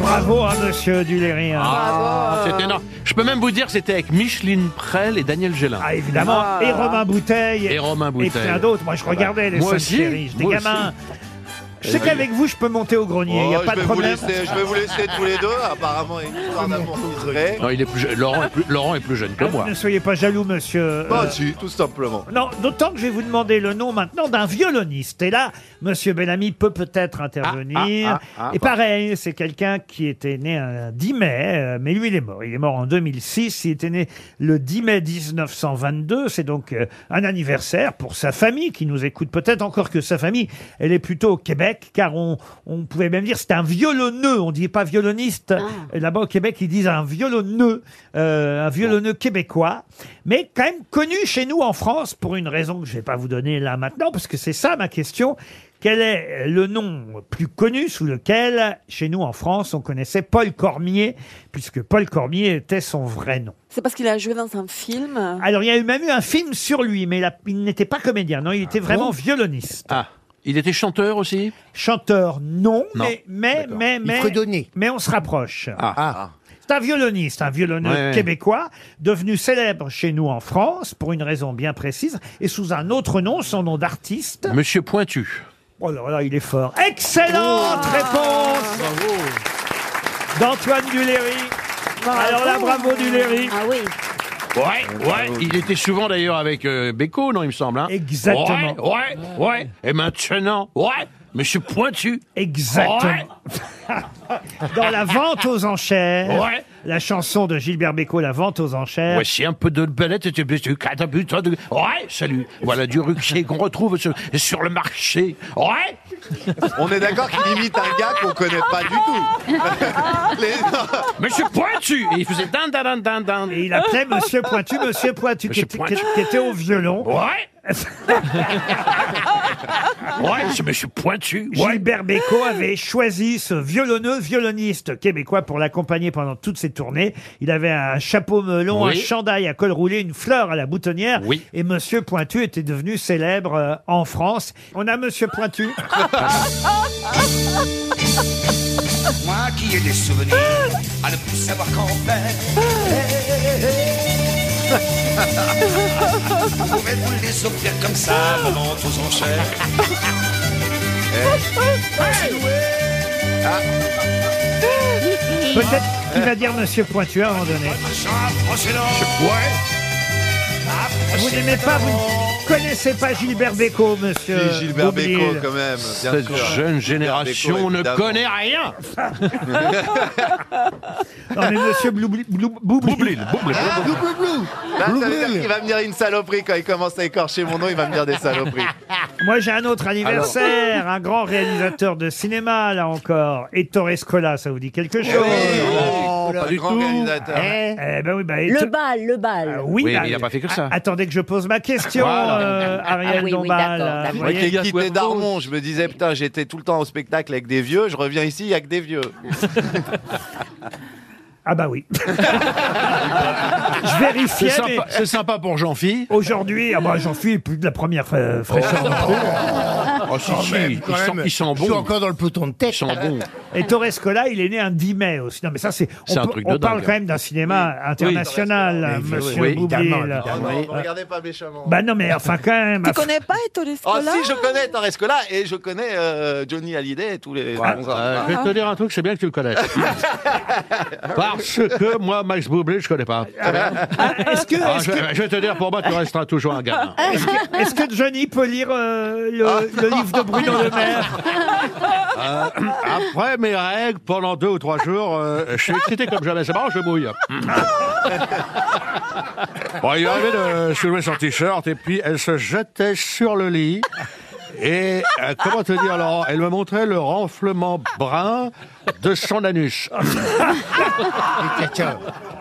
S2: Bravo Bravo, hein, monsieur Duléry. hein.
S8: Ah, c'est énorme. Je peux même vous dire que c'était avec Micheline Prel et Daniel Gélin.
S2: Ah, Évidemment, et Romain Bouteille.
S8: Et Romain Bouteille.
S2: Et plein d'autres. Moi, je
S8: Ah bah,
S2: regardais les
S8: moi
S2: cinq
S8: aussi,
S2: séries. J'étais
S8: moi
S2: gamin.
S8: aussi.
S2: Je sais
S8: Et
S2: qu'avec vous, je peux monter au grenier. Il
S17: Ah, Oh,
S2: n'y a
S17: je
S2: pas de
S17: vais vous
S2: problème. Ah,
S17: laisser- je vais vous laisser tous les deux. Apparemment, il y a une histoire d'amour qui se crée.
S8: Non, il est plus je- Laurent, est plus... Laurent est plus jeune que moi.
S2: Ne soyez pas jaloux, monsieur.
S17: Bah,
S2: euh,
S17: si, tout simplement.
S2: Non, d'autant que je vais vous demander le nom maintenant d'un violoniste. Et là, Monsieur Bellamy peut peut-être intervenir.
S15: ah, ah,
S2: Et
S15: bah.
S2: pareil, c'est quelqu'un qui était né un 10 mai, euh, mais lui, il est mort. Il est mort en 2006. Il était né le 10 mai 1922. C'est donc euh, un anniversaire pour sa famille qui nous écoute peut-être encore que sa famille, elle est plutôt au Québec, car on, on pouvait même dire c'est un violonneux. On dit pas violoniste.
S15: Ah.
S2: Là-bas au Québec, ils disent un violonneux, euh, un violonneux québécois, mais quand même connu chez nous en France pour une raison que je vais pas vous donner là maintenant, parce que c'est ça ma question. Quel est le nom plus connu sous lequel, chez nous en France, on connaissait Paul Cormier, puisque Paul Cormier était son vrai nom
S6: C'est parce qu'il a joué dans un film.
S2: Alors, il y a eu même eu un film sur lui, mais il a- il n'était pas comédien, non, il était vraiment violoniste.
S8: Ah, il était chanteur aussi
S2: Chanteur, non,
S8: Non.
S2: mais, mais,
S8: D'accord.
S2: mais,
S8: Il
S2: mais,
S8: fredonnait.
S2: mais on se rapproche.
S8: Ah.
S2: C'est un violoniste, un violonneux
S8: Ouais, ouais.
S2: québécois, devenu célèbre chez nous en France, pour une raison bien précise, et sous un autre nom, son nom d'artiste.
S8: Monsieur Pointu.
S2: Oh là là, il est fort. Excellente
S8: Oh.
S2: réponse d'Antoine Duléry. Alors là, bravo Duléry.
S7: Ah oui.
S8: Ouais, ouais, il était souvent d'ailleurs avec euh, Beko, non, il me semble. hein
S2: Exactement.
S8: Ouais, ouais, ouais. Et maintenant, ouais, monsieur Pointu.
S2: Exactement. Dans La Vente aux Enchères,
S8: Ouais.
S2: la chanson de Gilbert Bécaud, La Vente aux Enchères,
S8: Voici un peu de belette, du du catapulte, de... Ouais, salut. Voilà du ruquier qu'on retrouve sur, sur le marché. Ouais.
S17: On est d'accord qu'il imite un gars qu'on connaît pas du tout.
S8: Monsieur Pointu Et il faisait din din din din din.
S2: il appelait Monsieur Pointu, Monsieur Pointu, qui,
S8: Monsieur
S2: était-
S8: Pointu.
S2: qui- qui était au violon.
S8: Ouais. Ouais, c'est monsieur Pointu. Ouais.
S2: Gilbert Bécaud avait choisi ce violonneux violoniste québécois pour l'accompagner pendant toutes ses tournées. Il avait un chapeau melon,
S8: Oui.
S2: un chandail à col roulé, une fleur à la boutonnière. Et Monsieur Pointu était devenu célèbre euh, en France. On a Monsieur Pointu.
S4: Moi qui ai des souvenirs à ne plus savoir qu'en faire. Je pourrais vous les offrir comme ça, avant aux enchères. Eh. Ah.
S2: Peut-être qu'il va dire Monsieur Pointu à un moment donné. Vous n'aimez pas, vous ne connaissez pas Gilbert Bécaud, monsieur.
S17: Si, Gilbert
S2: Boublil.
S17: Bécaud, quand même, bien
S8: Cette
S17: sûr.
S8: jeune génération
S17: Gilbert Bécaud,
S8: ne
S17: évidemment.
S8: connaît rien.
S2: Non, mais monsieur Bloublil. Boublil.
S17: Ah, blou, blou, blou. Là, ça veut dire qu'il va me dire une saloperie quand il commence à écorcher mon nom, il va me dire des saloperies.
S2: Moi, j'ai un autre anniversaire, un grand réalisateur de cinéma, là encore. Ettore Scola, ça vous dit quelque chose Ah,
S17: Oh, pas du tout.
S2: Eh, eh ben oui, bah,
S7: Le
S2: Ettore-
S7: bal, le bal.
S2: Oui,
S8: Oui,
S2: bah,
S8: mais il a pas fait que
S2: a-
S8: ça.
S2: Attendez que je pose ma question,
S8: Voilà.
S2: euh, Ariel
S7: Ah oui, oui,
S2: Dombal. euh,
S7: d'accord, d'accord.
S2: Vous
S17: Moi qui
S2: voyez
S17: ai quitté Darmon, je me disais, putain, j'étais tout le temps au spectacle avec des vieux, je reviens ici, il n'y a que des vieux.
S2: Ah bah oui. je vérifiais.
S8: C'est sympa-
S2: mais
S8: c'est sympa pour Jean-Phi.
S2: Aujourd'hui, ah bah, j'en suis plus de la première euh, fraîcheur.
S8: Oh, si, si, il sent- il sent
S5: Je suis
S8: bon.
S5: encore dans le peloton de tête.
S8: Il sent bon.
S2: Ah, Et Torres Scola, il est né un 10 mai aussi. Non, mais ça, c'est. On,
S8: C'est un
S2: peut-
S8: truc
S2: on
S8: de
S2: parle
S8: dingue. hein.
S2: quand même d'un cinéma international,
S5: Mais
S2: monsieur
S5: oui,
S2: Boublil.
S5: évidemment, évidemment.
S17: Non, regardez pas méchamment.
S2: Bah non, mais enfin, quand même.
S6: Tu connais pas Ettore
S3: Ah,
S17: Oh
S6: Scola
S17: si, je connais Torescola et je connais euh, Johnny Hallyday et tous les... hein. bons
S8: Euh,
S17: artistes.
S8: je vais te dire un truc, c'est bien que tu le connaisses. Parce que moi, Max Boublé, je connais pas.
S17: Ah,
S2: Est-ce que,
S8: Ah,
S2: est-ce
S8: je,
S2: que,
S8: je vais te dire, pour moi, tu resteras toujours un gamin.
S2: est-ce que- est-ce que Johnny peut lire euh, le,
S5: Ah.
S2: le livre de Bruno Le Maire
S8: Euh, après mes règles, pendant deux ou trois jours, euh, je suis excité comme jamais. C'est marrant, je mouille. bon, il arrivait de soulever son t-shirt et puis elle se jetait sur le lit. Et euh, comment te dire, Laurent Elle me montrait le renflement brun de son anus.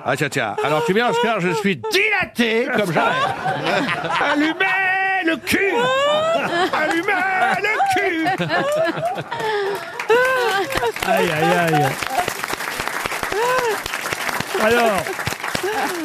S8: Ah tiens, tiens. Alors tu viens, Oscar, je suis dilaté comme jamais. Allumez le cul Allumez le cul
S2: Aïe, aïe, aïe. Alors,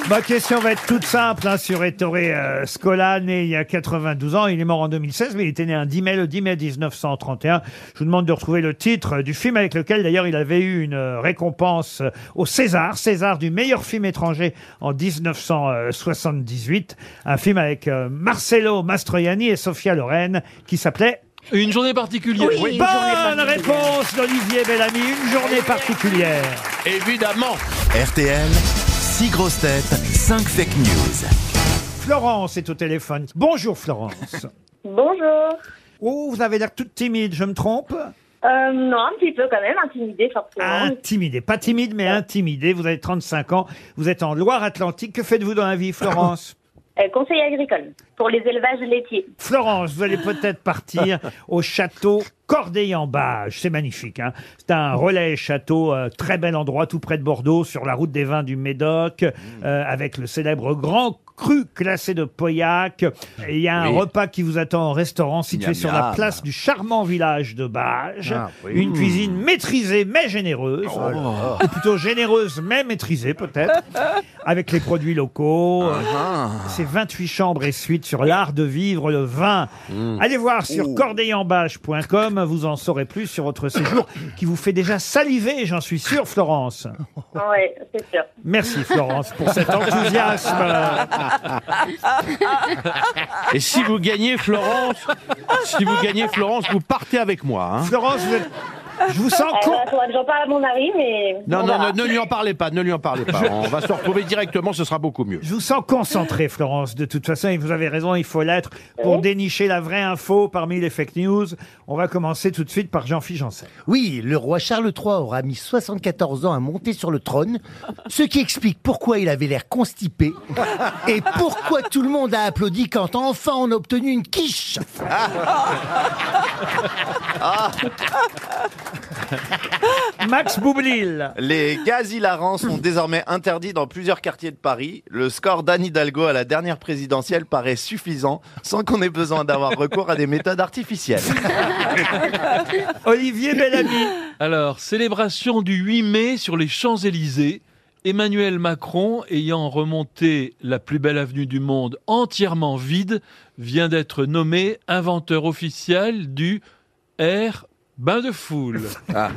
S2: Ma question va être toute simple hein, sur Ettore euh, Scola, né il y a 92 ans. Il est mort en 2016, mais il était né un 10 mai, le 10 mai 1931. Je vous demande de retrouver le titre euh, du film avec lequel, d'ailleurs, il avait eu une euh, récompense euh, au César, César du meilleur film étranger en 1978. Un film avec euh, Marcello Mastroianni et Sofia Loren qui s'appelait...
S10: Une journée particulière.
S2: Oui, bonne réponse d'Olivier Bellamy, une journée particulière.
S17: Évidemment.
S1: RTL, 6 grosses têtes, 5 fake news.
S2: Florence est au téléphone. Bonjour Florence.
S19: Bonjour.
S2: Oh, vous avez l'air toute timide, je me trompe
S19: Euh, non, un petit peu quand même, intimidée forcément.
S8: Ah.
S2: Intimidée, pas timide mais intimidée. Vous avez 35 ans, vous êtes en Loire-Atlantique. Que faites-vous dans la vie Florence
S19: Euh, conseiller agricole pour les élevages laitiers.
S2: Florence, vous allez peut-être partir au château Corday-en-Bage. C'est magnifique. hein. C'est un relais château, euh, très bel endroit, tout près de Bordeaux, sur la route des vins du Médoc, euh, avec le célèbre Grand Cru classé de Pauillac. Et Il y a un
S20: Oui.
S2: repas qui vous attend au restaurant situé
S20: Miam,
S2: sur la
S20: miam.
S2: place du charmant village de Bage.
S20: Ah, oui.
S2: Une
S20: Mm.
S2: cuisine maîtrisée mais généreuse. Ou plutôt généreuse mais maîtrisée peut-être. Avec les produits locaux. C'est 28 chambres et suites sur l'art de vivre le vin.
S4: Mm.
S2: Allez voir sur
S20: Ouh.
S2: cordeillenbâche.com, vous en saurez plus sur votre séjour qui vous fait déjà saliver, j'en suis sûr, Florence.
S19: Ouais, c'est sûr.
S2: Merci Florence pour cet enthousiasme.
S8: Et si vous gagnez Florence, si vous gagnez Florence, vous partez avec moi. hein.
S2: Florence, vous êtes- je vous sens
S4: Ah,
S19: con. ben, J'en parle à mon mari, mais.
S8: Non,
S19: on
S8: non,
S19: verra.
S8: non, ne lui en parlez pas, ne lui en parlez pas. On va se retrouver directement, ce sera beaucoup mieux.
S2: Je vous sens concentré, Florence, de toute façon, et vous avez raison, il faut l'être pour dénicher la vraie info parmi les fake news. On va commencer tout de suite par Jean-Philippe Janssen.
S5: Oui, le roi Charles III aura mis 74 ans à monter sur le trône, ce qui explique pourquoi il avait l'air constipé et pourquoi tout le monde a applaudi quand enfin on a obtenu une quiche.
S2: Max Boublil.
S17: Les gaz hilarants sont désormais interdits dans plusieurs quartiers de Paris. Le score d'Anne Hidalgo à la dernière présidentielle paraît suffisant sans qu'on ait besoin d'avoir recours à des méthodes artificielles.
S2: Olivier Bellamy.
S10: Alors, célébration du 8 mai sur les Champs-Élysées. Emmanuel Macron, ayant remonté la plus belle avenue du monde entièrement vide, vient d'être nommé inventeur officiel du Air Bain de Foule.
S17: Ah.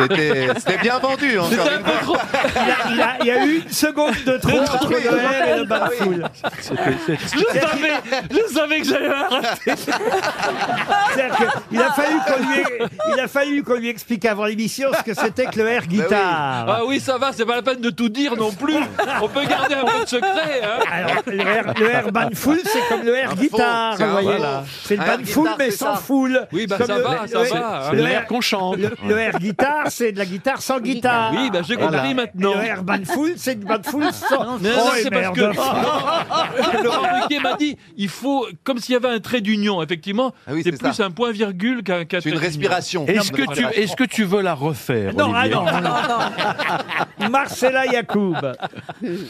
S17: C'était c'était bien vendu hein, encore.
S10: C'était un
S17: une
S10: peu
S17: fois.
S10: trop.
S2: Il y a- il y a- il y a eu une seconde de trop entre le R et le bain de foule.
S10: Je savais, je savais que j'allais la rater.
S2: C'est-à-dire que Il a fallu qu'on lui, il a fallu qu'on lui explique avant l'émission ce que c'était que le air guitare.
S10: Bah Ah oui, ça va, c'est pas la peine de tout dire non plus. On peut garder un peu de secret. hein.
S2: Alors, le air, le air band full, c'est comme le air
S10: Un faux,
S2: guitare,
S10: c'est un
S2: vous voyez.
S10: voilà.
S2: C'est le
S10: Un
S2: band
S10: air
S2: full,
S10: guitare,
S2: mais
S10: c'est
S2: sans
S10: ça.
S2: foule.
S10: Oui, bah,
S2: Comme
S10: ça
S2: le-
S10: va,
S2: le-
S10: ça va, hein.
S2: le
S10: C'est l'air
S2: air-
S10: qu'on chante.
S2: Le, le air guitare, c'est de la guitare sans guitare.
S10: Oui, bah, j'ai compris
S2: Voilà.
S10: maintenant.
S2: Et Le air band full, c'est du band full sans.
S10: Non,
S2: Oh,
S10: non,
S2: et
S10: c'est parce
S2: merde.
S10: que Laurent Ruquier m'a dit il faut comme s'il y avait un trait d'union effectivement c'est plus un point virgule qu'un qu'un trait
S17: une respiration.
S8: Est-ce que, tu, est-ce que tu veux la refaire
S10: Non,
S8: Olivier
S10: ah non, non,
S2: Marcella Yacoub.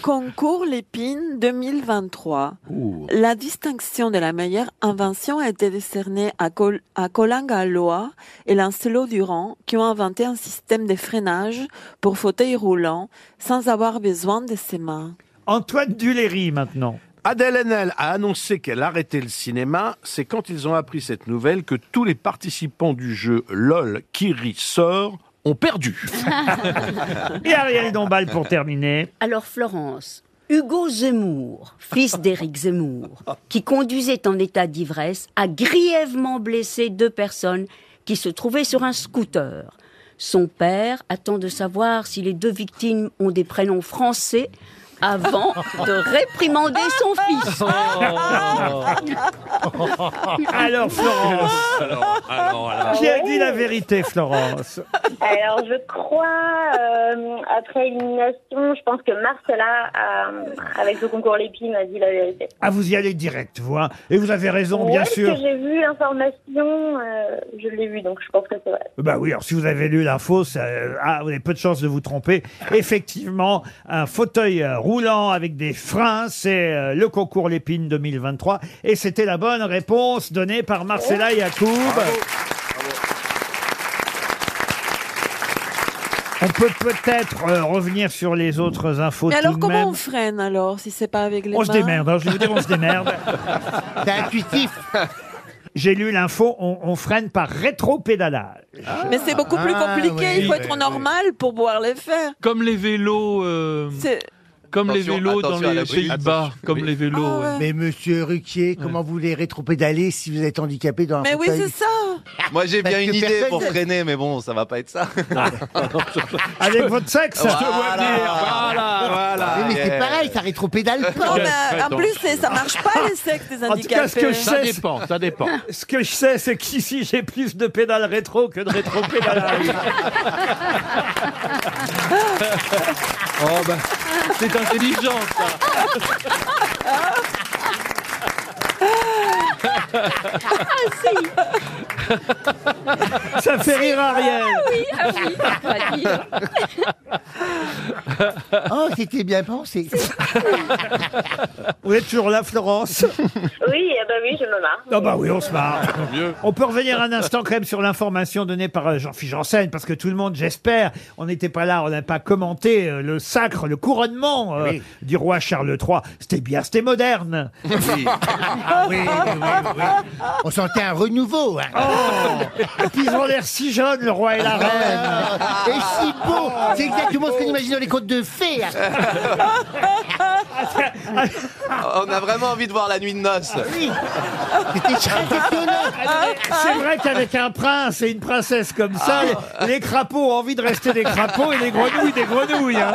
S6: Concours Lépine 2023.
S2: Oh.
S8: Ouh.
S6: La distinction de la meilleure invention a été décernée à, Col à Colin Gallois et Lancelot Durand qui ont inventé un système de freinage pour fauteuil roulant sans avoir besoin de ses mains.
S2: Antoine Duléry maintenant.
S8: Adèle Haenel a annoncé qu'elle arrêtait le cinéma. C'est quand ils ont appris cette nouvelle que tous les participants du jeu LOL Kiri sort ont perdu.
S2: Et Ariel Dombal pour terminer.
S7: Alors Florence, Hugo Zemmour, fils d'Éric Zemmour, qui conduisait en état d'ivresse, a grièvement blessé deux personnes qui se trouvaient sur un scooter. Son père attend de savoir si les deux victimes ont des prénoms français avant de réprimander son fils.
S4: Oh.
S10: Oh.
S2: Alors, Florence. Qui a dit la vérité, Florence
S19: Alors, je crois, euh, après élimination, je pense que Marcella, euh, avec le concours Lépine, a dit la vérité.
S2: Ah, vous y allez direct, vous. hein. Et vous avez raison,
S19: Ouais,
S2: bien
S19: parce
S2: sûr.
S19: que j'ai vu l'information, euh, je l'ai vu, donc je pense que c'est vrai.
S2: Bah oui, alors si vous avez lu l'info, ça, euh, ah, vous avez peu de chances de vous tromper. Effectivement, un fauteuil euh, roulant avec des freins, c'est euh, le concours Lépine 2023. Et c'était la bonne réponse donnée par
S6: Oh.
S2: Marcella Yacoub. On peut peut-être euh, revenir sur les autres infos
S6: Mais
S2: tout
S6: alors,
S2: de
S6: comment
S2: même.
S6: on freine alors si c'est pas avec les
S2: On
S6: mains
S2: se démerde, hein, je vais vous dire, on se démerde. C'est intuitif. J'ai lu l'info, on, on freine par rétro-pédalage.
S6: Ah. Mais c'est beaucoup plus
S2: Ah,
S17: Ah,
S6: compliqué, il faut être normal pour pouvoir les faire.
S10: Comme les vélos. euh,
S6: C'est-
S10: Comme les
S5: Attention,
S10: vélos dans
S5: attention à
S10: les
S5: la brise.
S10: Pays-Bas,
S5: Attention.
S10: comme les vélos.
S6: Ah
S10: ouais.
S5: Mais monsieur Ruquier, comment vous voulez rétropédaler si vous êtes handicapé dans un
S6: Mais oui,
S5: fauteuil
S6: c'est ça.
S17: Moi, j'ai bien
S5: Parce
S17: une
S5: que
S17: idée
S5: personne-
S17: pour freiner, mais bon, ça va pas être ça.
S2: Avec votre sexe
S17: Je te
S6: Oh
S17: vois venir.
S5: Voilà,
S17: voilà.
S5: Mais c'est
S17: Yeah.
S5: pareil, ça rétropédale pas.
S6: Non, mais en plus, c'est- ça marche pas les sectes des
S2: En tout cas, ce
S6: handicapés.
S2: que je sais, c'est-
S8: ça dépend.
S2: Ce que je sais, c'est qu'ici, j'ai plus de pédales rétro que de rétro-pédalage.
S10: Oh, bah, c'est intelligent,
S2: Ça fait rire Ariel.
S7: Ah oui, ah oui,
S5: Oh, c'était bien pensé.
S2: Vous êtes toujours là, Florence
S19: Oui, eh ben oui, je me marre.
S2: Non, bah oui, on se marre. On peut revenir un instant quand même sur l'information donnée par euh, Jean-Philippe Janssen, parce que tout le monde, j'espère, on n'était pas là, on n'a pas commenté euh, le sacre, le couronnement euh, du roi Charles III. C'était bien, c'était moderne.
S5: Ah oui, oui, oui. On sentait un renouveau. hein.
S2: Oh, Et puis ils ont l'air si jeunes, Oh, le roi et la reine.
S5: Ah, Et si beau C'est exactement ce qu'on imagine dans les contes de fées.
S2: Ah,
S17: On a vraiment envie de voir la nuit de noces.
S5: C'était très étonnant.
S2: C'est vrai qu'avec un prince et une princesse comme ça,
S5: Ah.
S2: les crapauds ont envie de rester des crapauds et les grenouilles des grenouilles. hein.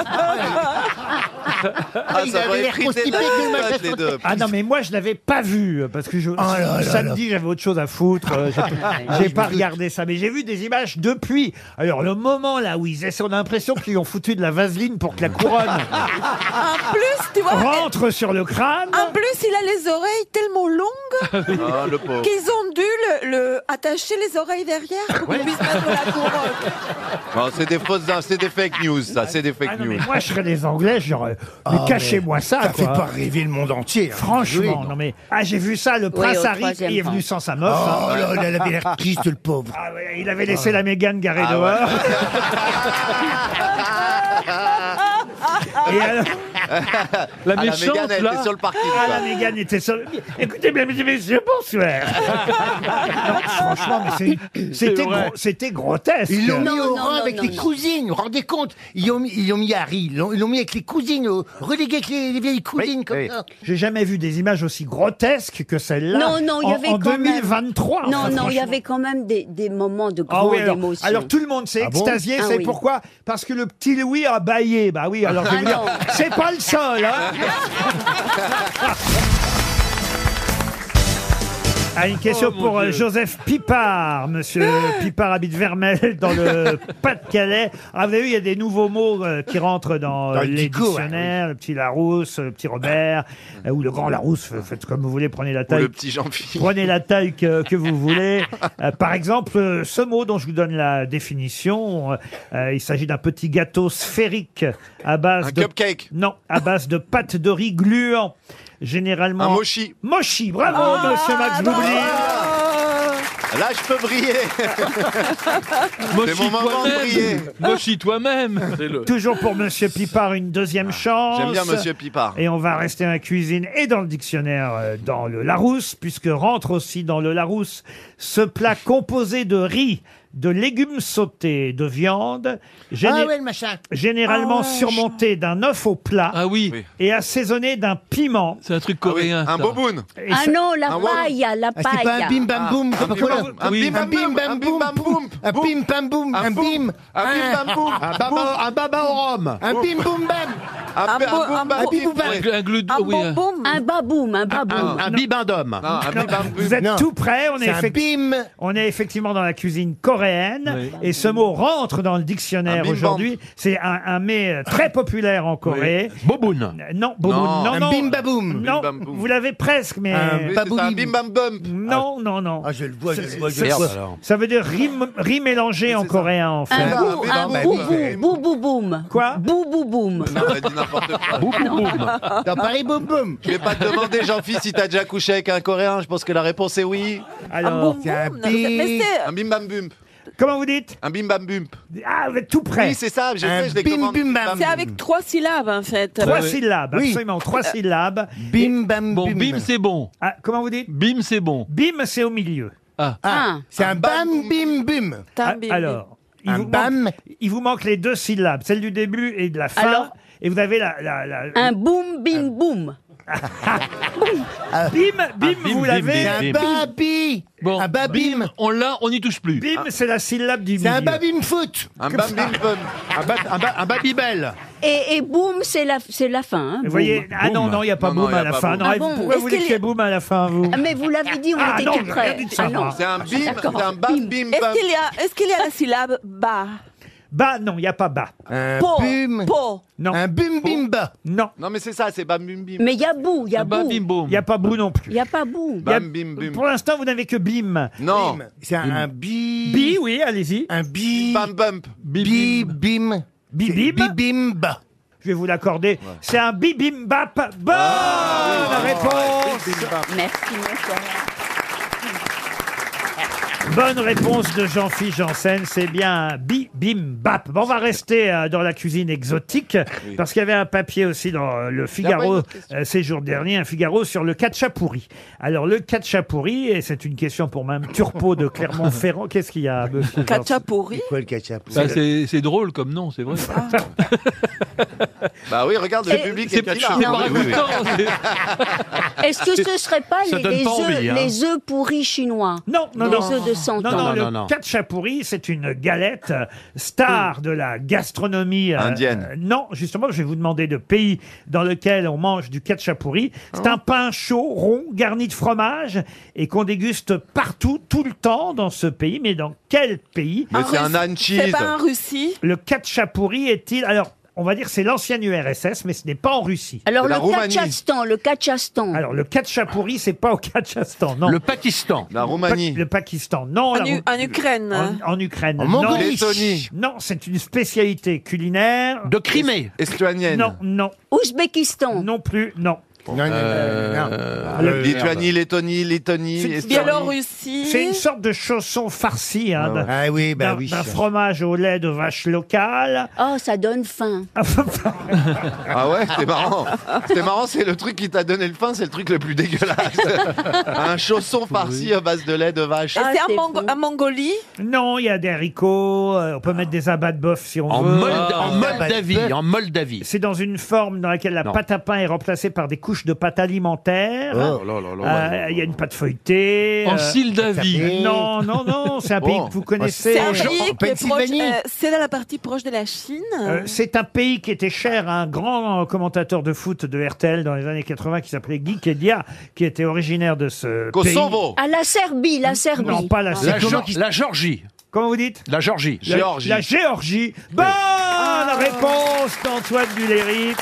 S17: Ah,
S5: il
S17: ça
S5: avait
S17: aurait
S5: l'air
S17: frité
S5: constipé que le
S17: la
S5: machin
S17: tête, les deux.
S2: Ah non, mais moi, je l'avais pas vu, parce que je,
S5: Oh là là
S2: samedi, j'avais autre chose à foutre. euh, j'ai pas- J'ai pas regardé ça, mais j'ai vu des images depuis. Alors, le moment là où ils essaient, on a l'impression qu'ils ont foutu de la vaseline pour que la couronne
S6: En plus, tu vois,
S2: rentre sur le crâne.
S6: en plus, il a les oreilles tellement longues
S17: Ah, le pauvre.
S6: qu'ils ont dû le, le- attacher les oreilles derrière pour qu'on puisse mettre la couronne.
S17: Non, c'est des fausses, c'est des fake news, ça, c'est des fake
S2: Ah non,
S17: news.
S2: mais moi, je serais des Anglais, genre, mais cachez-moi ça,
S5: Ah. Ça fait
S2: quoi.
S5: pas rêver le monde entier. hein.
S2: Franchement,
S5: Oui,
S2: non. mais ah j'ai vu ça, le prince
S7: au
S2: Harry
S7: troisième
S2: qui est venu
S7: rang.
S2: sans sa
S5: Oh
S2: meuf. hein.
S5: là là, elle avait l'air triste, le pauvre.
S2: Ah ouais, il avait laissé la Mégane garée
S17: Ah
S2: dehors. Et alors,
S10: La
S17: Ah, la
S10: méchante,
S17: Mégane, elle
S10: là.
S17: était sur le parking.
S2: ah,
S17: quoi.
S2: la Mégane était seule. Écoutez, mesdames et messieurs, bonsoir. Non, franchement, mais c'est- c'était
S10: vrai.
S2: gro- c'était grotesque.
S5: Ils l'ont mis
S7: Non, non,
S5: au rang
S7: non,
S5: avec
S7: non,
S5: les
S7: non.
S5: cousines, vous vous rendez compte Ils l'ont mis, ils l'ont mis à Harry, ils l'ont ils l'ont mis avec les cousines, au- relégué avec les, les vieilles cousines comme
S17: oui.
S5: ça.
S2: J'ai jamais vu des images aussi grotesques que celle-là.
S7: Non, non, il y
S2: en-
S7: avait
S2: en
S7: quand même-
S2: 2023.
S7: Non, non,
S2: enfin,
S7: il y
S2: franchement.
S7: avait quand même des, des moments de
S2: Ah
S7: grande
S2: oui, alors,
S7: émotion.
S2: alors tout le monde s'est
S5: Ah bon
S2: extasié,
S7: Ah
S2: c'est
S7: oui.
S2: pourquoi Parce que le petit Louis a baillé. Bah oui, alors je vais
S7: Ah
S2: vous dire,
S7: non.
S2: c'est pas le seul. Hein Ah, une question
S10: Oh, mon
S2: pour euh,
S10: Dieu.
S2: Joseph Pipard. Monsieur Pipard habite Vermel dans le Pas-de-Calais. Ah, vous avez vu, il y a des nouveaux mots euh, qui rentrent dans,
S5: Dans
S2: euh,
S5: le
S2: les
S5: dico, hein,
S2: dictionnaires. Le petit Larousse, le petit Robert, euh, ou le grand Larousse. f- Faites comme vous voulez, prenez la
S17: Ou
S2: taille
S17: le petit Jean-Philippe.
S2: Prenez la taille que, que vous voulez. Euh, par exemple, euh, ce mot dont je vous donne la définition, euh, euh, il s'agit d'un petit gâteau sphérique à base
S17: Un
S2: de...
S17: cupcake.
S2: Non, à base de pâte de riz gluant. Généralement...
S17: Un mochi.
S2: Mochi, bravo, monsieur Max Boublil.
S17: Là, je peux briller.
S10: Moshi
S17: mon moment de briller.
S10: toi-même Moshi toi-même
S2: Toujours pour monsieur Pipard, une deuxième chance.
S17: Ah, J'aime bien Monsieur Pipard.
S2: Et on va rester dans la cuisine et dans le dictionnaire, euh, dans le Larousse, puisque rentre aussi dans le Larousse ce plat composé de riz, de légumes sautés, de viande, géné-
S5: Ah ouais, le machin. Ah,
S2: généralement surmonté d'un œuf au plat
S10: Ah oui,
S17: Oui.
S2: et assaisonné d'un piment.
S10: c'est un truc
S17: Ah oui,
S10: coréen.
S17: Un
S10: ça.
S17: boboon.
S2: Et
S7: Ah
S2: ça- Ah,
S7: non, la
S17: Ah ouais.
S7: paille, la
S5: Ah, c'est pas un
S7: paille.
S5: bim bam boum,
S17: Un
S5: comme quoi, là
S17: bim-bam-boum. Un
S10: Oui.
S5: Un bim bam boum, boum,
S17: bim-bam-boum.
S5: un bim bam boum, un bim, Ah,
S17: Un bim-bam-boum.
S15: Un baba, un baba au rhum.
S5: un bim boum bam,
S17: Un
S6: bo- un
S17: bim-bam-boum.
S6: bo-
S10: Un, gl- un glu-
S6: Un
S10: oui, un-
S6: bonbon.
S7: Un baboum, un baboum.
S15: Un bibin d'homme.
S8: Ah,
S17: Non, Ah, un bim-bam-boum.
S2: Vous êtes
S5: Non.
S2: tout prêt, on est,
S5: c'est un
S2: effecti-
S5: bim.
S2: on est effectivement dans la cuisine coréenne
S10: Oui.
S2: et ce mot rentre dans le dictionnaire
S17: Un bimbam.
S2: aujourd'hui. C'est un, un mets euh, très populaire en Corée.
S16: Boboun.
S2: Non, boboon,
S17: Non.
S2: non,
S5: Un
S2: non.
S5: bim Ah, baboum.
S2: Non,
S17: Bim bam boum.
S2: vous l'avez presque, mais
S5: Un
S17: Oui,
S5: Pas
S17: c'est un
S5: boulim.
S17: bim-bam-bump.
S2: non, non, non.
S5: Ah, je le vois, je le vois, je le
S8: Merde,
S5: vois.
S8: alors.
S2: Ça veut dire riz, m- riz mélangé en
S17: c'est ça.
S2: coréen, en fait.
S7: Un
S17: Ah,
S7: bou,
S17: oui,
S7: un
S17: non, mais
S7: bou,
S17: oui,
S7: bou,
S17: oui.
S7: bou, bou, boum.
S2: Quoi
S7: Bou, bou, boum.
S17: Non, elle dit n'importe quoi.
S16: Boum, boum.
S5: Dans Paris boum boum.
S17: Je vais pas te demander, Jean-Philippe, si t'as déjà couché avec un Coréen. Je pense que la réponse est oui.
S6: Un
S2: Alors,
S6: bonbon.
S5: c'est un
S6: non, mais c'est-
S17: Un bim-bam-bump.
S2: Comment vous dites
S17: Un bim bam bump.
S2: Ah, vous êtes tout près.
S17: Oui, c'est ça, j'ai fait, je l'ai commandé.
S6: C'est avec trois syllabes en fait.
S2: Trois syllabes, absolument, trois
S6: Euh,
S2: syllabes.
S5: Bim, bam,
S10: Bon,
S2: bim.
S10: bim, c'est bon.
S2: Ah, comment vous dites
S10: Bim, c'est bon.
S2: Bim, c'est au milieu.
S10: Ah.
S5: Ah, c'est un bam, bim, bim.
S2: Ah, Alors, il vous, manque, il vous manque les deux syllabes, celle du début et de la fin.
S7: Alors
S2: et vous avez la. la- la- Ah.
S7: Un boum, bim, boum.
S5: Ah.
S2: bim,
S17: Ah,
S2: bim,
S10: bim,
S2: vous
S10: bim,
S2: l'avez.
S10: bim, bim.
S5: babi.
S10: Bon,
S5: Un babim.
S10: bim, on l'a, on n'y touche plus.
S2: Bim, c'est la syllabe du
S5: C'est
S2: milieu.
S5: un babim foot.
S17: Un bam bim bum.
S15: Un, ba- un, ba- un babybel.
S7: Et, et boum, c'est la, c'est la fin. hein,
S2: Vous
S7: boum.
S2: voyez, ah non,
S17: Boum.
S2: non, il n'y a pas
S17: Non, non,
S2: boum
S17: y a
S2: à la
S17: pas
S2: fin.
S17: boum.
S2: Non,
S7: Ah bon,
S2: vous- pourquoi
S7: est-ce
S2: vous dites
S7: qu'il
S2: qu'il y a boum à la fin, vous
S7: Ah, Mais vous l'avez dit, on
S2: Ah
S7: était
S2: non,
S7: tout
S2: j'ai
S7: près.
S2: rien dit de ça, moi.
S17: C'est un bim,
S7: d'accord.
S17: c'est un bam bim
S6: Ah, Est-ce
S17: bam.
S6: qu'il y, a- est-ce qu'il y a la syllabe ba
S2: Bah non, il n'y a pas bas.
S5: Un
S6: Po,
S5: bum.
S6: po.
S2: Non,
S5: Un bum, bim, ba.
S2: non,
S17: Non, mais c'est ça, c'est bam bim bim.
S7: Mais il y a boum, il y a
S10: Ah bah, bim,
S7: boum.
S10: boum.
S2: il n'y a pas bou non plus.
S7: Il n'y a pas boum.
S2: Il y a-
S17: Bam bim
S2: Pour
S17: bim.
S2: l'instant, vous n'avez que bim.
S17: Non,
S5: Bim. C'est un, un bi.
S2: Bi, oui, allez-y.
S5: Un bi.
S17: bam bump.
S5: Bi, bim.
S2: Bi,
S5: C'est
S2: bim.
S5: bim, ba.
S2: Je vais vous l'accorder. C'est un bibimbap. Bonne réponse
S7: Merci, merci.
S2: Bonne réponse de Jean-Philippe Janssen, c'est bien un bi bim bap. Bon, on va rester euh, dans la cuisine exotique parce qu'il y avait un papier aussi dans euh, le Figaro euh, ces jours derniers, un Figaro sur le katchapouri. Alors le katchapouri, et c'est une question pour Mme Turpo de Clermont-Ferrand. Qu'est-ce qu'il y a monsieur Janssen
S6: Kachapuri.
S5: Quoi le ketchup
S10: Bah, c'est c'est drôle comme nom, c'est vrai.
S17: Bah oui, regarde, le
S7: C'est-
S17: public
S10: C'est
S17: est
S10: pas
S17: là.
S10: c'est pas ragoûtant, c'est-
S7: Est-ce que ce ne serait pas
S8: ça
S7: les,
S8: donne
S7: les
S8: pas
S7: œufs,
S8: envie, hein.
S7: les œufs pourris chinois
S2: Non, non,
S7: Les
S2: non.
S7: œufs de 100
S2: Non,
S7: ans.
S2: non,
S8: Non, non,
S2: le
S8: non.
S2: katchapouri, c'est une galette euh, star de la gastronomie euh,
S17: Indienne.
S2: euh, non, justement, je vais vous demander le pays dans lequel on mange du katchapouri. C'est
S17: Oh.
S2: un pain chaud, rond, garni de fromage et qu'on déguste partout, tout le temps dans ce pays. Mais dans quel pays
S17: Mais
S6: En
S17: c'est un
S6: Russie-
S17: hand
S6: Ah C'est
S17: cheese.
S6: pas en Russie.
S2: le katchapouri est-il Alors, on va dire c'est l'ancienne URSS, mais ce n'est pas en Russie.
S7: Alors
S17: De la
S7: le
S17: Roumanie.
S7: Kachastan, le Kachastan.
S2: Alors, le katchapouri, c'est pas au Katchastan, non.
S8: Le Pakistan.
S17: La
S2: Pa-
S17: Roumanie.
S2: le Pakistan, non.
S6: En,
S2: la
S6: U-
S2: Rou-
S6: en Ukraine.
S2: en, en Ukraine,
S5: En
S2: non.
S5: Mongolie.
S17: Lettonie.
S2: Non, c'est une spécialité culinaire.
S8: De Crimée.
S17: Estuanienne.
S2: Non, non,
S7: Ouzbékistan.
S2: non plus, non. Ah,
S5: Non, non, non, non, non.
S17: Euh, Lituanie, Lettonie, Lettonie,
S2: C'est-
S17: Estonie.
S6: Biélorussie.
S2: C'est une sorte de chausson farci, hein, d'un-
S5: Ah oui, bah
S2: d'un
S5: oui.
S2: d'un fromage au lait de vache locale.
S7: Oh, ça donne faim.
S17: Ah ouais, c'est marrant. C'est marrant, c'est le truc qui t'a donné le pain, c'est le truc le plus dégueulasse. Un chausson farci à base de lait de vache.
S6: Et
S7: Ah,
S6: c'est en,
S7: c'est
S6: Mongo-
S7: fou.
S6: en Mongolie.
S2: non, il y a des haricots, euh, on peut mettre des abats de bœuf si on
S8: En,
S2: veut.
S8: Molda-
S10: Ah.
S8: en
S5: bah,
S8: Moldavie. En Moldavie.
S2: Euh, C'est dans une forme dans laquelle la
S8: Non.
S2: pâte à pain est remplacée par des couches de pâte alimentaire.
S8: Oh là là là.
S2: Euh, Il y a une pâte feuilletée.
S10: En
S2: euh,
S10: Sildavie.
S2: Non, non, non, c'est un pays
S17: Oh.
S2: que vous connaissez.
S6: C'est un
S5: Jean-
S6: pays qui est proche.
S5: Pennsylvanie.
S6: euh, c'est dans la partie proche de la Chine.
S2: Euh, c'est un pays qui était cher à un grand commentateur de foot de RTL dans les années 80 qui s'appelait Guy Kedia, qui était originaire de ce
S17: Kosovo.
S7: À Ah, la Serbie, la
S2: pays.
S7: Serbie. Ah.
S2: Non, pas
S6: Ah.
S2: la
S8: La,
S2: Serbie.
S8: Geor- la Georgie.
S2: Comment vous dites
S8: La Georgie.
S2: La-
S17: Géorgie.
S2: La, Géorgie. Bonne
S6: Ah.
S2: réponse d'Antoine Duléry.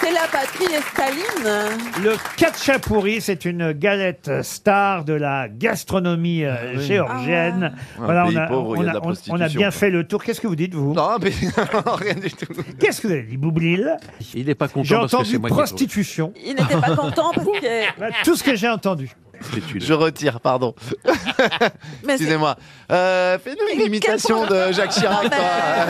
S6: C'est la patrie de Staline.
S2: Le katchapouri, c'est une galette star de la gastronomie euh, géorgienne.
S17: Ah
S6: Ah
S17: Un
S2: Voilà,
S17: pays
S2: on a,
S17: pauvre, il y
S2: on
S17: a de
S2: a-
S17: la
S2: on- on a
S17: prostitution, quoi.
S2: bien fait le tour. Qu'est-ce que vous dites, vous
S17: Non, mais non, rien du tout.
S2: Qu'est-ce que vous avez dit, Boublil
S8: Il n'est pas
S2: J'ai
S8: content parce que
S2: entendu
S8: c'est moi qui ai trouvé.
S2: prostitution.
S6: Il n'était pas content parce que.
S2: Voilà Tout ce que j'ai entendu.
S8: C'est une-
S17: Je retire, pardon.
S6: Mais c'est
S17: Excusez-moi. Euh, Fais-nous une
S6: Mais
S17: imitation
S6: quel point-
S17: de Jacques Chirac.
S6: Non, mais-
S17: toi.
S6: Ah,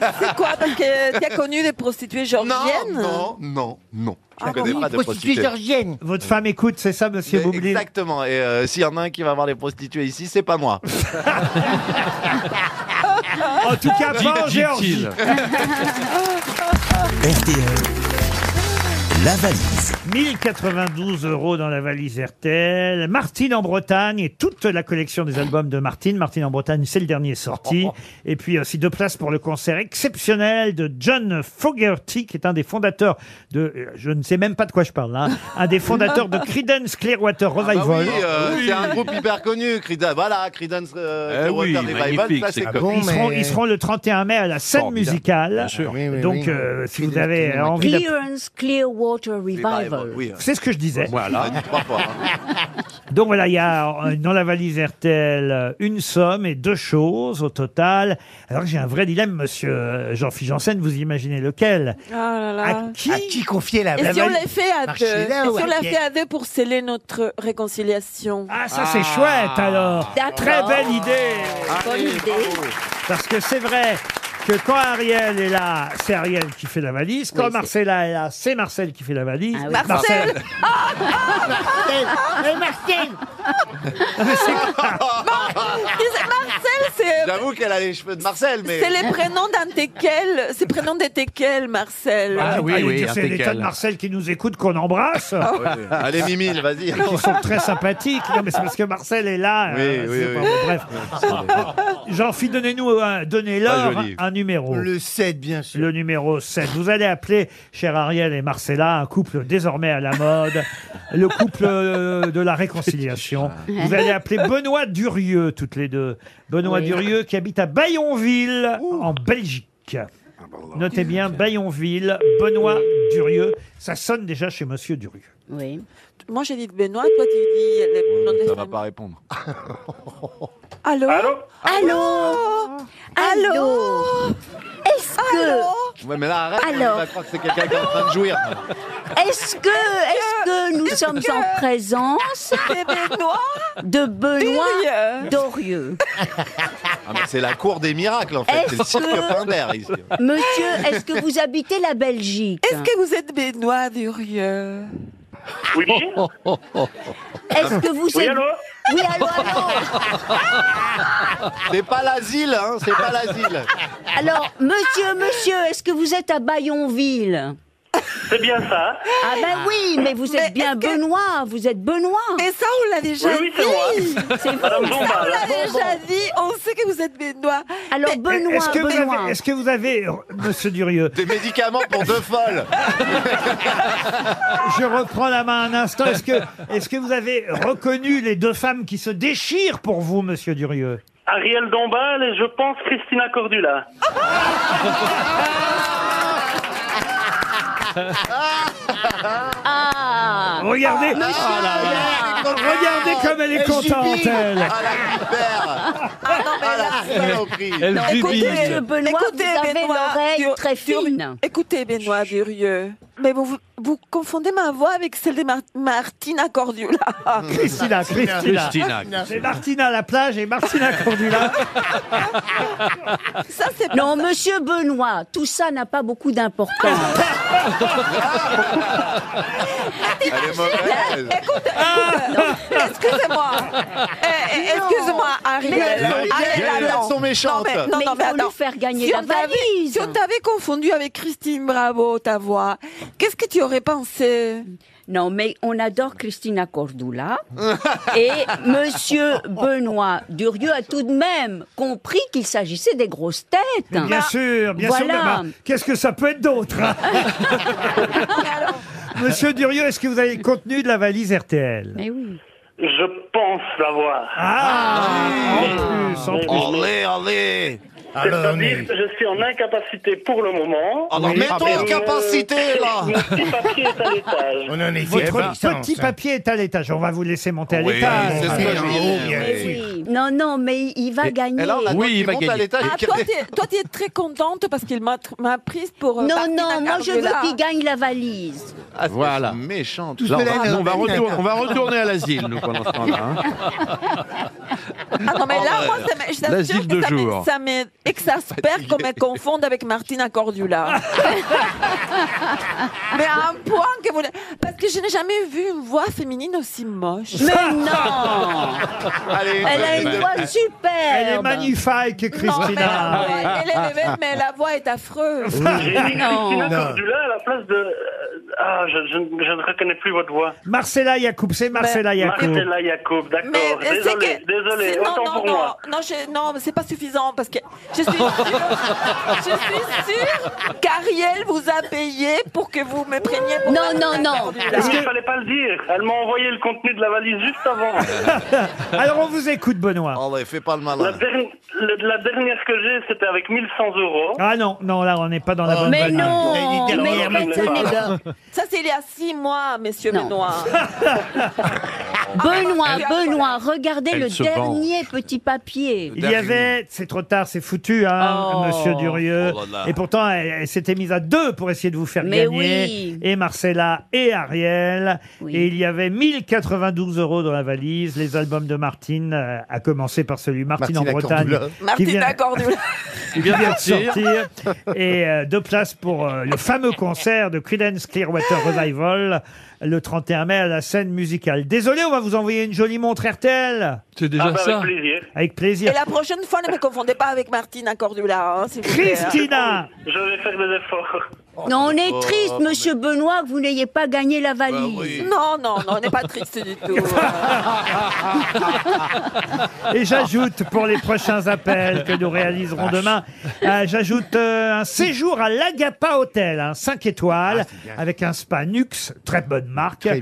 S6: ben, c'est quoi Parce que tu as connu des prostituées
S17: Non,
S6: georgiennes
S5: Ah,
S17: non, non, non. Je
S6: Ah,
S17: connais
S6: bon.
S17: pas de
S5: Prostituée
S17: prostituée.
S5: georgienne.
S2: Votre femme écoute, c'est ça, monsieur
S17: Mais
S2: Boublil
S17: Exactement. Et euh, s'il y en a un qui va voir les prostituées ici, c'est pas moi.
S2: En tout cas, pas en Géorgie.
S1: RTL, la valise.
S2: 1092 euros dans la valise RTL. Martine en Bretagne et toute la collection des albums de Martine. Martine en Bretagne, c'est le dernier sorti.
S17: Oh,
S2: Et puis aussi deux places pour le concert exceptionnel de John Fogerty, qui est un des fondateurs de, euh, je ne sais même pas de quoi je parle là, un des fondateurs de Creedence Clearwater
S17: Ah bah
S2: Revival.
S17: oui, euh, c'est un groupe hyper connu. Creedence, voilà, Creedence euh,
S8: Eh oui,
S17: Clearwater Revival,
S8: magnifique,
S17: ça c'est
S8: c'est
S17: connu.
S5: bon,
S2: ils, seront,
S5: mais-
S2: ils seront le 31 mai à la scène
S8: Formidable,
S2: musicale.
S8: bien sûr.
S5: Oui, oui,
S2: Donc,
S5: oui.
S2: euh, si vous
S5: Creedence
S2: avez
S5: Clearwater.
S2: envie d'app-
S7: Clearance Clearwater ils veulent.
S2: C'est ce que je disais.
S17: hein. Voilà. Trois fois, hein.
S2: Donc voilà, il y a euh, dans la valise RTL euh, une somme et deux choses au total. Alors j'ai un vrai dilemme, monsieur euh, Jean-Philippe Janssen, vous imaginez lequel
S6: Oh là là.
S2: qui, confier la
S6: Et si on l'a fait à deux,
S2: Marcella
S6: et
S2: ou
S6: si on l'a
S2: Ariel
S6: fait à deux pour sceller notre réconciliation.
S2: Ah, ça c'est chouette alors.
S6: D'accord.
S2: Très belle idée.
S6: Bonne idée.
S2: Parce que c'est vrai que quand Ariel est là, c'est Ariel qui fait la valise. Quand
S6: Oui, c'est- Ah
S2: Marcella est là, c'est Ah Marcel qui fait la valise.
S6: Marcel
S4: Marcel
S6: Mais Marcel Marcel, c'est... euh,
S17: J'avoue qu'elle a les cheveux de Marcel, mais.
S6: C'est les prénoms d'un tequel, c'est prénom des tequels, Marcel.
S2: Ah, allez dire,
S17: un
S2: c'est des
S17: teckel.
S2: tas de Marcel qui nous écoutent, qu'on embrasse.
S17: Ah oui. Allez, Mimile, vas-y.
S2: Ils sont très sympathiques. Non, mais c'est parce que Marcel est là.
S17: Oui,
S2: euh,
S17: oui,
S2: c'est
S17: oui.
S2: pas- bon, Bref. Jean-Philippe, donnez-nous, un- donnez-leur
S5: Pas joli.
S2: un numéro. Le 7, bien sûr. Le numéro 7. Vous allez appeler, cher Ariel et Marcella, un couple désormais à la mode, le couple euh, de la réconciliation. Vous allez appeler Benoît Durieux, toutes les deux. Benoît
S20: Oui.
S2: Durieux qui habite à Bayonville, en Belgique. Notez bien Bayonville, Benoît Durieux. Ça sonne déjà chez Monsieur Durieux.
S6: Oui. Moi j'ai dit Benoît, toi tu dis les noms des
S17: Ça va pas répondre.
S6: Allô Allô Allô Allô
S7: Est-ce que,
S17: Ouais, mais là, arrête,
S7: Alors.
S17: on va croire que c'est quelqu'un qui est en train de jouir.
S7: est-ce que, est-ce que nous sommes en présence de Benoît Dorieux
S17: Ah, mais c'est la cour des miracles, en fait. C'est le
S7: Est-ce
S17: cirque
S7: que-
S17: Pinder, ici. hein.
S7: Monsieur, est-ce que vous habitez la Belgique
S6: Est-ce que vous êtes Benoît Durieux
S7: Oui. Est-ce que vous
S17: Oui,
S7: êtes...
S17: allô
S7: Oui, allô, allô
S17: C'est pas l'asile, hein. C'est pas l'asile.
S7: Alors, monsieur, monsieur, est-ce que vous êtes à Bayonville
S21: C'est bien
S2: hein
S21: ça.
S7: Ah ben oui, mais vous êtes bien Benoît, vous êtes Benoît.
S6: Mais ça, on l'a déjà
S7: oui, oui,
S6: dit.
S7: C'est vous.
S6: Ça,
S2: bah,
S6: on l'a déjà dit, on sait que vous êtes Benoît.
S7: Alors, Benoît,
S2: Est-ce que, vous
S7: Benoît.
S2: avez- est-ce que vous avez, euh, monsieur Durieux
S17: Des médicaments pour deux folles.
S2: Je reprends la main un instant. Est-ce que, est-ce que vous avez reconnu les deux femmes qui se déchirent pour vous, monsieur Durieux
S21: Ariel Dombal et je pense Christina Cordula.
S7: Ah
S2: Regardez.
S7: Monsieur,
S2: Ah là là. Regardez comme elle est contente, elle.
S6: Ah,
S4: Ah,
S6: Elle Non, écoutez, jubile.
S7: Monsieur Benoît,
S6: Écoutez,
S7: vous avez
S6: Benoît,
S7: l'oreille
S6: Dur-
S7: très
S6: Dur-
S7: fine.
S6: Écoutez, Benoît Durieux, mais vous, vous confondez ma voix avec celle de Mar- Martina Cordula.
S2: Christina, Christina.
S6: Christina.
S2: C'est Martina à la plage et Martina Cordula. Ah.
S7: Non, monsieur Benoît, tout ça n'a pas beaucoup d'importance.
S6: Ah.
S7: hein.
S17: Elle est mauvaise.
S2: Ah.
S6: Excusez-moi. Eh, eh, Excusez-moi, Ariel.
S17: Mais non,
S6: Ariel,
S17: mais elles
S6: attends.
S17: sont méchantes.
S6: Non, mais,
S7: Mais
S6: non, non,
S7: il
S6: mais
S7: faut lui
S6: attends.
S7: faire gagner
S6: si
S7: la
S6: on t'avait-
S7: valise.
S6: Si on t'avait confondu avec Christine Bravo, ta voix, qu'est-ce que tu aurais pensé
S7: Non, mais on adore Christina Cordula. Et monsieur Benoît Durieux a tout de même compris qu'il s'agissait des grosses têtes.
S6: Bah,
S2: Bien sûr, bien sûr.
S7: voilà.
S2: mais bah, Qu'est-ce que ça peut être d'autre hein Monsieur Durieux, est-ce que vous avez le contenu de la valise RTL
S7: Mais Eh oui.
S21: Je pense l'avoir.
S2: Ah,
S21: en plus, en plus.
S17: Allez, allez.
S21: C'est-à-dire que je suis en incapacité pour le moment. Ah,
S17: Alors,
S21: Mais
S17: mettons
S21: mon-
S17: en capacité, là.
S21: Mon petit papier est à l'étage.
S17: On en est eh ben.
S2: Votre petit papier est à l'étage. On va vous laisser monter à
S17: Oui,
S2: l'étage.
S17: c'est ce que je dis.
S2: bien sûr.
S7: Non, non, mais il- il va gagner.
S6: Ah, toi, t'es- toi, tu es très contente parce qu'il m'a tr- m'a prise pour. euh,
S7: Non,
S6: Martina
S7: non, moi je veux
S6: Cardella.
S7: qu'il gagne
S2: bah-
S7: la valise.
S17: Ah, voilà. Méchant.
S8: Là, on, va, on va retour- on va retourner à l'asile, nous, pendant ce temps-là. hein.
S6: Ah non, mais là,
S8: Ah,
S6: moi,
S8: ouais.
S6: ça me- je t'assure
S8: L'asile
S6: que
S8: de
S6: ça me-
S8: jour.
S6: ça m'exaspère qu'on me confonde avec Martina Cordula. mais à un point que vous... Parce que je n'ai jamais vu une voix féminine aussi moche.
S7: Mais non
S17: Allez,
S7: Elle a une
S17: vas-y.
S7: voix superbe
S2: Elle est magnifique, Christina.
S6: Elle elle est belle, mais la voix est affreuse.
S21: J'ai mis Christina
S2: Non.
S21: Cordula à la place de. euh, Ah, je, je- je ne reconnais plus votre Ah, voix.
S2: Marcella Yacoub, c'est Marcella Yacoub.
S21: Ben, Marcella Yacoub, d'accord.
S6: Mais Eh, c'est
S21: Désolé,
S6: que-
S21: désolé,
S6: c'est- non,
S21: autant
S6: non,
S21: pour
S6: non,
S21: moi.
S6: Non, je- non, mais c'est pas suffisant parce que je suis sûre, je suis sûre qu'Ariel vous a payé pour que vous me preniez pour
S7: Non,
S6: Martina
S7: non, non.
S6: Cordula.
S21: Il ne fallait pas le dire. Elle m'a envoyé le contenu de la valise juste avant.
S2: Alors on vous écoute, Benoît.
S17: Allez, Oh, fais pas le
S21: La,
S17: malin.
S21: derni- le- la dernière que j'ai, c'était avec 1100 euros.
S2: Ah non, non, là on n'est pas dans la bonne
S17: Oh,
S7: Mais
S2: vanille.
S7: non Mais
S21: dernière
S7: non, mais
S21: minute.
S7: ce n'est-
S6: Ça, c'est il y a six mois, monsieur
S7: Non.
S6: Benoît. Ah,
S7: Benoît,
S6: Elle-
S7: Benoît, regardez
S2: Elle
S7: le
S2: se venge.
S7: dernier petit papier.
S2: Il y avait, c'est trop tard, c'est foutu, hein,
S7: Oh.
S2: monsieur Durieux.
S7: Oh là là.
S2: Et pourtant, elle, elle s'était mise à deux pour essayer de vous faire
S7: Mais
S2: gagner.
S7: oui.
S2: Et Marcella et Ariel. Et il y avait 1092 euros dans la valise, les albums de Martine, euh, à commencer par celui Martine,
S17: Martine
S2: en Bretagne.
S17: Accordula.
S2: qui
S6: Martine
S2: vient-
S6: Accordula.
S2: qui vient de
S17: sortir.
S2: sortir. Et euh, deux places pour euh, le fameux concert de Creedence Clearwater Revival le 31 mai à la scène musicale. Désolé, on va vous envoyer une jolie montre RTL. C'est
S10: déjà Ah bah, avec ça.
S2: plaisir. Avec plaisir.
S6: Et la prochaine fois, ne me confondez pas avec Martine Accordula. hein, s'il vous plaît, hein.
S2: Christina
S21: Je vais faire des efforts.
S7: Non, on est
S6: Oh,
S7: triste,
S6: mais-
S7: monsieur Benoît, que vous n'ayez pas gagné la valise.
S6: Non, non, non, on n'est pas triste du tout.
S2: Et j'ajoute pour les prochains appels que nous réaliserons demain, euh, j'ajoute euh, un séjour à l'Agapa Hotel, un 5 étoiles, avec un spa Nux, très bonne marque. Euh,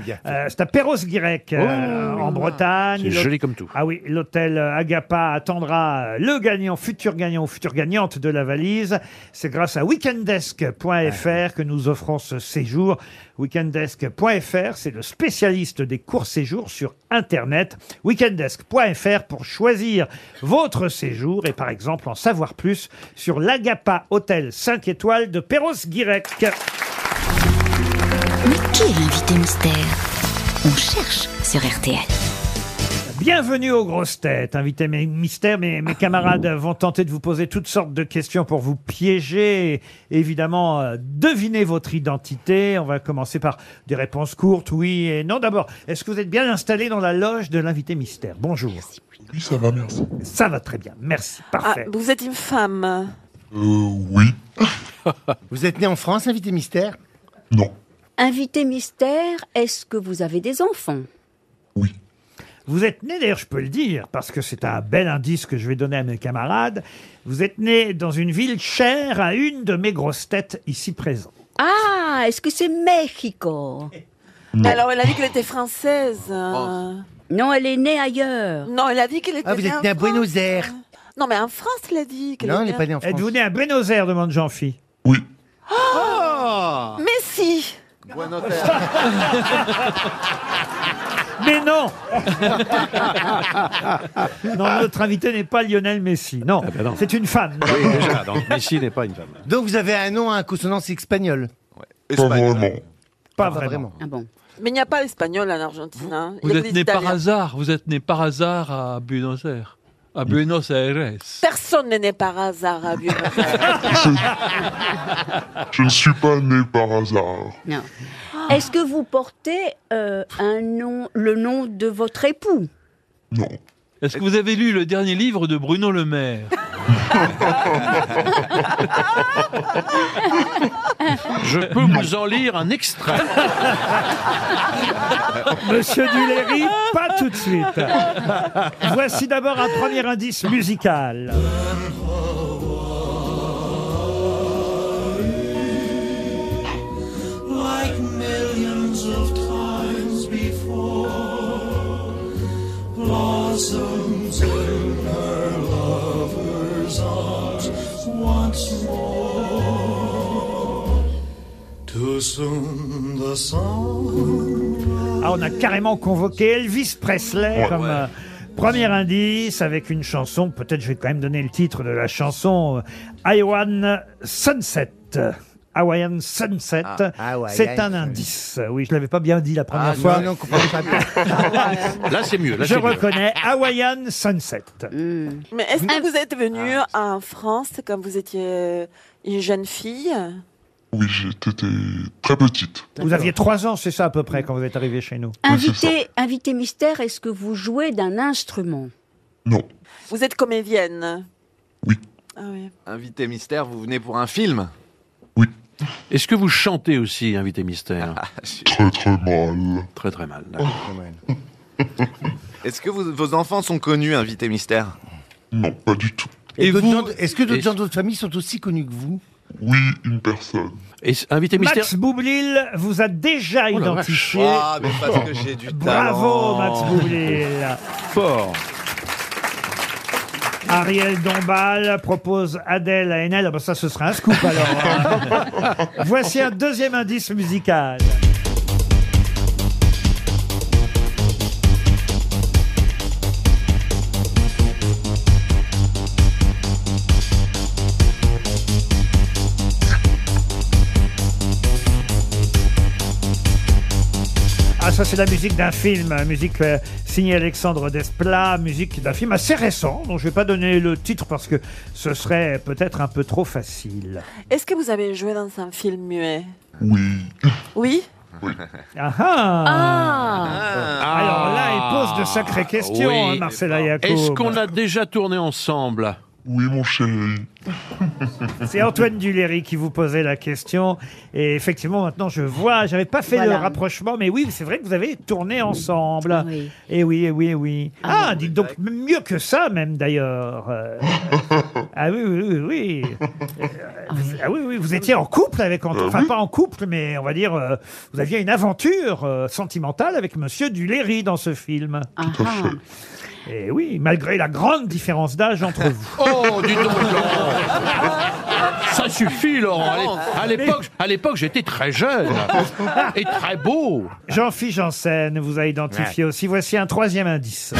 S2: c'est à Perros-Guirec, euh, en Bretagne.
S8: C'est
S2: L'hôtel-
S8: joli comme tout.
S2: Ah oui, l'hôtel euh, Agapa attendra euh, le gagnant, futur gagnant ou future gagnante de la valise. C'est grâce à weekendesk.fr que nous offrons ce séjour. Weekendesk.fr, c'est le spécialiste des courts séjours sur Internet. Weekendesk.fr pour choisir votre séjour et par exemple en savoir plus sur l'Agapa Hôtel 5 étoiles de Perros-Guirec.
S11: Mais qui est l'invité mystère On cherche sur RTL.
S2: Bienvenue aux grosses têtes, invité mes mystères. Mes, mes camarades vont tenter de vous poser toutes sortes de questions pour vous piéger. et, Évidemment, euh, deviner votre identité. On va commencer par des réponses courtes, oui et non. D'abord, est-ce que vous êtes bien installé dans la loge de l'invité mystère Bonjour.
S20: Oui, ça va, merci.
S2: Ça va très bien, merci,
S6: Ah,
S2: parfait.
S6: vous êtes une femme.
S20: oui.
S5: Vous êtes né en France, invité mystère
S7: Invité mystère, est-ce que vous avez des enfants
S2: Vous êtes né, d'ailleurs, je peux le dire, parce que c'est un bel indice que je vais donner à mes camarades. Vous êtes né dans une ville chère à une de mes grosses têtes ici présentes.
S7: Ah, est-ce que c'est Mexico
S6: Alors, elle a dit qu'elle était française. euh.
S7: Non, elle est née ailleurs.
S6: Non, elle a dit qu'elle était
S5: Ah, vous êtes né à
S6: en France.
S5: Buenos Aires.
S6: Non, mais en France, elle a dit. qu'elle était-
S2: Êtes-vous né à Buenos Aires demande Jean-Phi.
S6: Oh Mais si
S2: Mais non Non, notre invité n'est pas Lionel Messi. Non, c'est une femme.
S5: Oui, déjà, donc
S8: Messi n'est pas une femme.
S5: Donc vous avez un nom à consonance espagnole
S8: Espagnol. Pas vraiment.
S2: Pas
S5: vraiment.
S7: Ah bon
S6: Mais il n'y a pas l'espagnol en Argentine. hein. Il
S10: Vous
S6: y a que
S10: êtes
S6: les
S10: né par
S6: Italiens.
S10: hasard, vous êtes né par hasard à Buenos Aires. À
S5: Mm.
S10: Buenos Aires.
S6: Personne n'est né par hasard à Buenos Aires.
S20: Je ne suis pas né par hasard.
S7: Non.
S6: Ah.
S7: Est-ce que vous portez euh, un nom, le nom de votre époux
S10: Est-ce que vous avez lu le dernier livre de Bruno Le Maire
S8: Je peux vous en lire un extrait.
S2: Monsieur Duléry, pas tout de suite. Voici d'abord un premier indice musical.
S4: Like millions of times before, blossoms in her lover's arms once more. Too soon the song.
S2: Ah, on a carrément convoqué Elvis Presley
S4: Ouais,
S2: comme
S4: ouais.
S2: euh, premier indice avec une chanson. Peut-être je vais quand même donner le titre de la chanson. Hawaiian Sunset. Hawaiian Sunset.
S5: Hawaiian
S2: c'est un
S5: Sunset.
S2: indice. Oui, je l'avais pas bien dit la première
S5: Ah,
S2: fois.
S5: non, non, comprenez pas bien.
S8: Là, c'est mieux. Là,
S2: je
S8: c'est mieux.
S2: reconnais Hawaiian Sunset.
S6: Mais est-ce que vous êtes venu
S10: Ah,
S6: en France quand vous étiez euh, une jeune fille
S20: Oui, j'étais très petite.
S2: Vous aviez trois ans, c'est ça à peu près, quand vous êtes arrivé chez nous.
S7: Invité, invité mystère, est-ce que vous jouez d'un instrument
S6: Vous êtes comédienne Oui. Ah oui.
S17: Invité mystère, vous venez pour un film
S8: Est-ce que vous chantez aussi, invité mystère
S20: Ah, Très très mal. Oh,
S8: Très très mal.
S17: Est-ce que vous- vos enfants sont connus, invité mystère
S20: Non, pas du tout.
S5: Et
S8: Et
S5: d'autres
S8: vous-
S5: gens de- Est-ce que d'autres
S8: et-
S5: gens de votre famille sont aussi connus que vous
S20: Oui, une personne.
S8: Et c- invité mystère.
S2: Max Boublil vous a déjà
S8: Oh la
S2: identifié.
S8: vache. Ah, mais parce
S17: que j'ai du
S8: talent.
S2: Bravo, Max Boublil.
S8: Fort.
S2: Ariel Dombal propose Adèle à Enel. Ah ben ça, ce sera un scoop alors. hein. Voici un deuxième indice musical. Ah, ça, c'est la musique d'un film, hein, musique euh, signée Alexandre Desplat, musique d'un film assez récent, dont je vais pas donner le titre parce que ce serait peut-être un peu trop facile.
S6: Est-ce que vous avez joué dans un film muet
S20: Oui.
S6: Oui
S2: Ah ah
S6: Ah.
S2: Alors là, il pose de sacrées
S8: Ah,
S2: questions, hein, Marcella Yacoub.
S9: Est-ce qu'on a déjà tourné ensemble
S20: Oui, mon chéri.
S2: C'est Antoine Duléry qui vous posait la question. Et effectivement, maintenant, je vois, j'avais pas fait le
S6: Voilà.
S2: rapprochement, mais oui, c'est vrai que vous avez tourné ensemble. Et oui, et oui, et oui. Ah, dites donc, mieux que ça, même d'ailleurs. Euh, ah oui, oui, oui, oui. Euh, Ah oui, oui, vous étiez en couple avec Antoine. Enfin, pas en couple, mais on va dire, euh, vous aviez une aventure euh, sentimentale avec Monsieur Duléry dans ce film. ah. Et oui, malgré la grande différence d'âge entre vous.
S9: Oh, dis donc, Laurent Ça suffit, Laurent. À l'é- À l'époque, à l'époque, j'étais très jeune et très beau.
S2: Jean-Philippe Janssen vous a identifié aussi. Voici un troisième indice.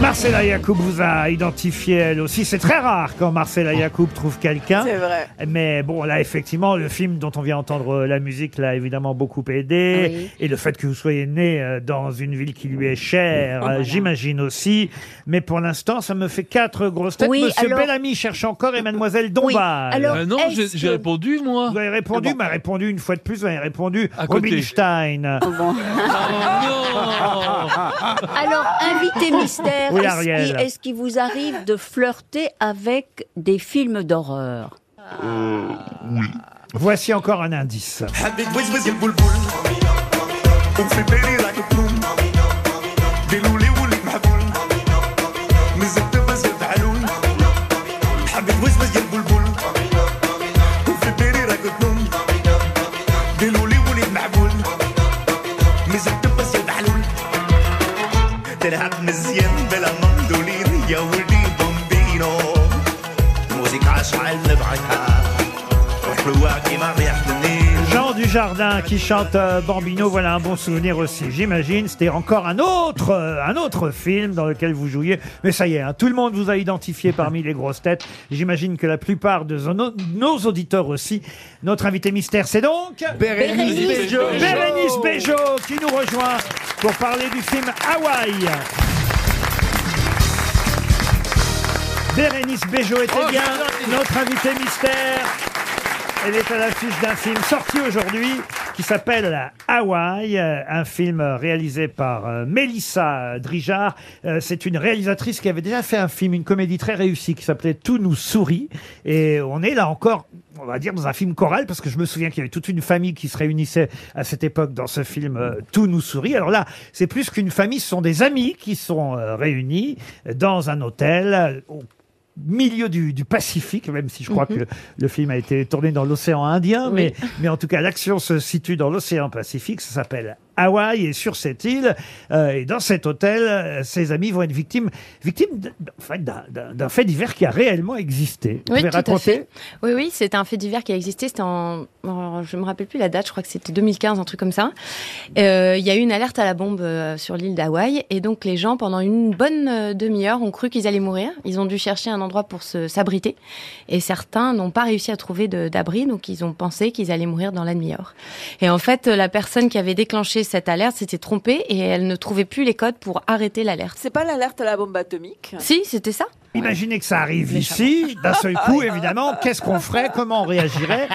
S2: Marcella Yacoub vous a identifié elle aussi. C'est très rare quand Marcella Yacoub trouve quelqu'un.
S6: C'est vrai.
S2: Mais bon, là, effectivement, le film dont on vient entendre euh, la musique l'a évidemment beaucoup aidé.
S6: Oui.
S2: Et le fait que vous soyez né euh, dans une ville qui lui est
S7: Oh,
S2: chère, euh,
S7: voilà.
S2: j'imagine aussi. Mais pour l'instant, ça me fait quatre grosses têtes.
S7: Oui,
S2: Monsieur
S7: alors-
S2: Bellamy cherche encore et Mademoiselle Dombal.
S7: alors, Ah non, j'ai- est-ce j'ai Ah que-
S2: répondu, moi. Vous avez répondu, m'a répondu une fois de plus, vous avez répondu
S10: côté.
S2: Robin Stein.
S7: Oh, Alors, invité mystère,
S2: Oui,
S7: est-ce
S2: Ariel.
S7: qu'il- est-ce qu'il vous arrive de flirter avec des films d'horreur
S2: Voici encore un indice.
S4: حبيت بزبز يا البلبل وفي بالي راك تنوم قالوا لي ولد محبول من زبد بس قد علول حبيت بزبز يا البلبل وفي بالي راك تنوم قالوا لي ولد محبول من زبد بس قد علول تلعب مزيان بلا مندولين يا ولدي بومبينو موسيقى عشعل نبعتها وحلوة كيما ريحة النيل
S2: Jean Dujardin qui chante euh, Bambino, voilà un bon souvenir aussi, j'imagine. C'était encore un autre, euh, un autre film dans lequel vous jouiez. Mais ça y est, hein, tout le monde vous a identifié parmi les grosses têtes. J'imagine que la plupart de nos, nos auditeurs aussi. Notre invité mystère, c'est donc
S4: Bérénice Bérénice Bejo. Bejo.
S2: Bérénice Bejo qui nous rejoint pour parler du film Hawaï. Bérénice Bejo était bien notre invitée mystère. Elle est à l'affiche d'un film sorti aujourd'hui qui s'appelle Hawaï, euh, un film réalisé par euh, Mélissa Drijard. Euh, C'est une réalisatrice qui avait déjà fait un film, une comédie très réussie qui s'appelait Tout nous sourit. Et on est là encore, on va dire, dans un film choral parce que je me souviens qu'il y avait toute une famille qui se réunissait à cette époque dans ce film euh, Tout nous sourit. Alors là, c'est plus qu'une famille, ce sont des amis qui sont euh, réunis dans un hôtel. euh, au milieu du, du Pacifique, même si je crois
S22: Mhm.
S2: que le film a été tourné dans l'océan Indien, mais, mais en tout cas l'action se situe dans l'océan Pacifique, ça s'appelle Hawaï, et sur cette île, euh, et dans cet hôtel, euh, ses amis vont être victimes, victimes d- d- en fait, d'un- d'un d'un fait divers qui a réellement existé. Vous
S22: Oui,
S2: pouvez
S22: tout à
S2: raconter
S22: fait. Oui, oui, c'est un fait divers qui a existé. C'était en, en- je me rappelle plus la date. Je crois que c'était 2015, un truc comme ça. Euh, Il y a eu une alerte à la bombe euh, sur l'île d'Hawaï, et donc les gens, pendant une bonne euh, demi-heure, ont cru qu'ils allaient mourir. Ils ont dû chercher un endroit pour se s'abriter, et certains n'ont pas réussi à trouver de- d'abri, donc ils ont pensé qu'ils allaient mourir dans la demi-heure. Et en fait, euh, la personne qui avait déclenché cette alerte s'était trompée et elle ne trouvait plus les codes pour arrêter l'alerte.
S6: C'est pas l'alerte à la bombe atomique
S22: Si, c'était ça.
S2: Imaginez que ça arrive ici, d'un seul coup, évidemment, qu'est-ce qu'on ferait, comment on réagirait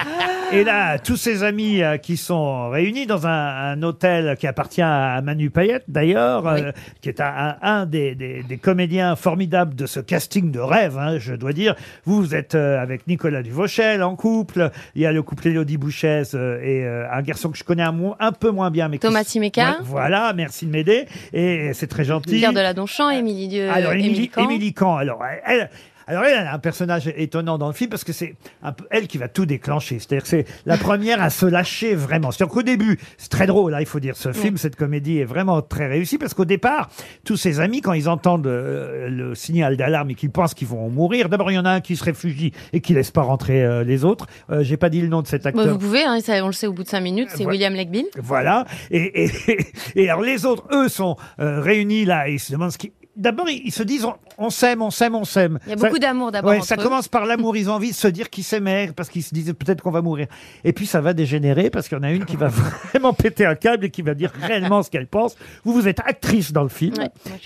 S2: Et là, tous ces amis euh, qui sont réunis dans un, un hôtel qui appartient à Manu Payette, d'ailleurs, euh, qui est un, un- un des, des- des comédiens formidables de ce casting de rêve, hein, je dois dire. Vous, vous êtes euh, avec Nicolas Duvauchel en couple, il y a le couple Elodie Bouchez euh, et euh, un garçon que je connais un, mo- un peu moins bien. Mais qui-
S22: Thomas Simeka.
S2: Ouais, Voilà, merci de m'aider, et c'est très gentil.
S22: Pierre de la Donchamp, Émilie Dieu,
S2: Alors, Émilie
S22: Émilie Caen.
S2: Émilie Caen, alors, elle... Alors elle, elle a un personnage étonnant dans le film parce que c'est un peu elle qui va tout déclencher. C'est-à-dire que c'est la première à se lâcher vraiment. C'est-à-dire qu'au début, c'est très drôle, là, il faut dire, ce film, cette comédie est vraiment très réussie parce qu'au départ, tous ses amis, quand ils entendent euh, le signal d'alarme et qu'ils pensent qu'ils vont mourir, d'abord il y en a un qui se réfugie et qui laisse pas rentrer euh, les autres. Euh, J'ai pas dit le nom de cet
S22: Bah,
S2: acteur.
S22: vous pouvez, hein, ça, on le sait au bout de 5 minutes, c'est
S2: Voilà.
S22: William Legbill.
S2: Voilà. Et, et, et alors les autres, eux, sont euh, réunis là. et Ils se demandent ce qui. D'abord, ils ils se disent on, on s'aime, on s'aime, on s'aime.
S22: Il y a
S2: Ça-
S22: beaucoup d'amour d'abord
S2: Ouais,
S22: entre
S2: ça
S22: eux.
S2: commence par l'amour. Ils ont envie de se dire qu'ils s'aimèrent parce qu'ils se disent peut-être qu'on va mourir. Et puis ça va dégénérer parce qu'il y en a une qui va vraiment péter un câble et qui va dire réellement ce qu'elle pense. Vous, vous êtes actrice dans le film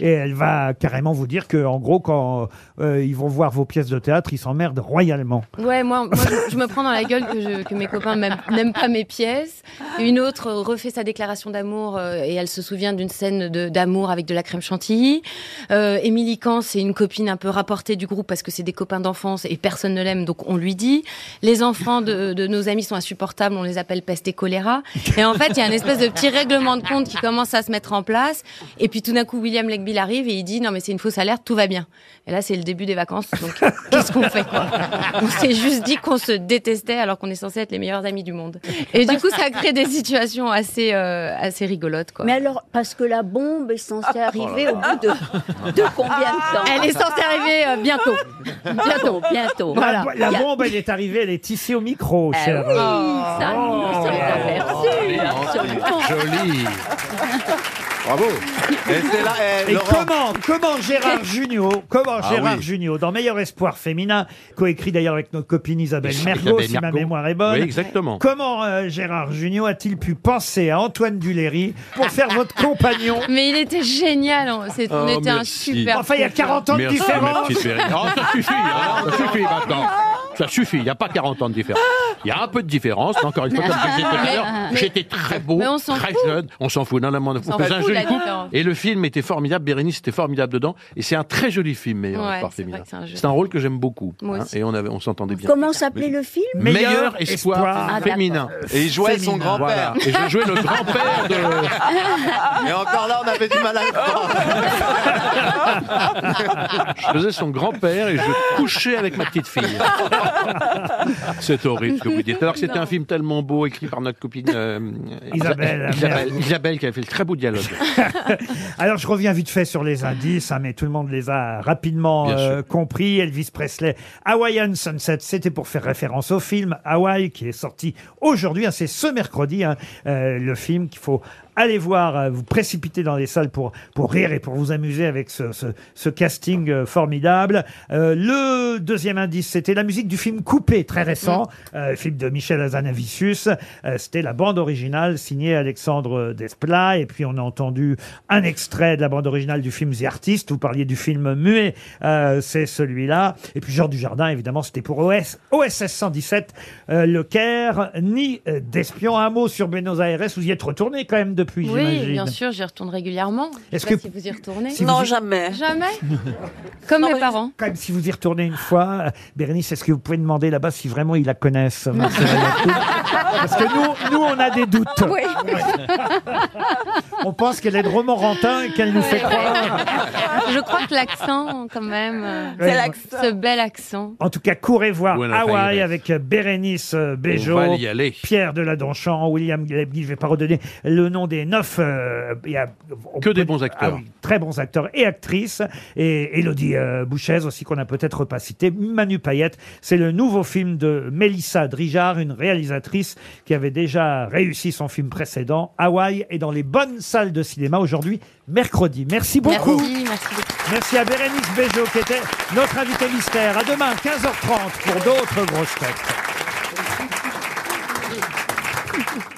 S2: et elle va carrément vous dire que, en gros, quand euh, ils vont voir vos pièces de théâtre, ils s'emmerdent royalement.
S22: Ouais, moi, moi, je, je me prends dans la gueule que, je- que mes copains m'aiment- n'aiment pas mes pièces. Une autre euh, refait sa déclaration d'amour euh, et elle se souvient d'une scène de- d'amour avec de la crème chantilly. Euh, Émilie Kahn, c'est une copine un peu rapportée du groupe parce que c'est des copains d'enfance et personne ne l'aime, donc on lui dit. Les enfants de, de nos amis sont insupportables, on les appelle peste et choléra. Et en fait, il y a un espèce de petit règlement de compte qui commence à se mettre en place. Et puis tout d'un coup, William Legbill arrive et il dit non mais c'est une fausse alerte, tout va bien. Et là, c'est le début des vacances, donc qu'est-ce qu'on fait quoi On s'est juste dit qu'on se détestait alors qu'on est censé être les meilleurs amis du monde. Et du coup, ça crée des situations assez euh, assez rigolotes quoi. Ah, oh
S7: Mais alors, parce que la bombe est censée arriver au bout de, de combien
S2: Ah.
S7: de temps
S22: Elle est censée arriver euh, bientôt.
S7: Bientôt,
S22: Oh.
S7: bientôt.
S2: La-
S7: Voilà.
S2: La,
S7: Il y a-
S2: bombe, elle est arrivée, elle est ici au micro, euh,
S7: Ah
S2: cher.
S7: oui,
S22: Oh.
S7: ça, nous sommes aperçus, absolument.
S2: Joli.
S17: Bravo. Et c'est là, eh,
S2: Et
S17: Laurent.
S2: comment, comment Gérard Junior, comment
S17: Ah
S2: Gérard
S17: oui.
S2: Junior, dans Meilleur Espoir Féminin, coécrit d'ailleurs avec notre copine Isabelle
S8: Isabelle
S2: Mergo, si ma
S8: Mergo.
S2: mémoire est bonne.
S8: Oui, exactement.
S2: Comment euh, Gérard Junior a-t-il pu penser à Antoine Duléry pour faire votre compagnon
S22: Mais il était génial, on, c'est- on
S2: Oh,
S22: était un
S2: merci.
S22: super.
S2: Enfin, il y a
S22: couple.
S2: 40 ans de
S8: Merci,
S2: différence.
S8: ma petite Valérie. Oh, ça suffit, hein, ça suffit maintenant. Ça suffit, il n'y a pas 40 ans de différence. Il y a un peu de différence, mais encore une fois, comme je disais tout à l'heure,
S22: Mais-
S8: j'étais très beau,
S22: mais on s'en
S8: très
S22: fout.
S8: jeune, on s'en fout. Non, non, mais on
S22: s'en
S8: faisait
S22: fout,
S8: un joli
S22: la
S8: couple.
S22: différence.
S8: Et le film était formidable, Bérénice était formidable dedans, et c'est un très joli film, meilleur
S7: Ouais,
S8: espoir
S7: c'est vrai
S8: féminin.
S7: que c'est un joli-
S8: C'est un rôle que j'aime beaucoup, hein,
S7: Moi aussi.
S8: et on, avait, on s'entendait bien.
S7: Comment s'appelait le film
S8: Meilleur espoir,
S7: Ah,
S8: féminin.
S7: d'accord.
S17: Et il jouait son grand-père.
S8: Voilà. Et je jouais le grand-père de...
S17: Et encore là, on avait du mal à le croire.
S8: Je faisais son grand-père et je couchais avec ma petite fille. C'est horrible ce que vous dites. Alors que c'était un film tellement beau, écrit par notre copine euh,
S2: Isabelle.
S8: Isabelle, Isabelle, qui a fait le très beau dialogue.
S2: Alors, je reviens vite fait sur les indices, hein, mais tout le monde les a rapidement
S8: Bien
S2: euh, compris. Elvis Presley, Hawaiian Sunset, c'était pour faire référence au film Hawaii qui est sorti aujourd'hui. hein, c'est ce mercredi, hein, euh, le film qu'il faut aller voir, euh, vous précipiter dans les salles pour, pour rire et pour vous amuser avec ce, ce- ce casting euh, formidable. Euh, le deuxième indice, c'était la musique du film Coupé, très récent, euh, film de Michel Azanavicius. Euh, c'était la bande originale signée Alexandre Desplat. Et puis on a entendu un extrait de la bande originale du film The Artist. Vous parliez du film muet, euh, c'est celui-là. Et puis Jean Dujardin, évidemment, c'était pour OS, OSS 117, euh, Le Caire, ni euh, d'espion. Un mot sur Buenos Aires, vous y êtes retourné quand même depuis,
S22: Oui,
S2: Oh, j'imagine.
S22: bien sûr, j'y retourne régulièrement. Je
S2: Est-ce
S22: sais pas
S2: que-
S22: si vous y retournez
S2: Si Non, vous y-
S22: jamais. Jamais Comme mes parents.
S2: Quand même, si vous y retournez une fois, euh, Bérénice, est-ce que vous pouvez demander là-bas si vraiment ils la connaissent Marcel Ayacoub Parce que nous, nous, on a des doutes.
S22: Oui.
S2: On pense qu'elle est de Romorantin et qu'elle nous fait croire.
S22: Je crois que l'accent, quand même, euh,
S2: C'est l'accent.
S22: ce bel accent.
S2: En tout cas, courez voir
S8: Buenos
S2: Hawaï
S8: Aires.
S2: avec Bérénice euh, Bejo,
S8: On va y aller.
S2: Pierre de la Donchamp, William Glebny, je vais pas redonner le nom des neuf. euh, il y a- on
S8: Que
S2: peut-
S8: des bons
S2: Ah
S8: acteurs.
S2: oui, très bons acteurs et actrices. Et Elodie Bouchez aussi, qu'on a peut-être pas cité. Manu Payette, c'est le nouveau film de Mélissa Drijard, une réalisatrice qui avait déjà réussi son film précédent, Hawaï, et dans les bonnes salles de cinéma aujourd'hui, mercredi. Merci beaucoup.
S22: Merci, merci beaucoup.
S2: Merci à Bérénice Bejo qui était notre invité mystère. À demain, 15h30 pour d'autres grosses têtes.